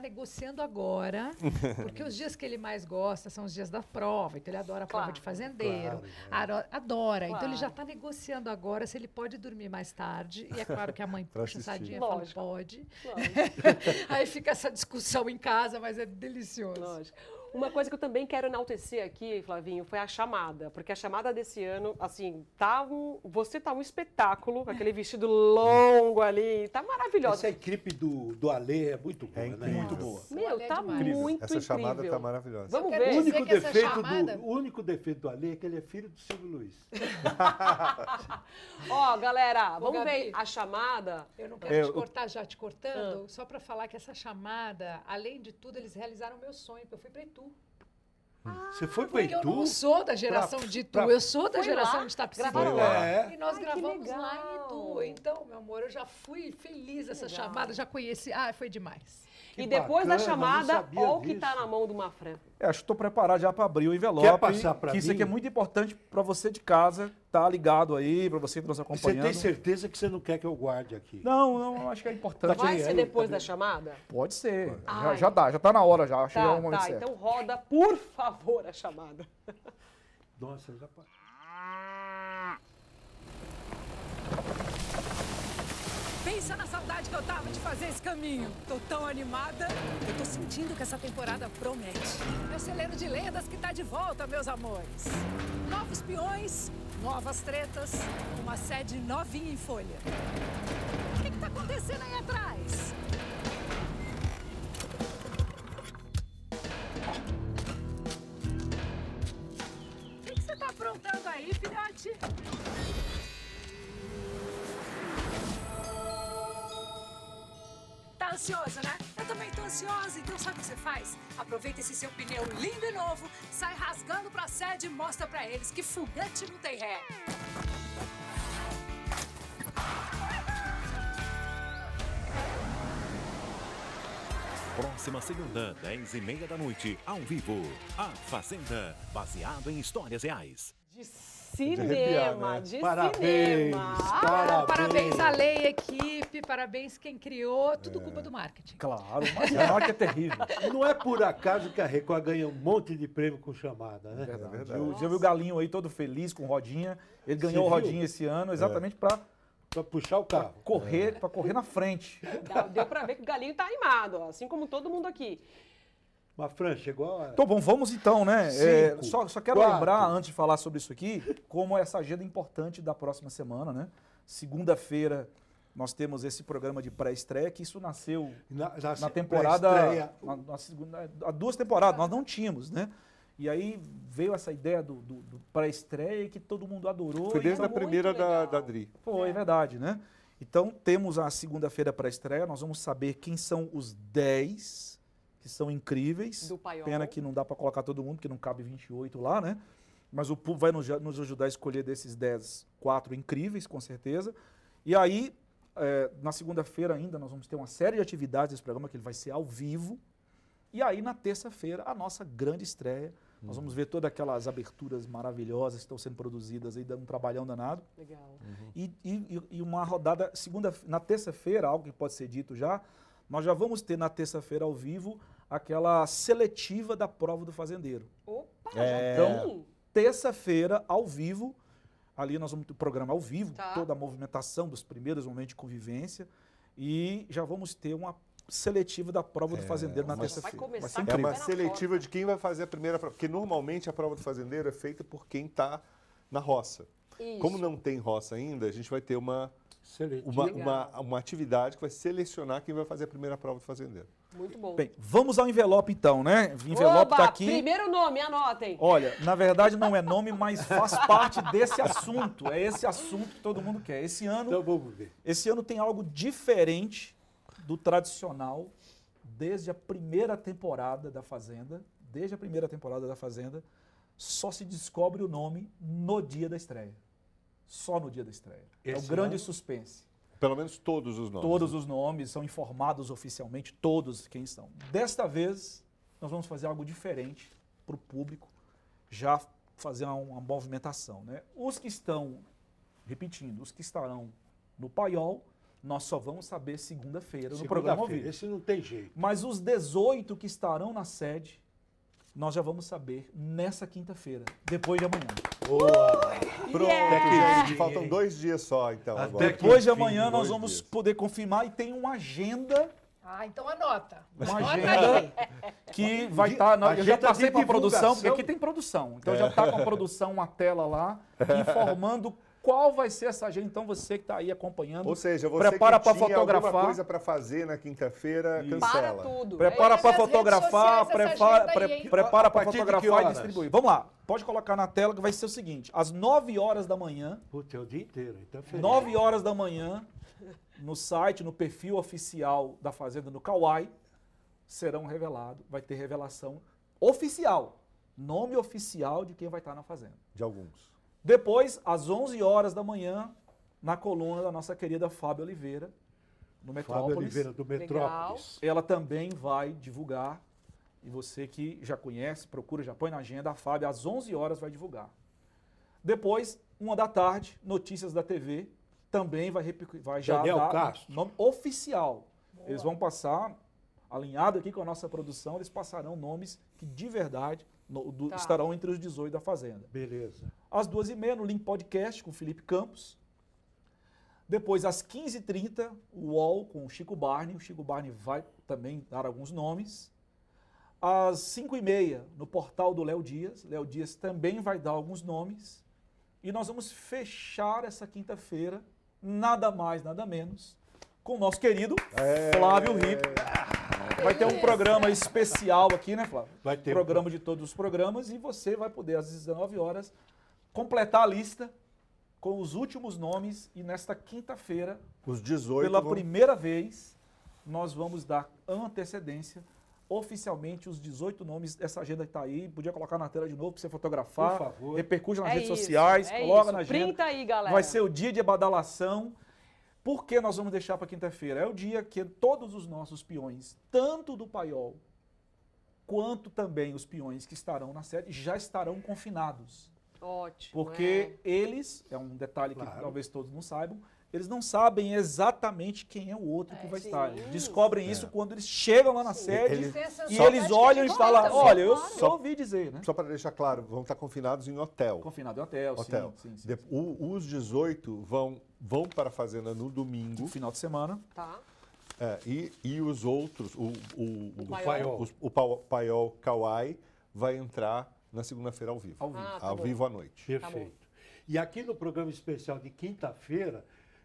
[SPEAKER 3] negociando agora, porque os dias que ele mais gosta são os dias da prova. Então ele adora a prova
[SPEAKER 2] Claro. é.
[SPEAKER 3] de fazendeiro. aro- Adora. Então ele já está negociando agora se ele pode dormir mais tarde. E é claro que a mãe
[SPEAKER 4] Pra
[SPEAKER 3] puxa
[SPEAKER 4] assistir.
[SPEAKER 3] tadinha e fala,
[SPEAKER 2] Lógico.
[SPEAKER 3] pode.
[SPEAKER 2] Lógico,
[SPEAKER 3] Aí fica essa discussão em casa, mas é delicioso.
[SPEAKER 2] lógico. Uma coisa que eu também quero enaltecer aqui, Flavinho, foi a chamada. Porque a chamada desse ano, assim, tá um, você tá um espetáculo. Aquele vestido longo ali, tá maravilhosa.
[SPEAKER 1] Essa equipe do, do Alê é muito boa,
[SPEAKER 4] É
[SPEAKER 1] né?
[SPEAKER 4] incrível.
[SPEAKER 1] Muito boa.
[SPEAKER 2] Meu,
[SPEAKER 3] Olha, é
[SPEAKER 2] tá
[SPEAKER 3] demais. Incrível.
[SPEAKER 2] muito
[SPEAKER 4] Essa chamada
[SPEAKER 2] incrível.
[SPEAKER 4] tá maravilhosa.
[SPEAKER 2] Vamos
[SPEAKER 3] Eu
[SPEAKER 2] ver.
[SPEAKER 3] quero
[SPEAKER 1] O
[SPEAKER 3] dizer
[SPEAKER 1] único,
[SPEAKER 3] que essa
[SPEAKER 1] defeito
[SPEAKER 3] chamada- Ah,
[SPEAKER 1] do, o único defeito do Alê é que ele é filho do Silvio Luiz.
[SPEAKER 2] Ó, galera, vamos
[SPEAKER 3] Gabi.
[SPEAKER 2] ver a chamada.
[SPEAKER 3] Eu não quero
[SPEAKER 4] É,
[SPEAKER 3] te
[SPEAKER 4] o-
[SPEAKER 3] cortar, já te cortando,
[SPEAKER 2] Ah.
[SPEAKER 3] só para falar que essa chamada, além de tudo, eles realizaram o meu sonho, porque eu fui para Itu.
[SPEAKER 1] Você foi pro
[SPEAKER 3] Porque eu não
[SPEAKER 1] Itu?
[SPEAKER 3] sou da geração de Itu, eu sou da
[SPEAKER 2] Foi
[SPEAKER 3] geração
[SPEAKER 2] lá,
[SPEAKER 3] de Itapecirica.
[SPEAKER 2] gravaram
[SPEAKER 4] Foi lá.
[SPEAKER 2] lá.
[SPEAKER 1] É.
[SPEAKER 3] E nós
[SPEAKER 2] Ai, que
[SPEAKER 3] gravamos lá em
[SPEAKER 2] legal.
[SPEAKER 3] Itu. Então, meu amor, eu já fui feliz essa
[SPEAKER 2] legal.
[SPEAKER 3] chamada, já conheci. Ah, foi demais.
[SPEAKER 1] Que
[SPEAKER 2] e depois
[SPEAKER 1] bacana,
[SPEAKER 2] da
[SPEAKER 1] eu não
[SPEAKER 2] chamada,
[SPEAKER 1] sabia
[SPEAKER 2] ó o que tá
[SPEAKER 1] disso.
[SPEAKER 2] na mão do Mafran.
[SPEAKER 5] É, acho que estou preparado já para abrir o envelope.
[SPEAKER 1] Quer passar pra
[SPEAKER 5] que isso
[SPEAKER 1] mim?
[SPEAKER 5] aqui é muito importante para você de casa, tá ligado aí, para você que nos
[SPEAKER 1] Você
[SPEAKER 5] acompanhando.
[SPEAKER 1] tem certeza que você não quer que eu guarde aqui?
[SPEAKER 5] Não, não, acho que é importante.
[SPEAKER 2] Vai
[SPEAKER 1] Sim,
[SPEAKER 2] ser
[SPEAKER 1] aí,
[SPEAKER 2] depois da chamada?
[SPEAKER 5] Pode ser. Já,
[SPEAKER 2] Ai.
[SPEAKER 5] já dá, já tá na hora já. Acho que já é o
[SPEAKER 2] Tá,
[SPEAKER 5] momento
[SPEAKER 2] tá.
[SPEAKER 5] certo.
[SPEAKER 2] Então roda, por favor, a chamada.
[SPEAKER 1] Nossa, já passou.
[SPEAKER 10] Pensa na saudade que eu tava de fazer esse caminho. Tô tão animada. Eu tô sentindo que essa temporada promete. É o celeiro de lendas que tá de volta, meus amores. Novos peões, novas tretas, uma sede novinha em folha. O que, que tá acontecendo aí atrás? O que que você tá aprontando aí, filhote?
[SPEAKER 11] ansioso, né? Eu também tô ansiosa, então sabe o que você faz? Aproveita esse seu pneu lindo e novo, sai rasgando pra sede e mostra pra eles que fugante não tem ré.
[SPEAKER 12] Próxima segunda, 10 e meia da noite, ao vivo. A Fazenda, baseado em histórias reais.
[SPEAKER 2] De
[SPEAKER 4] arrepiar,
[SPEAKER 2] cinema,
[SPEAKER 4] né?
[SPEAKER 2] de
[SPEAKER 1] Parabéns,
[SPEAKER 2] cinema.
[SPEAKER 3] Ah,
[SPEAKER 1] parabéns.
[SPEAKER 8] Parabéns à lei, equipe, parabéns quem criou, tudo culpa do marketing.
[SPEAKER 5] Claro, mas a marca é terrível.
[SPEAKER 1] Não é por acaso que a Record ganha um monte de prêmio com chamada, né?
[SPEAKER 5] É verdade. O- Você viu o Galinho aí todo feliz com rodinha. Ele ganhou
[SPEAKER 1] viu?
[SPEAKER 5] rodinha esse ano exatamente pra
[SPEAKER 1] Pra puxar o carro.
[SPEAKER 5] correr, para correr na frente.
[SPEAKER 2] Dá- Deu pra ver que o galinho tá animado, ó, assim como todo mundo aqui.
[SPEAKER 1] Mas, Fran, chegou a hora.
[SPEAKER 5] Então, bom, vamos então, né? É,
[SPEAKER 1] Cinco,
[SPEAKER 5] só, só quero
[SPEAKER 1] quatro.
[SPEAKER 5] lembrar, antes de falar sobre isso aqui, como essa agenda é importante da próxima semana, né? Segunda-feira nós temos esse programa de pré-estreia, que isso nasceu
[SPEAKER 1] Na,
[SPEAKER 5] na temporada.
[SPEAKER 1] Assim, pré-estreia,
[SPEAKER 5] Na, na segunda, há duas temporadas, nós não tínhamos, né? E aí veio essa ideia do, do, do pré-estreia que todo mundo adorou.
[SPEAKER 4] Foi desde
[SPEAKER 5] então-
[SPEAKER 4] a primeira
[SPEAKER 2] muito
[SPEAKER 4] da,
[SPEAKER 2] legal.
[SPEAKER 4] da Dri.
[SPEAKER 5] Foi, é. verdade, né? Então, temos a segunda-feira para estreia. Nós vamos saber quem são os 10 que são incríveis.
[SPEAKER 2] Do paiol.
[SPEAKER 5] Pena que não dá para colocar todo mundo, porque não cabe 28 lá, né? Mas o público vai nos, ja- nos ajudar a escolher desses 10, quatro incríveis, com certeza. E aí, eh, na segunda-feira ainda, nós vamos ter uma série de atividades desse programa, que ele vai ser ao vivo. E aí, na terça-feira, a nossa grande estreia. Nós vamos ver todas aquelas aberturas maravilhosas que estão sendo produzidas aí, dando um trabalhão danado.
[SPEAKER 2] Legal.
[SPEAKER 5] E, e- e- e uma rodada segunda, na terça-feira, algo que pode ser dito já, nós já vamos ter na terça-feira ao vivo aquela seletiva da prova do fazendeiro.
[SPEAKER 2] Opa,
[SPEAKER 5] É.
[SPEAKER 2] já tem.
[SPEAKER 5] Terça-feira, ao vivo, ali nós vamos ter o programa ao vivo,
[SPEAKER 2] Tá.
[SPEAKER 5] toda a movimentação dos primeiros momentos de convivência, e já vamos ter uma seletiva da prova do fazendeiro na
[SPEAKER 4] uma-
[SPEAKER 2] Vai
[SPEAKER 5] terça-feira.
[SPEAKER 2] começar
[SPEAKER 5] ser
[SPEAKER 2] com o
[SPEAKER 4] É
[SPEAKER 2] pé
[SPEAKER 5] incrível.
[SPEAKER 4] uma
[SPEAKER 2] na
[SPEAKER 4] seletiva
[SPEAKER 2] porta.
[SPEAKER 4] de quem vai fazer a primeira prova. Porque normalmente a prova do fazendeiro é feita por quem está na roça.
[SPEAKER 2] Isso.
[SPEAKER 4] Como não tem roça ainda, a gente vai ter uma,
[SPEAKER 1] seletiva.
[SPEAKER 4] uma,
[SPEAKER 2] Legal.
[SPEAKER 4] uma, uma atividade que vai selecionar quem vai fazer a primeira prova do fazendeiro.
[SPEAKER 2] Muito bom.
[SPEAKER 5] Bem, vamos ao envelope então, né? O envelope
[SPEAKER 2] Oba,
[SPEAKER 5] está aqui.
[SPEAKER 2] Primeiro nome, anotem.
[SPEAKER 5] Olha, na verdade não é nome, mas faz parte desse assunto. É esse assunto que todo mundo quer. Esse ano,
[SPEAKER 1] Então vamos ver.
[SPEAKER 5] esse ano tem algo diferente do tradicional desde a primeira temporada da Fazenda. Desde a primeira temporada da Fazenda, só se descobre o nome no dia da estreia. Só no dia da estreia. é o
[SPEAKER 1] Esse
[SPEAKER 5] grande
[SPEAKER 1] ano?
[SPEAKER 5] suspense.
[SPEAKER 4] Pelo menos todos os nomes.
[SPEAKER 5] Todos os nomes são informados oficialmente, todos quem são. Desta vez, nós vamos fazer algo diferente para o público, já fazer uma, uma movimentação. Né? Os que estão, repetindo, os que estarão no paiol, nós só vamos saber segunda-feira no programa ao
[SPEAKER 1] Segunda-feira,
[SPEAKER 5] vivo.
[SPEAKER 1] Esse não tem jeito.
[SPEAKER 5] Mas os 18 que estarão na sede, nós já vamos saber nessa quinta-feira, depois de amanhã.
[SPEAKER 4] Pronto.
[SPEAKER 1] Yeah!
[SPEAKER 4] Até que- Faltam dois dias só, então.
[SPEAKER 1] Até
[SPEAKER 4] agora.
[SPEAKER 1] que-
[SPEAKER 5] Depois de
[SPEAKER 1] enfim,
[SPEAKER 5] amanhã nós
[SPEAKER 4] dois
[SPEAKER 5] vamos
[SPEAKER 4] dias.
[SPEAKER 5] poder confirmar e tem uma agenda
[SPEAKER 3] Ah, então anota.
[SPEAKER 5] uma
[SPEAKER 3] Anota
[SPEAKER 5] agenda que vai estar. eu já
[SPEAKER 1] agenda
[SPEAKER 5] passei
[SPEAKER 1] de
[SPEAKER 5] para produção, porque
[SPEAKER 1] divulgação.
[SPEAKER 5] aqui tem produção. Então já está com a produção uma tela lá informando qual vai ser essa agenda. Então você que está aí acompanhando,
[SPEAKER 4] Ou seja, você
[SPEAKER 5] Prepara
[SPEAKER 4] que
[SPEAKER 5] pra
[SPEAKER 4] tinha
[SPEAKER 5] fotografar.
[SPEAKER 4] alguma coisa para fazer na quinta-feira,
[SPEAKER 5] Isso.
[SPEAKER 2] Para
[SPEAKER 4] cancela.
[SPEAKER 2] tudo. É
[SPEAKER 5] prepara
[SPEAKER 3] Aí
[SPEAKER 5] para
[SPEAKER 3] nas redes
[SPEAKER 5] fotografar,
[SPEAKER 3] sociais essa
[SPEAKER 5] prepara,
[SPEAKER 3] agenda aí,
[SPEAKER 5] pre-
[SPEAKER 3] hein?
[SPEAKER 5] prepara
[SPEAKER 1] A
[SPEAKER 5] para
[SPEAKER 1] partir de que
[SPEAKER 5] fotografar e
[SPEAKER 1] horas?
[SPEAKER 5] distribuir. Vamos lá, pode colocar na tela que vai ser o seguinte: às 9 horas da manhã,
[SPEAKER 1] Putz, é o dia inteiro. Então, feliz.
[SPEAKER 5] 9 horas da manhã, no site, no perfil oficial da Fazenda no Kauai, serão revelados, vai ter revelação oficial, nome oficial de quem vai estar na Fazenda.
[SPEAKER 4] De alguns.
[SPEAKER 5] Depois, às 11 horas da manhã, na coluna da nossa querida Fábio Oliveira, no
[SPEAKER 1] Fábio
[SPEAKER 5] Metrópolis.
[SPEAKER 1] Oliveira do Metrópolis.
[SPEAKER 5] Ela também vai divulgar, e você que já conhece, procura, já põe na agenda, a Fábio às 11 horas vai divulgar. Depois, uma da tarde, Notícias da TV, também vai, repicu- vai já
[SPEAKER 1] Daniel
[SPEAKER 5] dar
[SPEAKER 1] Castro.
[SPEAKER 5] nome oficial. Eles vão passar, alinhado aqui com a nossa produção, eles passarão nomes que de verdade no- do-
[SPEAKER 2] Tá.
[SPEAKER 5] estarão entre os 18 da Fazenda
[SPEAKER 1] Beleza.
[SPEAKER 5] às duas e meia no Link Podcast com o Felipe Campos. Depois, às 15h30, o UOL com o Chico Barney. O Chico Barney vai também dar alguns nomes. Às 5h30, no portal do Léo Dias. Léo Dias também vai dar alguns nomes. E nós vamos fechar essa quinta-feira, nada mais, nada menos, com o nosso querido
[SPEAKER 1] É.
[SPEAKER 5] Flávio Ribeiro. Vai ter um programa especial aqui, né, Flávio?
[SPEAKER 1] Vai ter um-
[SPEAKER 5] programa de todos os programas e você vai poder, às 19 horas, completar a lista com os últimos nomes e nesta quinta-feira,
[SPEAKER 4] Os 18
[SPEAKER 5] pela
[SPEAKER 4] vão-
[SPEAKER 5] primeira vez, nós vamos dar antecedência oficialmente os 18 nomes dessa agenda que está aí. Podia colocar na tela de novo para você fotografar.
[SPEAKER 1] Por favor.
[SPEAKER 5] Repercute nas
[SPEAKER 2] É
[SPEAKER 5] redes
[SPEAKER 2] isso,
[SPEAKER 5] sociais,
[SPEAKER 2] é
[SPEAKER 5] coloca
[SPEAKER 2] isso.
[SPEAKER 5] na agenda.
[SPEAKER 2] Printa aí, galera.
[SPEAKER 5] Vai ser o dia de badalação. Por que nós vamos deixar para quinta-feira? É o dia que todos os nossos peões, tanto do paiol quanto também os peões que estarão na sede, já estarão confinados.
[SPEAKER 2] Ótimo.
[SPEAKER 5] Porque eles, é um detalhe que
[SPEAKER 1] Claro.
[SPEAKER 5] talvez todos não saibam, eles não sabem exatamente quem é o outro que vai estar. Eles descobrem isso quando eles chegam lá na sede
[SPEAKER 4] Ele-
[SPEAKER 5] e eles olham e falam: olha, eu só
[SPEAKER 4] Só-
[SPEAKER 5] ouvi dizer, né?
[SPEAKER 4] Só para deixar claro, vão estar confinados em hotel.
[SPEAKER 5] Confinado em hotel,
[SPEAKER 4] hotel.
[SPEAKER 5] sim, sim, sim.
[SPEAKER 4] De- o- os 18 vão, vão para a fazenda no domingo
[SPEAKER 5] No Tipo, final de semana.
[SPEAKER 2] é. Tá.
[SPEAKER 4] é, e, e os outros, o, o, o,
[SPEAKER 2] paiol.
[SPEAKER 1] paiol.
[SPEAKER 4] os- o pau- paiol Kauai, vai entrar na segunda-feira ao vivo.
[SPEAKER 5] Ao vivo.
[SPEAKER 2] Ah, tá
[SPEAKER 4] ao
[SPEAKER 2] bom.
[SPEAKER 4] vivo à noite.
[SPEAKER 1] Perfeito. e aqui no programa especial de quinta-feira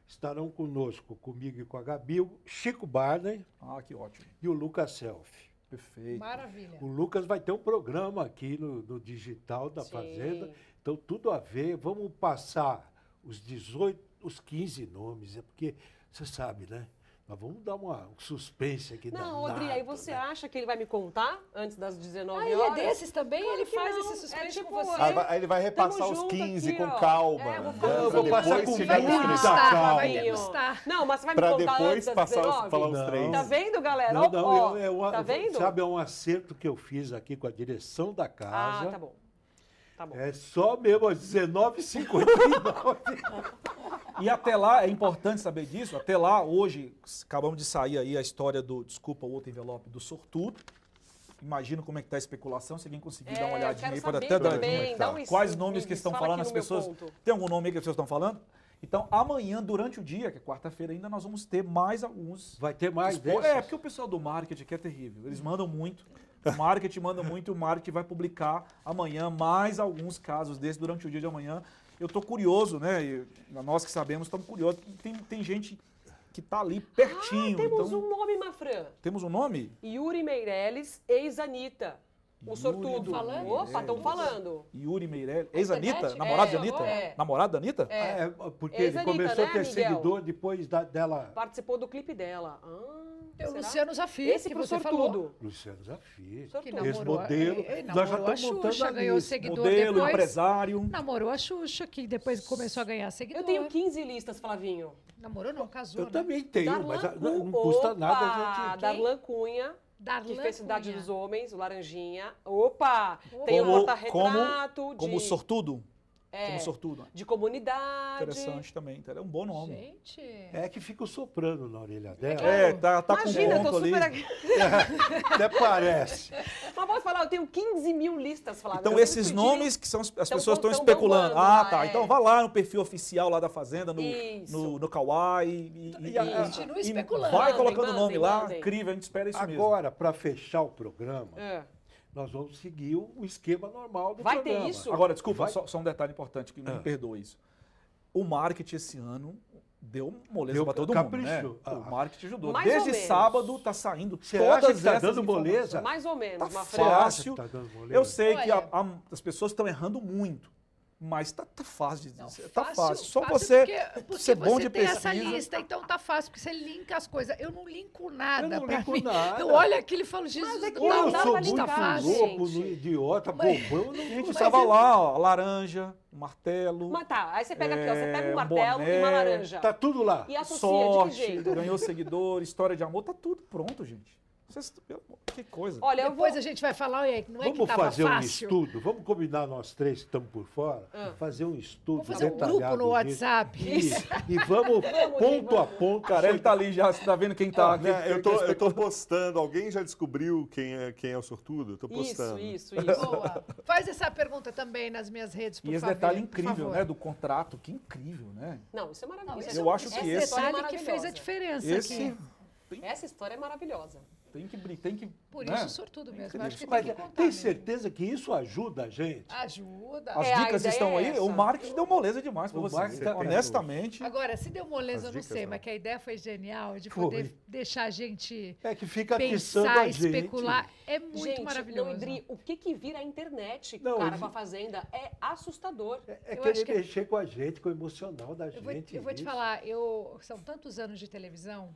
[SPEAKER 1] estarão conosco, comigo e com a Gabi, o Chico Barney
[SPEAKER 5] Ah, que ótimo.
[SPEAKER 1] e o Lucas Selfie.
[SPEAKER 5] Perfeito.
[SPEAKER 8] Maravilha.
[SPEAKER 1] O Lucas vai ter um programa aqui no, no digital da
[SPEAKER 2] Sim.
[SPEAKER 1] Fazenda. Então, tudo a ver. Vamos passar os 18, os 15 nomes. É porque, você sabe, né? Mas vamos dar uma, um suspense aqui. danado,
[SPEAKER 2] Não, Odri, aí você
[SPEAKER 1] né?
[SPEAKER 2] acha que ele vai me contar antes das 19
[SPEAKER 8] Ah, ele é
[SPEAKER 2] horas?
[SPEAKER 8] desses também?
[SPEAKER 2] Claro
[SPEAKER 8] ele
[SPEAKER 2] que
[SPEAKER 8] faz
[SPEAKER 2] não.
[SPEAKER 8] esse
[SPEAKER 2] É
[SPEAKER 8] suspense
[SPEAKER 2] tipo,
[SPEAKER 8] com
[SPEAKER 4] Aí
[SPEAKER 8] você?
[SPEAKER 4] Ah, vai- aí ele vai repassar os
[SPEAKER 2] junto
[SPEAKER 4] 15
[SPEAKER 2] aqui,
[SPEAKER 4] com
[SPEAKER 2] ó.
[SPEAKER 4] calma.
[SPEAKER 2] É, eu vou
[SPEAKER 4] né?
[SPEAKER 2] ficar
[SPEAKER 4] Pra
[SPEAKER 1] Eu vou
[SPEAKER 4] depois
[SPEAKER 1] passar com
[SPEAKER 4] chegar
[SPEAKER 8] vai
[SPEAKER 4] no
[SPEAKER 1] muita
[SPEAKER 8] degustar,
[SPEAKER 1] calma.
[SPEAKER 8] vai
[SPEAKER 2] Sim, ó.
[SPEAKER 8] degustar.
[SPEAKER 2] Não, mas você vai me
[SPEAKER 4] Para
[SPEAKER 2] contar antes
[SPEAKER 4] depois
[SPEAKER 2] das
[SPEAKER 4] passar os,
[SPEAKER 2] 19?
[SPEAKER 4] falar os
[SPEAKER 1] Não.
[SPEAKER 4] três.
[SPEAKER 2] Tá vendo, galera?
[SPEAKER 1] Não,
[SPEAKER 2] Ó,
[SPEAKER 1] não,
[SPEAKER 2] ó,
[SPEAKER 1] eu- é uma-
[SPEAKER 2] tá vendo?
[SPEAKER 1] Sabe, é um acerto que eu fiz aqui com a direção da
[SPEAKER 2] ah,
[SPEAKER 1] casa.
[SPEAKER 2] tá bom. Tá bom.
[SPEAKER 1] É só mesmo às 19h59.
[SPEAKER 5] E até lá, é importante saber disso, até lá, hoje, acabamos de sair aí a história do, desculpa, o outro envelope do sortudo. Imagino como é que tá a especulação, se alguém conseguir dar uma
[SPEAKER 2] É, eu
[SPEAKER 5] olhadinha
[SPEAKER 2] quero
[SPEAKER 5] aí, pode
[SPEAKER 2] saber
[SPEAKER 5] até dar
[SPEAKER 2] também,
[SPEAKER 5] como é que
[SPEAKER 2] dá
[SPEAKER 5] tá.
[SPEAKER 2] um
[SPEAKER 5] quais
[SPEAKER 2] estudo,
[SPEAKER 5] nomes
[SPEAKER 2] me
[SPEAKER 5] que
[SPEAKER 2] diz,
[SPEAKER 5] estão
[SPEAKER 2] fala
[SPEAKER 5] falando,
[SPEAKER 2] aqui
[SPEAKER 5] as
[SPEAKER 2] no meu
[SPEAKER 5] pessoas...
[SPEAKER 2] ponto.
[SPEAKER 5] Tem algum nome aí que as pessoas estão falando? Então, amanhã, durante o dia, que é quarta-feira ainda, nós vamos ter mais alguns...
[SPEAKER 1] Vai ter mais
[SPEAKER 5] Expo- É,
[SPEAKER 1] dessas?
[SPEAKER 5] porque o pessoal do marketing aqui é terrível. Eles mandam muito. O marketing manda muito, o marketing vai publicar amanhã mais alguns casos desses durante o dia de amanhã. Eu estou curioso, né? E nós que sabemos estamos curiosos. Tem, tem gente que está ali pertinho.
[SPEAKER 2] Temos
[SPEAKER 5] então,
[SPEAKER 2] um nome, Mafran.
[SPEAKER 5] temos um nome?
[SPEAKER 2] Yuri Meirelles, ex-Anitta. O
[SPEAKER 5] Yuri
[SPEAKER 2] sortudo.
[SPEAKER 5] Meirelles.
[SPEAKER 2] Opa, estão falando.
[SPEAKER 5] Yuri Meirelles. Ex-Anitta?
[SPEAKER 8] internet?
[SPEAKER 5] Namorada de
[SPEAKER 8] É,
[SPEAKER 5] Anitta?
[SPEAKER 2] é.
[SPEAKER 5] Namorada da Anitta?
[SPEAKER 1] É, porque
[SPEAKER 2] Ex-Anitta,
[SPEAKER 1] ele começou
[SPEAKER 2] né,
[SPEAKER 1] a ter
[SPEAKER 2] Miguel?
[SPEAKER 1] seguidor depois da- dela.
[SPEAKER 2] Participou do clipe dela. Ah,
[SPEAKER 8] Tem o
[SPEAKER 2] será?
[SPEAKER 8] Luciano Zafir,
[SPEAKER 2] Esse
[SPEAKER 8] que
[SPEAKER 2] pro
[SPEAKER 8] você
[SPEAKER 2] sortudo.
[SPEAKER 8] falou.
[SPEAKER 1] Luciano Zafir.
[SPEAKER 8] Que
[SPEAKER 2] Sortudo.
[SPEAKER 8] namorou
[SPEAKER 1] Esse modelo,
[SPEAKER 8] é, é,
[SPEAKER 1] nós já
[SPEAKER 8] namorou a
[SPEAKER 1] estamos montando
[SPEAKER 8] Xuxa,
[SPEAKER 1] a
[SPEAKER 8] ganhou
[SPEAKER 1] lista.
[SPEAKER 8] seguidor
[SPEAKER 5] Modelo,
[SPEAKER 8] depois.
[SPEAKER 5] empresário.
[SPEAKER 8] Namorou a Xuxa, que depois começou a ganhar seguidor.
[SPEAKER 2] Eu tenho 15 listas, Flavinho.
[SPEAKER 8] Namorou não, casou,
[SPEAKER 1] Eu
[SPEAKER 8] né?
[SPEAKER 1] também tenho,
[SPEAKER 2] Darlan
[SPEAKER 1] mas a-
[SPEAKER 2] Cunha.
[SPEAKER 1] não, não custa nada a
[SPEAKER 2] Opa,
[SPEAKER 1] gente.
[SPEAKER 2] Darlan Cunha, que
[SPEAKER 8] Darlan
[SPEAKER 2] fez Cidade
[SPEAKER 8] Cunha.
[SPEAKER 2] dos Homens, o Laranjinha. Opa!
[SPEAKER 8] Opa.
[SPEAKER 2] Tem o
[SPEAKER 5] Como-
[SPEAKER 2] porta-retrato de,
[SPEAKER 5] Como sortudo?
[SPEAKER 2] é, Ah,
[SPEAKER 5] Como sortudo.
[SPEAKER 2] de comunidade.
[SPEAKER 5] Interessante também. então, É um bom nome.
[SPEAKER 8] Gente,
[SPEAKER 1] É que fica o soprano na orelha dela.
[SPEAKER 5] É, tá, tá
[SPEAKER 2] um- Imagina,
[SPEAKER 5] com
[SPEAKER 2] eu
[SPEAKER 5] ponto
[SPEAKER 2] tô
[SPEAKER 5] ali.
[SPEAKER 2] super... aqui.
[SPEAKER 1] Até parece.
[SPEAKER 2] Mas posso falar, eu tenho 15 mil listas, Flávio.
[SPEAKER 5] Então
[SPEAKER 2] Eu
[SPEAKER 5] esses
[SPEAKER 2] pedi-
[SPEAKER 5] nomes que são, as
[SPEAKER 2] tão-
[SPEAKER 5] pessoas
[SPEAKER 2] tão
[SPEAKER 5] estão especulando.
[SPEAKER 2] um bombando
[SPEAKER 5] Ah,
[SPEAKER 2] lá,
[SPEAKER 5] tá.
[SPEAKER 2] é.
[SPEAKER 5] Então vá lá no perfil oficial lá da Fazenda, no,
[SPEAKER 2] Isso.
[SPEAKER 5] no, no Kawai. E, e-
[SPEAKER 1] E a-
[SPEAKER 5] e-
[SPEAKER 8] continua especulando.
[SPEAKER 5] Vai
[SPEAKER 2] Mandem,
[SPEAKER 5] colocando o nome
[SPEAKER 2] mandem,
[SPEAKER 5] lá.
[SPEAKER 2] mandem.
[SPEAKER 5] Incrível, a gente espera isso mesmo.
[SPEAKER 1] Agora, para fechar o programa,
[SPEAKER 2] É.
[SPEAKER 1] nós vamos seguir o o esquema normal do
[SPEAKER 2] Vai ter
[SPEAKER 1] programa.
[SPEAKER 2] isso?
[SPEAKER 5] Agora, desculpa,
[SPEAKER 1] Vai.
[SPEAKER 5] só, só um detalhe importante,
[SPEAKER 1] Ah.
[SPEAKER 5] que me perdoa isso. O marketing esse ano deu moleza
[SPEAKER 1] Deu
[SPEAKER 5] para todo mundo.
[SPEAKER 1] capricho.
[SPEAKER 5] Né? O
[SPEAKER 1] Ah.
[SPEAKER 5] marketing ajudou.
[SPEAKER 2] Mais ou
[SPEAKER 5] Desde
[SPEAKER 2] menos.
[SPEAKER 5] sábado tá saindo
[SPEAKER 1] Você
[SPEAKER 5] todas
[SPEAKER 1] acha que tá
[SPEAKER 5] essas
[SPEAKER 1] dando moleza?
[SPEAKER 5] informações.
[SPEAKER 2] Mais ou menos,
[SPEAKER 5] Tá
[SPEAKER 2] Mafran.
[SPEAKER 1] Você acha
[SPEAKER 5] fácil.
[SPEAKER 1] que tá dando moleza?
[SPEAKER 5] Eu sei que
[SPEAKER 8] Olha.
[SPEAKER 5] a- a- as pessoas estão errando muito. Mas tá, tá fácil de
[SPEAKER 8] não,
[SPEAKER 5] dizer. tá fácil. Só você
[SPEAKER 8] porque, porque
[SPEAKER 5] ser bom
[SPEAKER 8] você
[SPEAKER 5] de
[SPEAKER 8] tem essa
[SPEAKER 5] pesquisa.
[SPEAKER 8] lista, então tá fácil, porque você linka as coisas. Eu não linko
[SPEAKER 1] Eu
[SPEAKER 8] nada
[SPEAKER 1] não
[SPEAKER 8] pra
[SPEAKER 1] ligo
[SPEAKER 8] mim.
[SPEAKER 1] nada.
[SPEAKER 8] Eu olho aquilo e falo, Jesus,
[SPEAKER 2] é que
[SPEAKER 8] não dá,
[SPEAKER 1] Ou eu
[SPEAKER 8] dá
[SPEAKER 1] sou
[SPEAKER 8] pra
[SPEAKER 1] muito
[SPEAKER 8] lista fácil.
[SPEAKER 1] louco,
[SPEAKER 2] gente.
[SPEAKER 1] no- idiota, bobão, não
[SPEAKER 5] gente é
[SPEAKER 1] consigo.
[SPEAKER 5] estava lá, ó, a laranja, um martelo,
[SPEAKER 2] Mas tá, aí você pega aqui, ó, você pega
[SPEAKER 5] É,
[SPEAKER 2] um
[SPEAKER 5] um
[SPEAKER 2] martelo e uma
[SPEAKER 5] boné.
[SPEAKER 2] laranja.
[SPEAKER 1] Tá tudo lá.
[SPEAKER 2] E associa, de que
[SPEAKER 5] sorte,
[SPEAKER 2] jeito?
[SPEAKER 5] ganhou seguidor, história de amor, tá tudo pronto, gente. Vocês- pelo amor- que coisa.
[SPEAKER 2] Olha, eu vou...
[SPEAKER 8] Depois a gente vai falar, olha, não é que
[SPEAKER 1] Vamos
[SPEAKER 8] tava
[SPEAKER 1] fazer um
[SPEAKER 8] fácil.
[SPEAKER 1] estudo, vamos combinar nós três que estamos por fora, e fazer um estudo
[SPEAKER 8] Vamos fazer um
[SPEAKER 1] detalhado
[SPEAKER 8] grupo no
[SPEAKER 1] disso.
[SPEAKER 8] WhatsApp.
[SPEAKER 1] Isso. E vamos, ponto a ponto.
[SPEAKER 5] Cara, ele tá ali já, você tá vendo quem tá aqui.
[SPEAKER 4] Né, eu, tô, eu tô postando. Alguém já descobriu quem é, quem é o sortudo? Eu tô
[SPEAKER 2] Isso,
[SPEAKER 4] postando.
[SPEAKER 2] isso, isso.
[SPEAKER 8] Boa. Faz essa pergunta também nas minhas redes, por
[SPEAKER 5] E esse
[SPEAKER 8] favor.
[SPEAKER 5] detalhe
[SPEAKER 8] por
[SPEAKER 5] incrível,
[SPEAKER 8] favor.
[SPEAKER 5] né, do contrato, que incrível, né?
[SPEAKER 2] Não, isso é maravilhoso.
[SPEAKER 8] Não,
[SPEAKER 2] Isso
[SPEAKER 8] esse um
[SPEAKER 2] é
[SPEAKER 5] Eu acho
[SPEAKER 8] esse
[SPEAKER 5] que
[SPEAKER 2] essa
[SPEAKER 5] esse-
[SPEAKER 2] história é
[SPEAKER 8] detalhe que fez a
[SPEAKER 2] maravilhosa.
[SPEAKER 8] diferença
[SPEAKER 5] Esse
[SPEAKER 8] aqui.
[SPEAKER 2] Essa história é maravilhosa.
[SPEAKER 5] tem que bri- tem que,
[SPEAKER 8] Por
[SPEAKER 5] né?
[SPEAKER 8] isso, sortudo mesmo. Eu acho que
[SPEAKER 1] Mas
[SPEAKER 8] tem que contar.
[SPEAKER 1] tem
[SPEAKER 8] mesmo.
[SPEAKER 1] certeza que isso ajuda a gente?
[SPEAKER 8] Ajuda.
[SPEAKER 5] As
[SPEAKER 2] É, a
[SPEAKER 5] dicas
[SPEAKER 2] ideia
[SPEAKER 5] estão
[SPEAKER 2] é
[SPEAKER 5] aí,
[SPEAKER 2] essa.
[SPEAKER 5] o marketing deu moleza demais pra
[SPEAKER 1] O
[SPEAKER 5] vocês.
[SPEAKER 4] é
[SPEAKER 5] Então,
[SPEAKER 1] marketing tá-
[SPEAKER 5] honestamente.
[SPEAKER 8] Agora, se deu moleza, eu não sei, mas que a ideia foi genial de poder
[SPEAKER 1] Foi.
[SPEAKER 8] deixar a gente
[SPEAKER 1] É que fica atiçando
[SPEAKER 8] pensar,
[SPEAKER 1] a gente.
[SPEAKER 8] especular. É muito
[SPEAKER 2] Gente,
[SPEAKER 8] maravilhoso.
[SPEAKER 2] Leandri, o que que vira a internet,
[SPEAKER 1] Não,
[SPEAKER 2] cara,
[SPEAKER 1] ele-
[SPEAKER 2] com a Fazenda? É assustador.
[SPEAKER 1] É
[SPEAKER 8] Eu
[SPEAKER 1] querer
[SPEAKER 8] acho que-
[SPEAKER 1] mexer com a gente, com o emocional da
[SPEAKER 8] eu, vou,
[SPEAKER 1] gente.
[SPEAKER 8] eu vou te
[SPEAKER 1] isso.
[SPEAKER 8] falar, eu, são tantos anos de televisão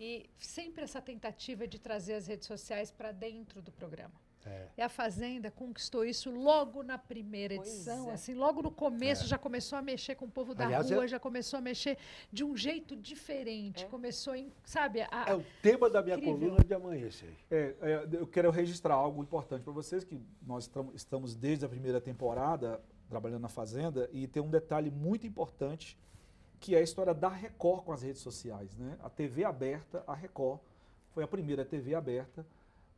[SPEAKER 8] E sempre essa tentativa de trazer as redes sociais para dentro do programa.
[SPEAKER 1] É.
[SPEAKER 8] E a Fazenda conquistou isso logo na primeira
[SPEAKER 2] Pois
[SPEAKER 8] edição,
[SPEAKER 2] é.
[SPEAKER 8] assim, logo no começo já começou a mexer com o povo da
[SPEAKER 1] É. Aliás,
[SPEAKER 8] rua,
[SPEAKER 1] eu-
[SPEAKER 8] já começou a mexer de um jeito diferente, começou, em, sabe, a-
[SPEAKER 1] É o tema da minha
[SPEAKER 8] Incrível.
[SPEAKER 1] coluna de amanhã, esse aí.
[SPEAKER 5] É, é, eu quero registrar algo importante para vocês, que nós tram- estamos desde a primeira temporada trabalhando na Fazenda, e tem um detalhe muito importante, que é a história da Record com as redes sociais. Né? A TV aberta, a Record, foi a primeira TV aberta,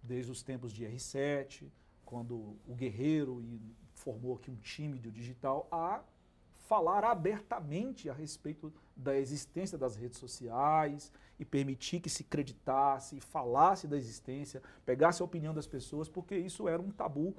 [SPEAKER 5] desde os tempos de R7, quando o Guerreiro e- formou aqui um time do digital, a falar abertamente a respeito da existência das redes sociais e permitir que se creditasse e falasse da existência, pegasse a opinião das pessoas, porque isso era um tabu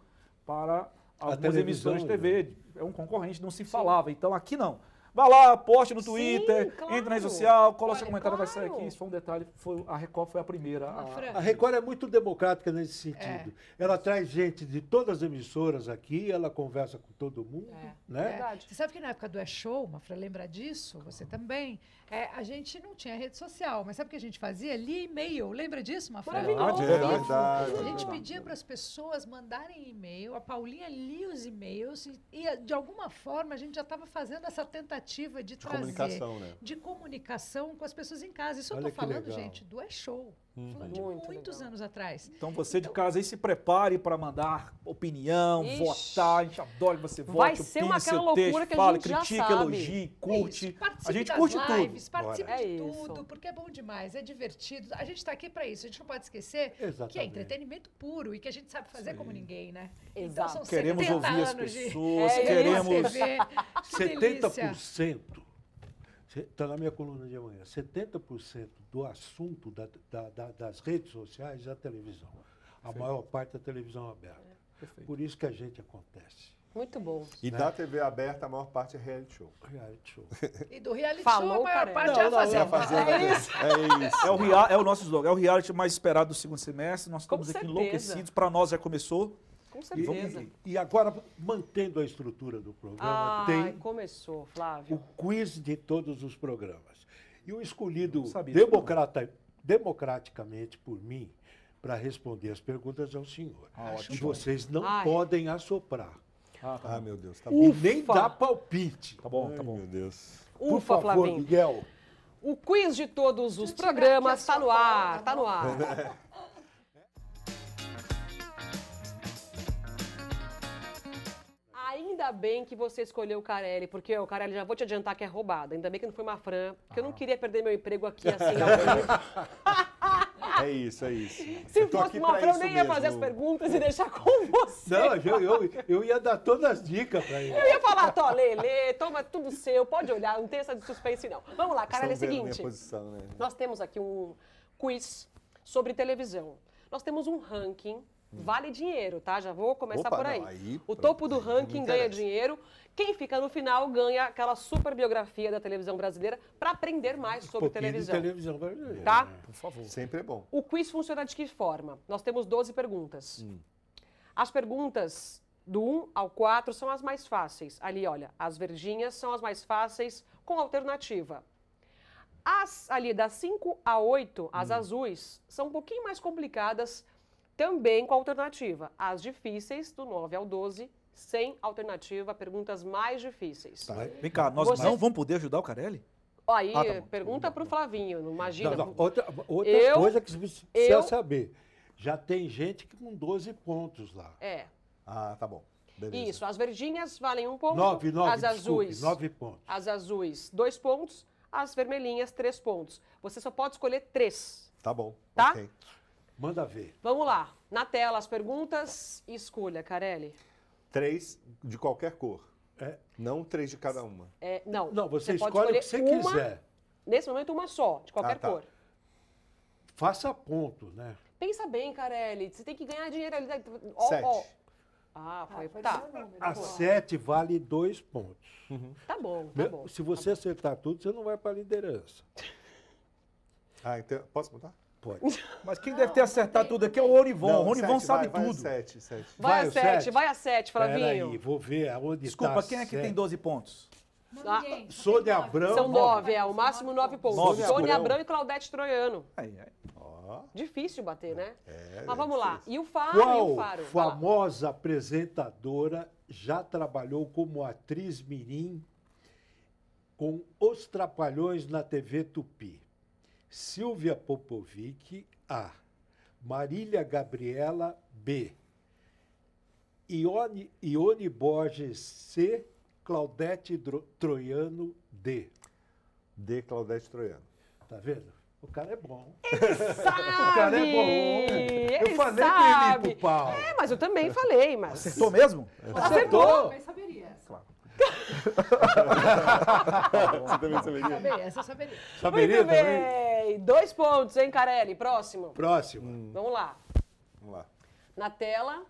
[SPEAKER 5] para algumas
[SPEAKER 1] televisão,
[SPEAKER 5] emissoras de TV. É um concorrente, não se falava. Então aqui não. Vá lá, poste no
[SPEAKER 2] Sim,
[SPEAKER 5] Twitter,
[SPEAKER 2] claro.
[SPEAKER 5] entra na rede social, coloca
[SPEAKER 2] Olha,
[SPEAKER 5] seu comentário, vai sair
[SPEAKER 2] claro.
[SPEAKER 5] aqui. Isso foi um detalhe, foi, a Record foi a primeira.
[SPEAKER 8] a,
[SPEAKER 5] a-
[SPEAKER 8] Fran,
[SPEAKER 1] A Record é muito democrática nesse sentido.
[SPEAKER 8] É.
[SPEAKER 1] Ela traz gente de todas as emissoras aqui, ela conversa com todo mundo,
[SPEAKER 2] É.
[SPEAKER 1] né?
[SPEAKER 2] Verdade.
[SPEAKER 8] Você sabe que na época do É Show, Mafra, lembra disso? Você também. É, a gente não tinha rede social, mas sabe o que a gente fazia? Lia e-mail. Lembra disso, Mafra?
[SPEAKER 5] Ah, é
[SPEAKER 2] Maravilhoso.
[SPEAKER 8] Ao vivo.
[SPEAKER 4] Verdade.
[SPEAKER 8] A gente pedia para as pessoas mandarem e-mail, a Paulinha lia os e-mails e, e, de alguma forma, a gente já estava fazendo essa tentativa de,
[SPEAKER 4] de
[SPEAKER 8] trazer
[SPEAKER 4] comunicação, né?
[SPEAKER 8] de comunicação com as pessoas em casa. Isso eu
[SPEAKER 1] Olha
[SPEAKER 8] estou
[SPEAKER 1] que
[SPEAKER 8] falando,
[SPEAKER 1] legal. Uhum.
[SPEAKER 8] gente, do É-Show. Falando de
[SPEAKER 2] Muito
[SPEAKER 8] muitos
[SPEAKER 2] legal.
[SPEAKER 8] anos atrás.
[SPEAKER 5] Então você de casa aí se prepare para mandar opinião,
[SPEAKER 2] Ixi.
[SPEAKER 5] votar. A gente adora que você vote,
[SPEAKER 2] Vai ser uma
[SPEAKER 5] opine, seu
[SPEAKER 2] aquela loucura
[SPEAKER 5] texto,
[SPEAKER 2] que a
[SPEAKER 5] fala,
[SPEAKER 2] gente já
[SPEAKER 5] critica,
[SPEAKER 2] sabe.
[SPEAKER 5] elogie, curte.
[SPEAKER 8] É isso, participe
[SPEAKER 5] a gente
[SPEAKER 8] das
[SPEAKER 5] curte
[SPEAKER 1] Tipo,
[SPEAKER 8] lives,
[SPEAKER 5] tudo.
[SPEAKER 8] participe
[SPEAKER 2] Bora.
[SPEAKER 8] de
[SPEAKER 2] É isso.
[SPEAKER 8] tudo, porque é bom demais, é divertido. A gente está aqui para isso. A gente não pode esquecer que é
[SPEAKER 1] Exatamente.
[SPEAKER 8] entretenimento puro e que a gente sabe fazer como ninguém, né? Então
[SPEAKER 2] Exato.
[SPEAKER 8] são
[SPEAKER 5] Queremos
[SPEAKER 8] 70
[SPEAKER 5] ouvir as
[SPEAKER 8] anos de-
[SPEAKER 5] pessoas,
[SPEAKER 2] É,
[SPEAKER 5] queremos.
[SPEAKER 8] TV. Que delícia.
[SPEAKER 1] 70%. Está tá na minha coluna de amanhã. 70% do assunto da- da- da- das redes sociais é a televisão. A maior parte é a televisão aberta. Por isso que a gente acontece.
[SPEAKER 2] Muito bom.
[SPEAKER 4] E
[SPEAKER 5] Né?
[SPEAKER 4] da TV aberta, a maior parte é reality show.
[SPEAKER 1] Reality show.
[SPEAKER 8] E do reality
[SPEAKER 2] Falou,
[SPEAKER 8] show, a maior
[SPEAKER 2] Karen.
[SPEAKER 8] parte
[SPEAKER 1] Não,
[SPEAKER 8] é a
[SPEAKER 1] não, não,
[SPEAKER 8] fazenda.
[SPEAKER 1] não.
[SPEAKER 4] Fazenda, é isso. É isso.
[SPEAKER 5] É o, rea- é o nosso slogan, é o reality mais esperado do segundo semestre. Nós
[SPEAKER 2] Com
[SPEAKER 5] estamos aqui
[SPEAKER 2] certeza.
[SPEAKER 5] enlouquecidos. Para nós já começou.
[SPEAKER 2] Com
[SPEAKER 5] E vamos-
[SPEAKER 2] certeza.
[SPEAKER 1] E agora, mantendo a estrutura do programa,
[SPEAKER 2] Ah, Ai,
[SPEAKER 1] tem
[SPEAKER 2] começou,
[SPEAKER 1] o
[SPEAKER 2] Flávio.
[SPEAKER 1] quiz de todos os programas. E o escolhido
[SPEAKER 5] Eu sabia disso,
[SPEAKER 1] democrata, democraticamente por mim para responder as perguntas é o senhor.
[SPEAKER 5] Ah, ótimo.
[SPEAKER 1] e vocês não
[SPEAKER 2] Ai.
[SPEAKER 1] podem assoprar.
[SPEAKER 5] Ah, tá,
[SPEAKER 4] Ah, meu Deus, tá bom.
[SPEAKER 1] E nem dar palpite.
[SPEAKER 5] tá bom, tá
[SPEAKER 4] Ai,
[SPEAKER 5] bom.
[SPEAKER 4] Meu Deus.
[SPEAKER 1] Por
[SPEAKER 2] Ufa,
[SPEAKER 1] favor,
[SPEAKER 2] Flavinho.
[SPEAKER 1] Miguel.
[SPEAKER 2] O quiz de todos os programas está no ar, tá no ar. Ainda bem que você escolheu o Carelli, porque o Carelli, já vou te adiantar que é roubado. Ainda bem que não foi uma Fran, porque
[SPEAKER 4] Ah.
[SPEAKER 2] eu não queria perder meu emprego aqui assim. ao vivo.
[SPEAKER 4] É isso, é isso.
[SPEAKER 2] Se
[SPEAKER 4] Eu tô
[SPEAKER 2] fosse
[SPEAKER 4] aqui
[SPEAKER 2] uma
[SPEAKER 4] pra
[SPEAKER 2] Fran, eu
[SPEAKER 4] isso
[SPEAKER 2] nem ia fazer as
[SPEAKER 4] mesmo.
[SPEAKER 2] perguntas e deixar com você.
[SPEAKER 1] Não, eu, eu, eu ia dar todas as dicas para ele.
[SPEAKER 2] Eu ia falar, tô, Lele, toma tudo seu, pode olhar, não tem essa de suspense, não. Vamos lá, Carelli, é o
[SPEAKER 4] Estão vendo minha
[SPEAKER 2] seguinte.
[SPEAKER 4] posição, né?
[SPEAKER 2] Nós temos aqui um quiz sobre televisão. Nós temos um ranking. Vale dinheiro, tá? Já vou começar
[SPEAKER 4] Opa,
[SPEAKER 2] por aí.
[SPEAKER 4] não, aí,
[SPEAKER 2] o
[SPEAKER 4] pronto,
[SPEAKER 2] topo do
[SPEAKER 4] aí não me
[SPEAKER 2] ranking ganha
[SPEAKER 4] interessa.
[SPEAKER 2] dinheiro. Quem fica no final ganha aquela super biografia da televisão brasileira para aprender
[SPEAKER 4] Um
[SPEAKER 2] mais sobre
[SPEAKER 1] Um pouquinho
[SPEAKER 2] televisão.
[SPEAKER 1] de televisão brasileira.
[SPEAKER 2] Tá?
[SPEAKER 4] Por favor. Sempre é bom.
[SPEAKER 2] O quiz funciona de que forma? Nós temos 12 perguntas. As perguntas do 1 ao 4 são as mais fáceis. Ali, olha, as verdinhas são as mais fáceis com alternativa. As ali das 5 a 8, as azuis, são um pouquinho mais complicadas também com alternativa. As difíceis, do 9 ao 12, sem alternativa, perguntas mais difíceis.
[SPEAKER 1] Tá.
[SPEAKER 5] Vem cá, nós
[SPEAKER 2] Você-
[SPEAKER 5] não vamos poder ajudar o Carelli?
[SPEAKER 2] Aí,
[SPEAKER 5] Ah, tá bom.
[SPEAKER 2] pergunta para o Flavinho, não imagina.
[SPEAKER 1] Não, não, Outra, outra
[SPEAKER 2] Eu-
[SPEAKER 1] coisa que você precisa
[SPEAKER 2] eu-
[SPEAKER 1] saber. Já tem gente que com 12 pontos lá.
[SPEAKER 2] É,
[SPEAKER 4] Ah, tá bom. Beleza.
[SPEAKER 2] isso. As verdinhas valem um ponto,
[SPEAKER 1] Nove, nove,
[SPEAKER 2] as
[SPEAKER 1] desculpe,
[SPEAKER 2] azuis.
[SPEAKER 1] nove pontos.
[SPEAKER 2] As azuis, dois pontos. As vermelhinhas, três pontos. Você só pode escolher três.
[SPEAKER 4] Tá bom.
[SPEAKER 2] Tá?
[SPEAKER 4] ok.
[SPEAKER 1] Manda ver.
[SPEAKER 2] Vamos lá. Na tela, as perguntas. Escolha, Carelli.
[SPEAKER 4] Três de qualquer cor.
[SPEAKER 1] É.
[SPEAKER 4] Não três de cada uma.
[SPEAKER 2] É, não.
[SPEAKER 1] Não, você,
[SPEAKER 2] pode
[SPEAKER 1] escolhe o que você
[SPEAKER 2] escolher uma,
[SPEAKER 1] quiser.
[SPEAKER 2] Nesse momento, uma só, de qualquer
[SPEAKER 4] Ah, tá.
[SPEAKER 2] cor.
[SPEAKER 1] Faça ponto, né?
[SPEAKER 2] Pensa bem, Carelli. Você tem que ganhar dinheiro ali. da- Ó,
[SPEAKER 4] Sete.
[SPEAKER 2] ó. Ah, foi. tá.
[SPEAKER 1] A sete vale dois pontos.
[SPEAKER 2] Tá bom, tá bom.
[SPEAKER 1] Se você acertar tudo, você não vai para a liderança.
[SPEAKER 4] Ah, então. Posso botar?
[SPEAKER 1] Pode.
[SPEAKER 5] Mas quem deve ter acertado tudo aqui é o Ronivon.
[SPEAKER 4] Não,
[SPEAKER 5] o Ronivon
[SPEAKER 4] sete,
[SPEAKER 5] sabe
[SPEAKER 4] vai,
[SPEAKER 5] tudo.
[SPEAKER 4] Vai sete, sete.
[SPEAKER 2] Vai,
[SPEAKER 1] vai
[SPEAKER 2] a
[SPEAKER 1] o
[SPEAKER 2] sete,
[SPEAKER 1] sete?
[SPEAKER 2] vai a sete, Flavinho.
[SPEAKER 1] Peraí, vou ver aonde tá está.
[SPEAKER 8] Tá
[SPEAKER 5] é Desculpa, quem é que tem 12 pontos?
[SPEAKER 2] Ah,
[SPEAKER 1] Sônia Abrão.
[SPEAKER 2] São nove, é, o máximo nove pontos.
[SPEAKER 5] Nove,
[SPEAKER 2] Sônia
[SPEAKER 5] Abrão.
[SPEAKER 2] Abrão e Claudete Troiano.
[SPEAKER 5] Aí, aí.
[SPEAKER 2] Difícil bater, né?
[SPEAKER 1] É,
[SPEAKER 2] Mas vamos lá. Ah, E o Faro, e o
[SPEAKER 1] Qual
[SPEAKER 2] Faro? Vai lá.
[SPEAKER 1] famosa apresentadora já trabalhou como atriz mirim com Os Trapalhões na TV Tupi? Silvia Popovic, A. Marília Gabriela, B. Ione, Ione Borges, C. Claudete Dro- Troiano, D.
[SPEAKER 4] De Claudete Troiano.
[SPEAKER 1] Tá vendo? O cara é bom.
[SPEAKER 2] Sabe!
[SPEAKER 1] O cara é bom.
[SPEAKER 2] Ele
[SPEAKER 1] Eu falei
[SPEAKER 2] sabe.
[SPEAKER 1] que ele ia pro pau.
[SPEAKER 2] É, mas eu também falei, mas...
[SPEAKER 5] Acertou mesmo?
[SPEAKER 1] Acertou!
[SPEAKER 3] Mas saberia essa.
[SPEAKER 4] Você também saberia?
[SPEAKER 8] Saberia, essa eu saberia.
[SPEAKER 1] Saberia
[SPEAKER 2] Muito
[SPEAKER 1] também?
[SPEAKER 2] bem! Dois pontos, hein, Carelli? Próximo.
[SPEAKER 1] Próximo. um,
[SPEAKER 2] Vamos lá.
[SPEAKER 4] Vamos lá.
[SPEAKER 2] Na tela.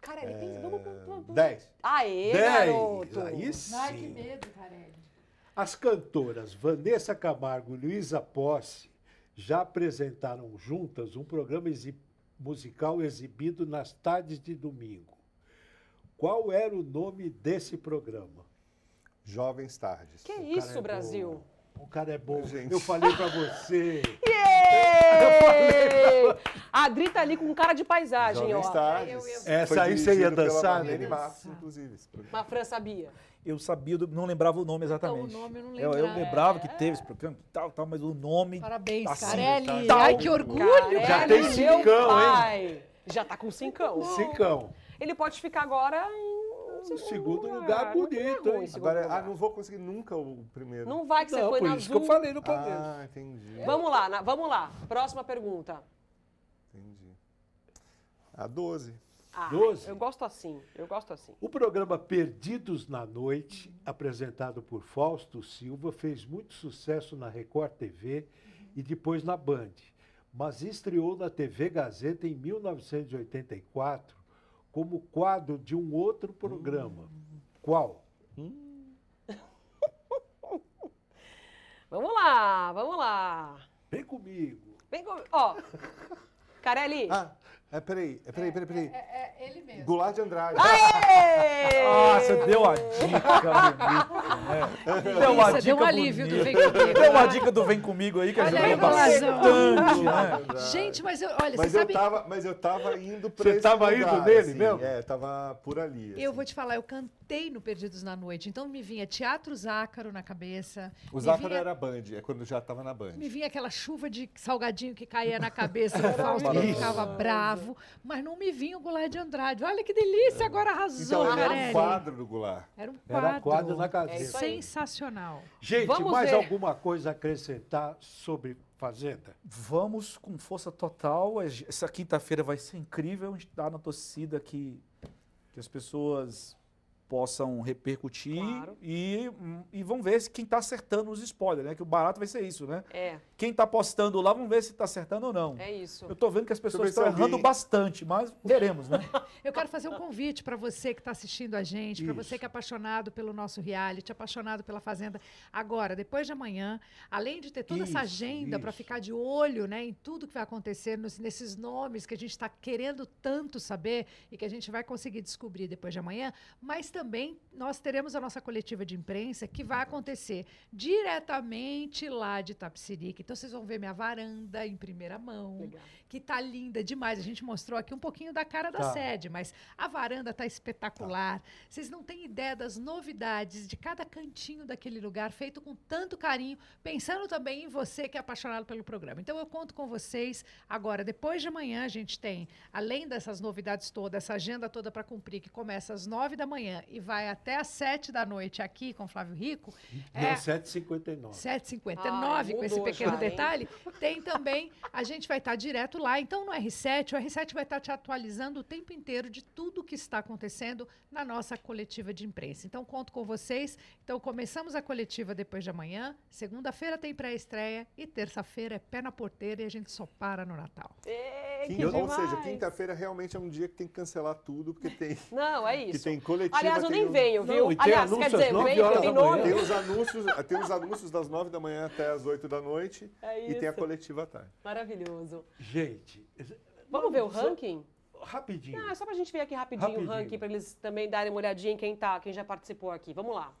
[SPEAKER 2] Carelli, pensa. Vamos, vamos, vamos.
[SPEAKER 1] 10.
[SPEAKER 2] Aê,
[SPEAKER 1] 10.
[SPEAKER 2] garoto!
[SPEAKER 1] Aí sim.
[SPEAKER 8] Ai, que medo, Carelli.
[SPEAKER 1] As cantoras Vanessa Camargo e Luísa Posse já apresentaram juntas um programa exi- musical exibido nas tardes de domingo. Qual era o nome desse programa?
[SPEAKER 4] Jovens Tardes.
[SPEAKER 2] Que
[SPEAKER 1] O cara é
[SPEAKER 2] isso,
[SPEAKER 1] bom.
[SPEAKER 2] Brasil?
[SPEAKER 1] O cara é bom.
[SPEAKER 4] Gente.
[SPEAKER 1] Eu falei pra você.
[SPEAKER 2] Yay! A Adri tá ali com cara de paisagem,
[SPEAKER 4] Jovens
[SPEAKER 2] ó.
[SPEAKER 4] Tardes.
[SPEAKER 1] Essa
[SPEAKER 4] Foi
[SPEAKER 1] aí você ia
[SPEAKER 4] dirigido pela
[SPEAKER 1] dançar,
[SPEAKER 4] Marlene
[SPEAKER 1] né?
[SPEAKER 4] Matos, inclusive. esse programa.
[SPEAKER 2] Mas Fran sabia.
[SPEAKER 5] Eu sabia, do- não lembrava o nome exatamente.
[SPEAKER 8] Então, o nome eu não
[SPEAKER 5] Eu,
[SPEAKER 8] lembrava.
[SPEAKER 5] lembrava que teve esse programa e tal, tal, mas o nome.
[SPEAKER 8] Parabéns,
[SPEAKER 5] Assim,
[SPEAKER 8] Carelli.
[SPEAKER 5] tal.
[SPEAKER 8] Ai, que orgulho.
[SPEAKER 2] Carelli,
[SPEAKER 1] Já tem
[SPEAKER 2] meu
[SPEAKER 1] cincão, hein?
[SPEAKER 2] pai. hein? Já tá com cincão.
[SPEAKER 1] Cincão.
[SPEAKER 2] Ele pode ficar agora em
[SPEAKER 1] Um segundo lugar bonito,
[SPEAKER 2] Não, é ruim,
[SPEAKER 1] hein? ah,
[SPEAKER 2] segundo
[SPEAKER 4] Agora, ah,
[SPEAKER 2] lugar.
[SPEAKER 4] não vou conseguir nunca o primeiro.
[SPEAKER 2] não vai que você
[SPEAKER 1] Não,
[SPEAKER 2] foi
[SPEAKER 1] por
[SPEAKER 2] na
[SPEAKER 1] isso que eu
[SPEAKER 2] Zoom.
[SPEAKER 1] falei no começo.
[SPEAKER 4] Ah, entendi.
[SPEAKER 2] Vamos lá, na- vamos lá. Próxima pergunta.
[SPEAKER 4] Entendi. A 12.
[SPEAKER 2] Ah,
[SPEAKER 1] Doze.
[SPEAKER 2] Eu gosto assim, eu gosto assim.
[SPEAKER 1] O programa Perdidos na Noite, apresentado por Fausto Silva, fez muito sucesso na Record TV e depois na Band, mas estreou na TV Gazeta em 1984 como quadro de um outro programa.
[SPEAKER 2] Hum.
[SPEAKER 1] Qual?
[SPEAKER 2] Vamos lá, vamos lá.
[SPEAKER 1] Vem comigo.
[SPEAKER 2] Vem com... Ó, Carelli.
[SPEAKER 4] Ah, é, peraí, é, peraí, peraí, peraí.
[SPEAKER 3] É, é ele mesmo.
[SPEAKER 4] Goulart de Andrade.
[SPEAKER 2] Aê!
[SPEAKER 5] Ah, você deu a dica, bonita, né? Deu a
[SPEAKER 8] Delícia, deu um
[SPEAKER 5] dica
[SPEAKER 8] alívio do
[SPEAKER 5] bonita.
[SPEAKER 8] Vem Comigo.
[SPEAKER 5] Deu uma dica do Vem Comigo aí, que
[SPEAKER 8] Olha
[SPEAKER 5] ajuda
[SPEAKER 8] aí,
[SPEAKER 5] bastante,
[SPEAKER 4] Goulart
[SPEAKER 5] né?
[SPEAKER 4] de Andrade.
[SPEAKER 8] Gente, mas eu, olha,
[SPEAKER 4] Mas
[SPEAKER 8] você
[SPEAKER 4] eu,
[SPEAKER 8] sabe,
[SPEAKER 4] tava, mas eu tava indo pra
[SPEAKER 1] Você
[SPEAKER 4] esse
[SPEAKER 1] tava
[SPEAKER 4] lugar,
[SPEAKER 1] indo nele
[SPEAKER 4] assim.
[SPEAKER 1] mesmo?
[SPEAKER 4] É, tava por ali.
[SPEAKER 8] eu
[SPEAKER 4] assim.
[SPEAKER 8] vou te falar, eu cantei no Perdidos na Noite, então me vinha Teatro Zácaro na cabeça.
[SPEAKER 4] O
[SPEAKER 8] me
[SPEAKER 4] Zácaro
[SPEAKER 8] vinha-
[SPEAKER 4] era Band, é quando eu já tava na Band.
[SPEAKER 8] Me vinha aquela chuva de salgadinho que caía na cabeça do Fausto, que
[SPEAKER 1] maravilhoso.
[SPEAKER 8] ficava bravo, mas não me vinha o Goulart de Andrade. Olha que delícia, agora arrasou,
[SPEAKER 4] Então era um
[SPEAKER 8] Carelli.
[SPEAKER 4] quadro do Goulart.
[SPEAKER 8] Era um quadro.
[SPEAKER 1] Era quadro na
[SPEAKER 2] É
[SPEAKER 1] Gazeta.
[SPEAKER 2] isso aí.
[SPEAKER 8] Sensacional.
[SPEAKER 1] Gente,
[SPEAKER 2] Vamos
[SPEAKER 1] mais
[SPEAKER 2] ver.
[SPEAKER 1] alguma coisa a acrescentar sobre Fazenda?
[SPEAKER 5] Vamos com força total. Essa quinta-feira vai ser incrível. A gente tá na torcida que, que as pessoas possam repercutir
[SPEAKER 2] Claro.
[SPEAKER 5] e, e vão ver se quem tá acertando os spoilers, né? Que o barato vai ser isso, né?
[SPEAKER 2] É,
[SPEAKER 5] Quem tá postando lá, vamos ver se tá acertando ou não.
[SPEAKER 2] é isso.
[SPEAKER 5] Eu tô vendo que as pessoas
[SPEAKER 4] Deixa
[SPEAKER 5] estão
[SPEAKER 4] eu ver se
[SPEAKER 5] errando
[SPEAKER 4] alguém-
[SPEAKER 5] bastante, mas veremos, né?
[SPEAKER 8] Eu quero fazer um convite para você que está assistindo a gente, para você
[SPEAKER 1] Isso.
[SPEAKER 8] que é apaixonado pelo nosso reality, apaixonado pela Fazenda. Agora, depois de amanhã, além de ter toda essa
[SPEAKER 1] Isso,
[SPEAKER 8] agenda para
[SPEAKER 1] isso.
[SPEAKER 8] ficar de olho né, em tudo que vai acontecer, nos- nesses nomes que a gente está querendo tanto saber e que a gente vai conseguir descobrir depois de amanhã, mas também nós teremos a nossa coletiva de imprensa que vai acontecer diretamente lá de Tapsirica. Então vocês vão ver minha varanda em primeira mão
[SPEAKER 2] Legal.
[SPEAKER 8] que tá linda demais. A gente mostrou aqui um pouquinho da cara da
[SPEAKER 1] Tá.
[SPEAKER 8] sede, mas a varanda tá espetacular. Vocês não têm ideia das novidades de cada cantinho daquele lugar, feito com tanto carinho, pensando também em você que é apaixonado pelo programa. Então eu conto com vocês. Agora, depois de amanhã, a gente tem, além dessas novidades todas, essa agenda toda para cumprir, que começa às nove da manhã e vai até às sete da noite aqui com Flávio Rico. É,
[SPEAKER 1] Não, 7h59.
[SPEAKER 8] 7,59
[SPEAKER 2] Ai,
[SPEAKER 8] com esse
[SPEAKER 2] mudou
[SPEAKER 8] pequeno
[SPEAKER 2] já, hein?
[SPEAKER 8] detalhe. Tem também, a gente vai estar direto lá. Então, no R7, o R7 vai estar te atualizando o tempo inteiro de tudo que está acontecendo na nossa coletiva de imprensa. Então, conto com vocês. Então, começamos a coletiva depois de amanhã. Segunda-feira tem pré-estreia e terça-feira é pé na porteira e a gente só para no Natal.
[SPEAKER 2] É, que
[SPEAKER 4] Quinta- ou
[SPEAKER 2] demais.
[SPEAKER 4] seja, quinta-feira realmente é um dia que tem que cancelar tudo, porque tem,
[SPEAKER 2] Não, é
[SPEAKER 4] que
[SPEAKER 2] isso.
[SPEAKER 4] tem coletiva.
[SPEAKER 2] Aliás, eu
[SPEAKER 4] tem um
[SPEAKER 2] nem
[SPEAKER 4] o-
[SPEAKER 2] venho,
[SPEAKER 1] Não,
[SPEAKER 2] viu?
[SPEAKER 1] e tem
[SPEAKER 2] Aliás,
[SPEAKER 1] anúncio
[SPEAKER 2] quer
[SPEAKER 1] às
[SPEAKER 2] dizer, eu
[SPEAKER 1] nove
[SPEAKER 2] venho,
[SPEAKER 1] horas
[SPEAKER 2] tem
[SPEAKER 1] da manhã.
[SPEAKER 2] nome.
[SPEAKER 4] Tem os anúncios, tem os anúncios das nove da manhã até as oito da noite
[SPEAKER 2] É
[SPEAKER 4] e tem a
[SPEAKER 2] isso.
[SPEAKER 4] coletiva à tarde.
[SPEAKER 2] Maravilhoso.
[SPEAKER 1] Gente,
[SPEAKER 2] Vamos ver o ranking?
[SPEAKER 1] Rapidinho.
[SPEAKER 2] Ah, só pra gente ver aqui rapidinho,
[SPEAKER 1] Rapidinho.
[SPEAKER 2] o ranking, pra eles também darem uma olhadinha em quem tá, quem já participou aqui. Vamos lá.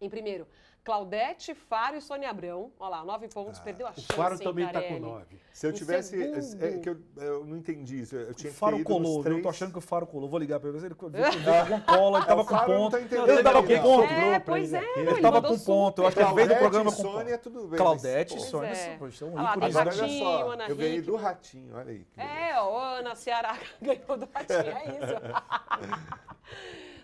[SPEAKER 2] Em primeiro, Claudete, Faro e Sônia Abrão. Olha lá, nove pontos, perdeu a
[SPEAKER 1] Ah, o
[SPEAKER 2] chance.
[SPEAKER 1] Faro
[SPEAKER 2] hein,
[SPEAKER 1] também tá com
[SPEAKER 2] Tarelli.
[SPEAKER 1] nove.
[SPEAKER 4] Se eu
[SPEAKER 2] Em
[SPEAKER 4] tivesse.
[SPEAKER 2] segundo.
[SPEAKER 4] É, que eu, eu não entendi isso. Eu
[SPEAKER 5] O
[SPEAKER 4] tinha que ter
[SPEAKER 5] Faro
[SPEAKER 4] ido nos
[SPEAKER 5] colou, viu? eu
[SPEAKER 4] três.
[SPEAKER 5] tô achando que o Faro colou. Vou ligar pra ele, mas ele com cola, ele
[SPEAKER 4] É,
[SPEAKER 5] tava
[SPEAKER 4] o
[SPEAKER 5] com
[SPEAKER 4] Faro não
[SPEAKER 5] ponto.
[SPEAKER 4] tá entendendo
[SPEAKER 5] ele tava
[SPEAKER 4] direito.
[SPEAKER 5] com ponto.
[SPEAKER 2] É, pois é, não,
[SPEAKER 5] Ele
[SPEAKER 2] ele
[SPEAKER 5] tava
[SPEAKER 2] mandou
[SPEAKER 5] com ponto. Eu acho que ele
[SPEAKER 2] super.
[SPEAKER 5] veio do
[SPEAKER 4] Claudete
[SPEAKER 5] programa
[SPEAKER 4] e
[SPEAKER 5] com
[SPEAKER 4] Sônia, é
[SPEAKER 5] ponto.
[SPEAKER 4] tudo bem. mas,
[SPEAKER 5] Claudete e
[SPEAKER 4] pô,
[SPEAKER 5] Sônia,
[SPEAKER 2] é.
[SPEAKER 5] pô, são
[SPEAKER 2] Olha lá,
[SPEAKER 5] ícones,
[SPEAKER 2] tem
[SPEAKER 4] Mas
[SPEAKER 5] né?
[SPEAKER 2] Ratinho,
[SPEAKER 4] olha só,
[SPEAKER 2] Ana
[SPEAKER 4] eu ganhei
[SPEAKER 2] Hickman.
[SPEAKER 4] do ratinho, olha aí. que beleza.
[SPEAKER 2] É, ó, Ana Ceará ganhou do Ratinho, é isso.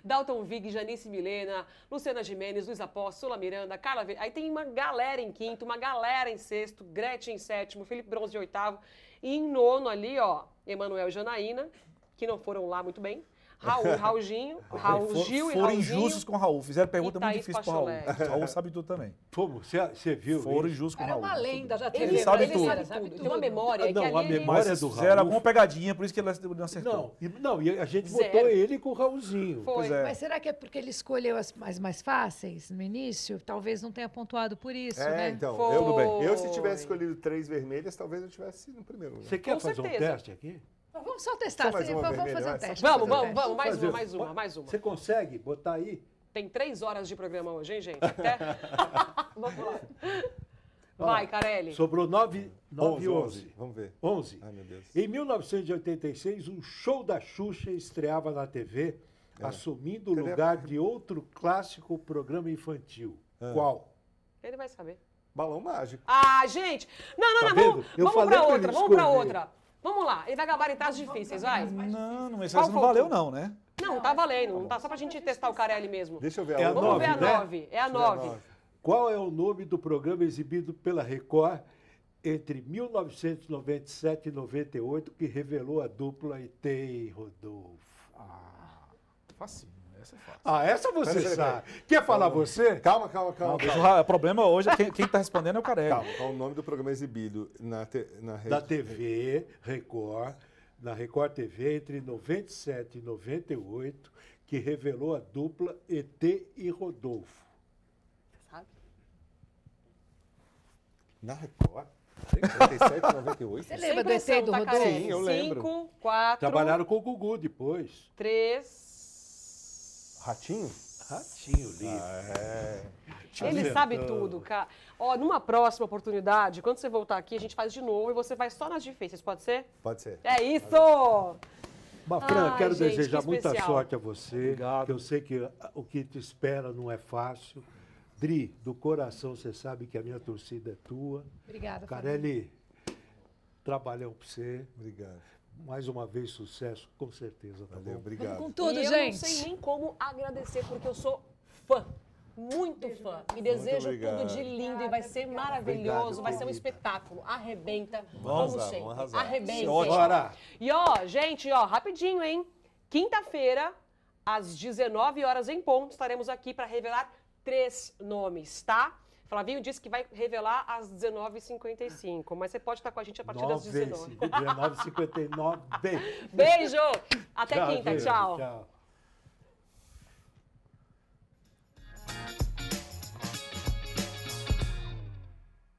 [SPEAKER 2] Dalton Vig, Janice Milena, Luciana Jimenez, Luiz Após, Sula Miranda, Carla... Ve- Aí tem uma galera em quinto, uma galera em sexto, Gretchen em sétimo, Felipe Bronze em oitavo. E em nono ali, ó, Emanuel e Janaína, que não foram lá muito bem. Raul, Raulzinho, Raul
[SPEAKER 5] É, For-
[SPEAKER 2] Gil e
[SPEAKER 5] Foram
[SPEAKER 2] Raulzinho.
[SPEAKER 5] injustos com o Raul. Fizeram pergunta
[SPEAKER 2] e
[SPEAKER 5] muito
[SPEAKER 2] Thaís
[SPEAKER 5] difícil pro Raul.
[SPEAKER 2] Pacholé.
[SPEAKER 5] Raul sabe tudo também.
[SPEAKER 1] Pô, você, você viu?
[SPEAKER 5] Foram
[SPEAKER 1] isso?
[SPEAKER 5] injustos com o
[SPEAKER 8] Era
[SPEAKER 5] Raul.
[SPEAKER 8] uma lenda da TV.
[SPEAKER 5] Ele sabe
[SPEAKER 8] brasileira,
[SPEAKER 5] tudo.
[SPEAKER 8] sabe
[SPEAKER 2] Tem uma memória. é que
[SPEAKER 1] Não,
[SPEAKER 2] ali
[SPEAKER 1] a
[SPEAKER 2] ele-
[SPEAKER 1] memória-
[SPEAKER 5] Mas
[SPEAKER 1] Olha
[SPEAKER 5] vocês
[SPEAKER 1] do
[SPEAKER 5] fizeram
[SPEAKER 1] Raul.
[SPEAKER 5] alguma pegadinha, por isso que ele não acertou.
[SPEAKER 1] Não, e, não, e a gente
[SPEAKER 2] Zero.
[SPEAKER 1] botou ele com o Raulzinho.
[SPEAKER 2] Foi.
[SPEAKER 5] Pois é.
[SPEAKER 8] Mas será que é porque ele escolheu as mais, mais fáceis no início? Talvez não tenha pontuado por isso,
[SPEAKER 4] É,
[SPEAKER 8] né?
[SPEAKER 4] então,
[SPEAKER 2] Foi.
[SPEAKER 4] eu, eu se tivesse escolhido três vermelhas, talvez eu tivesse no primeiro lugar.
[SPEAKER 1] Você quer
[SPEAKER 2] Com
[SPEAKER 1] fazer um
[SPEAKER 2] certeza.
[SPEAKER 1] teste aqui?
[SPEAKER 8] Mas vamos só testar.
[SPEAKER 4] Só mais
[SPEAKER 8] se-
[SPEAKER 4] uma
[SPEAKER 8] vamos
[SPEAKER 4] vermelha,
[SPEAKER 8] fazer um
[SPEAKER 4] vai, só
[SPEAKER 8] teste.
[SPEAKER 2] Vamos,
[SPEAKER 8] fazer um
[SPEAKER 2] vamos,
[SPEAKER 8] teste.
[SPEAKER 2] vamos. Mais
[SPEAKER 1] Fazer.
[SPEAKER 2] uma, mais uma, mais uma.
[SPEAKER 1] Você consegue botar aí?
[SPEAKER 2] Tem três horas de programa hoje, hein, gente? Até... Vamos lá. Vai, Carelli.
[SPEAKER 1] Sobrou 9 e 11.
[SPEAKER 4] Vamos ver.
[SPEAKER 1] 11.
[SPEAKER 4] Ai, meu Deus.
[SPEAKER 1] Em 1986, um show da Xuxa estreava na TV, assumindo o
[SPEAKER 4] Cadê a-
[SPEAKER 1] lugar de outro clássico programa infantil. Qual?
[SPEAKER 2] Ele vai saber.
[SPEAKER 4] Balão mágico.
[SPEAKER 2] Ah, gente! Não, não,
[SPEAKER 1] Tá
[SPEAKER 2] não.
[SPEAKER 1] vendo?
[SPEAKER 2] Vamos,
[SPEAKER 1] Eu
[SPEAKER 2] vamos
[SPEAKER 1] falei
[SPEAKER 2] pra
[SPEAKER 1] pra
[SPEAKER 2] outra,
[SPEAKER 1] ele
[SPEAKER 2] vamos pra
[SPEAKER 1] escolher.
[SPEAKER 2] outra. Vamos lá. Ele vai gabaritar as difíceis, vai.
[SPEAKER 5] Não, não, esse
[SPEAKER 2] Qual
[SPEAKER 5] essa não
[SPEAKER 2] foi o
[SPEAKER 5] valeu,
[SPEAKER 2] ponto?
[SPEAKER 5] não, né?
[SPEAKER 2] Não, tá valendo. Não tá só pra gente testar o Carelli mesmo.
[SPEAKER 4] Deixa eu ver a
[SPEAKER 1] É a
[SPEAKER 4] outra.
[SPEAKER 2] Vamos ver a
[SPEAKER 1] nove, né?
[SPEAKER 2] nove. É a
[SPEAKER 4] Deixa eu ver a
[SPEAKER 2] nove.
[SPEAKER 4] nove.
[SPEAKER 1] Qual é o nome do programa exibido pela Record entre 1997 e 98 que revelou a dupla IT e Rodolfo?
[SPEAKER 5] Facinho, Ah, essa é fácil.
[SPEAKER 1] Ah, essa você
[SPEAKER 4] Peraí, peraí,
[SPEAKER 1] sabe. Quer falar você?
[SPEAKER 4] Calma, calma, calma.
[SPEAKER 5] Não, deixa
[SPEAKER 4] calma.
[SPEAKER 5] o Ra- o problema hoje é quem, quem tá respondendo é o Carelli.
[SPEAKER 4] Calma, qual o nome do programa exibido na, te, na rede?
[SPEAKER 1] Da TV, Record, na Record TV, entre 97 e 98, que revelou a dupla ET e Rodolfo.
[SPEAKER 2] Sabe?
[SPEAKER 4] Na Record? 97, 98?
[SPEAKER 8] Você lembra do ET
[SPEAKER 2] pressão,
[SPEAKER 8] do
[SPEAKER 2] tá,
[SPEAKER 8] Rodolfo?
[SPEAKER 2] Carelli?
[SPEAKER 4] Sim, eu lembro.
[SPEAKER 2] Cinco, quatro,
[SPEAKER 1] Trabalharam com o Gugu depois.
[SPEAKER 2] três...
[SPEAKER 4] Ratinho?
[SPEAKER 1] Ratinho livre.
[SPEAKER 2] Ele sabe tudo, cara. Ó, numa próxima oportunidade, quando você voltar aqui, a gente faz de novo e você vai só nas difíceis, pode ser?
[SPEAKER 4] Pode ser.
[SPEAKER 2] É isso!
[SPEAKER 1] Bafran,
[SPEAKER 2] Ai,
[SPEAKER 1] quero
[SPEAKER 2] gente,
[SPEAKER 1] desejar
[SPEAKER 2] que
[SPEAKER 1] muita
[SPEAKER 2] especial.
[SPEAKER 1] sorte a você.
[SPEAKER 5] Obrigado.
[SPEAKER 1] Que eu sei que ah, o que te espera não é fácil. Dri, do coração, você sabe que a minha torcida é tua.
[SPEAKER 8] Obrigada, Fabinho.
[SPEAKER 1] Carelli, trabalhão pra você.
[SPEAKER 4] Obrigado.
[SPEAKER 1] Mais uma vez, sucesso, com certeza, tá
[SPEAKER 4] Valeu,
[SPEAKER 1] bom?
[SPEAKER 8] Com
[SPEAKER 4] obrigado.
[SPEAKER 8] tudo,
[SPEAKER 2] e eu
[SPEAKER 8] gente.
[SPEAKER 2] não sei nem como agradecer, porque eu sou fã. Muito fã. E desejo tudo
[SPEAKER 4] obrigado.
[SPEAKER 2] de lindo. E vai ser maravilhoso.
[SPEAKER 4] Obrigado,
[SPEAKER 2] vai ser um
[SPEAKER 4] querida.
[SPEAKER 2] espetáculo. Arrebenta,
[SPEAKER 4] Vamos
[SPEAKER 2] como
[SPEAKER 4] arrasar,
[SPEAKER 2] sempre.
[SPEAKER 4] vamos arrasar.
[SPEAKER 2] Arrebenta.
[SPEAKER 1] Bora!
[SPEAKER 2] E ó, gente, ó, rapidinho, hein? Quinta-feira, às 19 horas em ponto, estaremos aqui para revelar três nomes, tá? Flavinho disse que vai revelar às 19h55, mas você pode estar com a gente a partir das 19
[SPEAKER 1] 19h59.
[SPEAKER 2] Beijo! Até
[SPEAKER 1] Tchau,
[SPEAKER 2] quinta,
[SPEAKER 1] gente.
[SPEAKER 2] tchau.
[SPEAKER 1] tchau.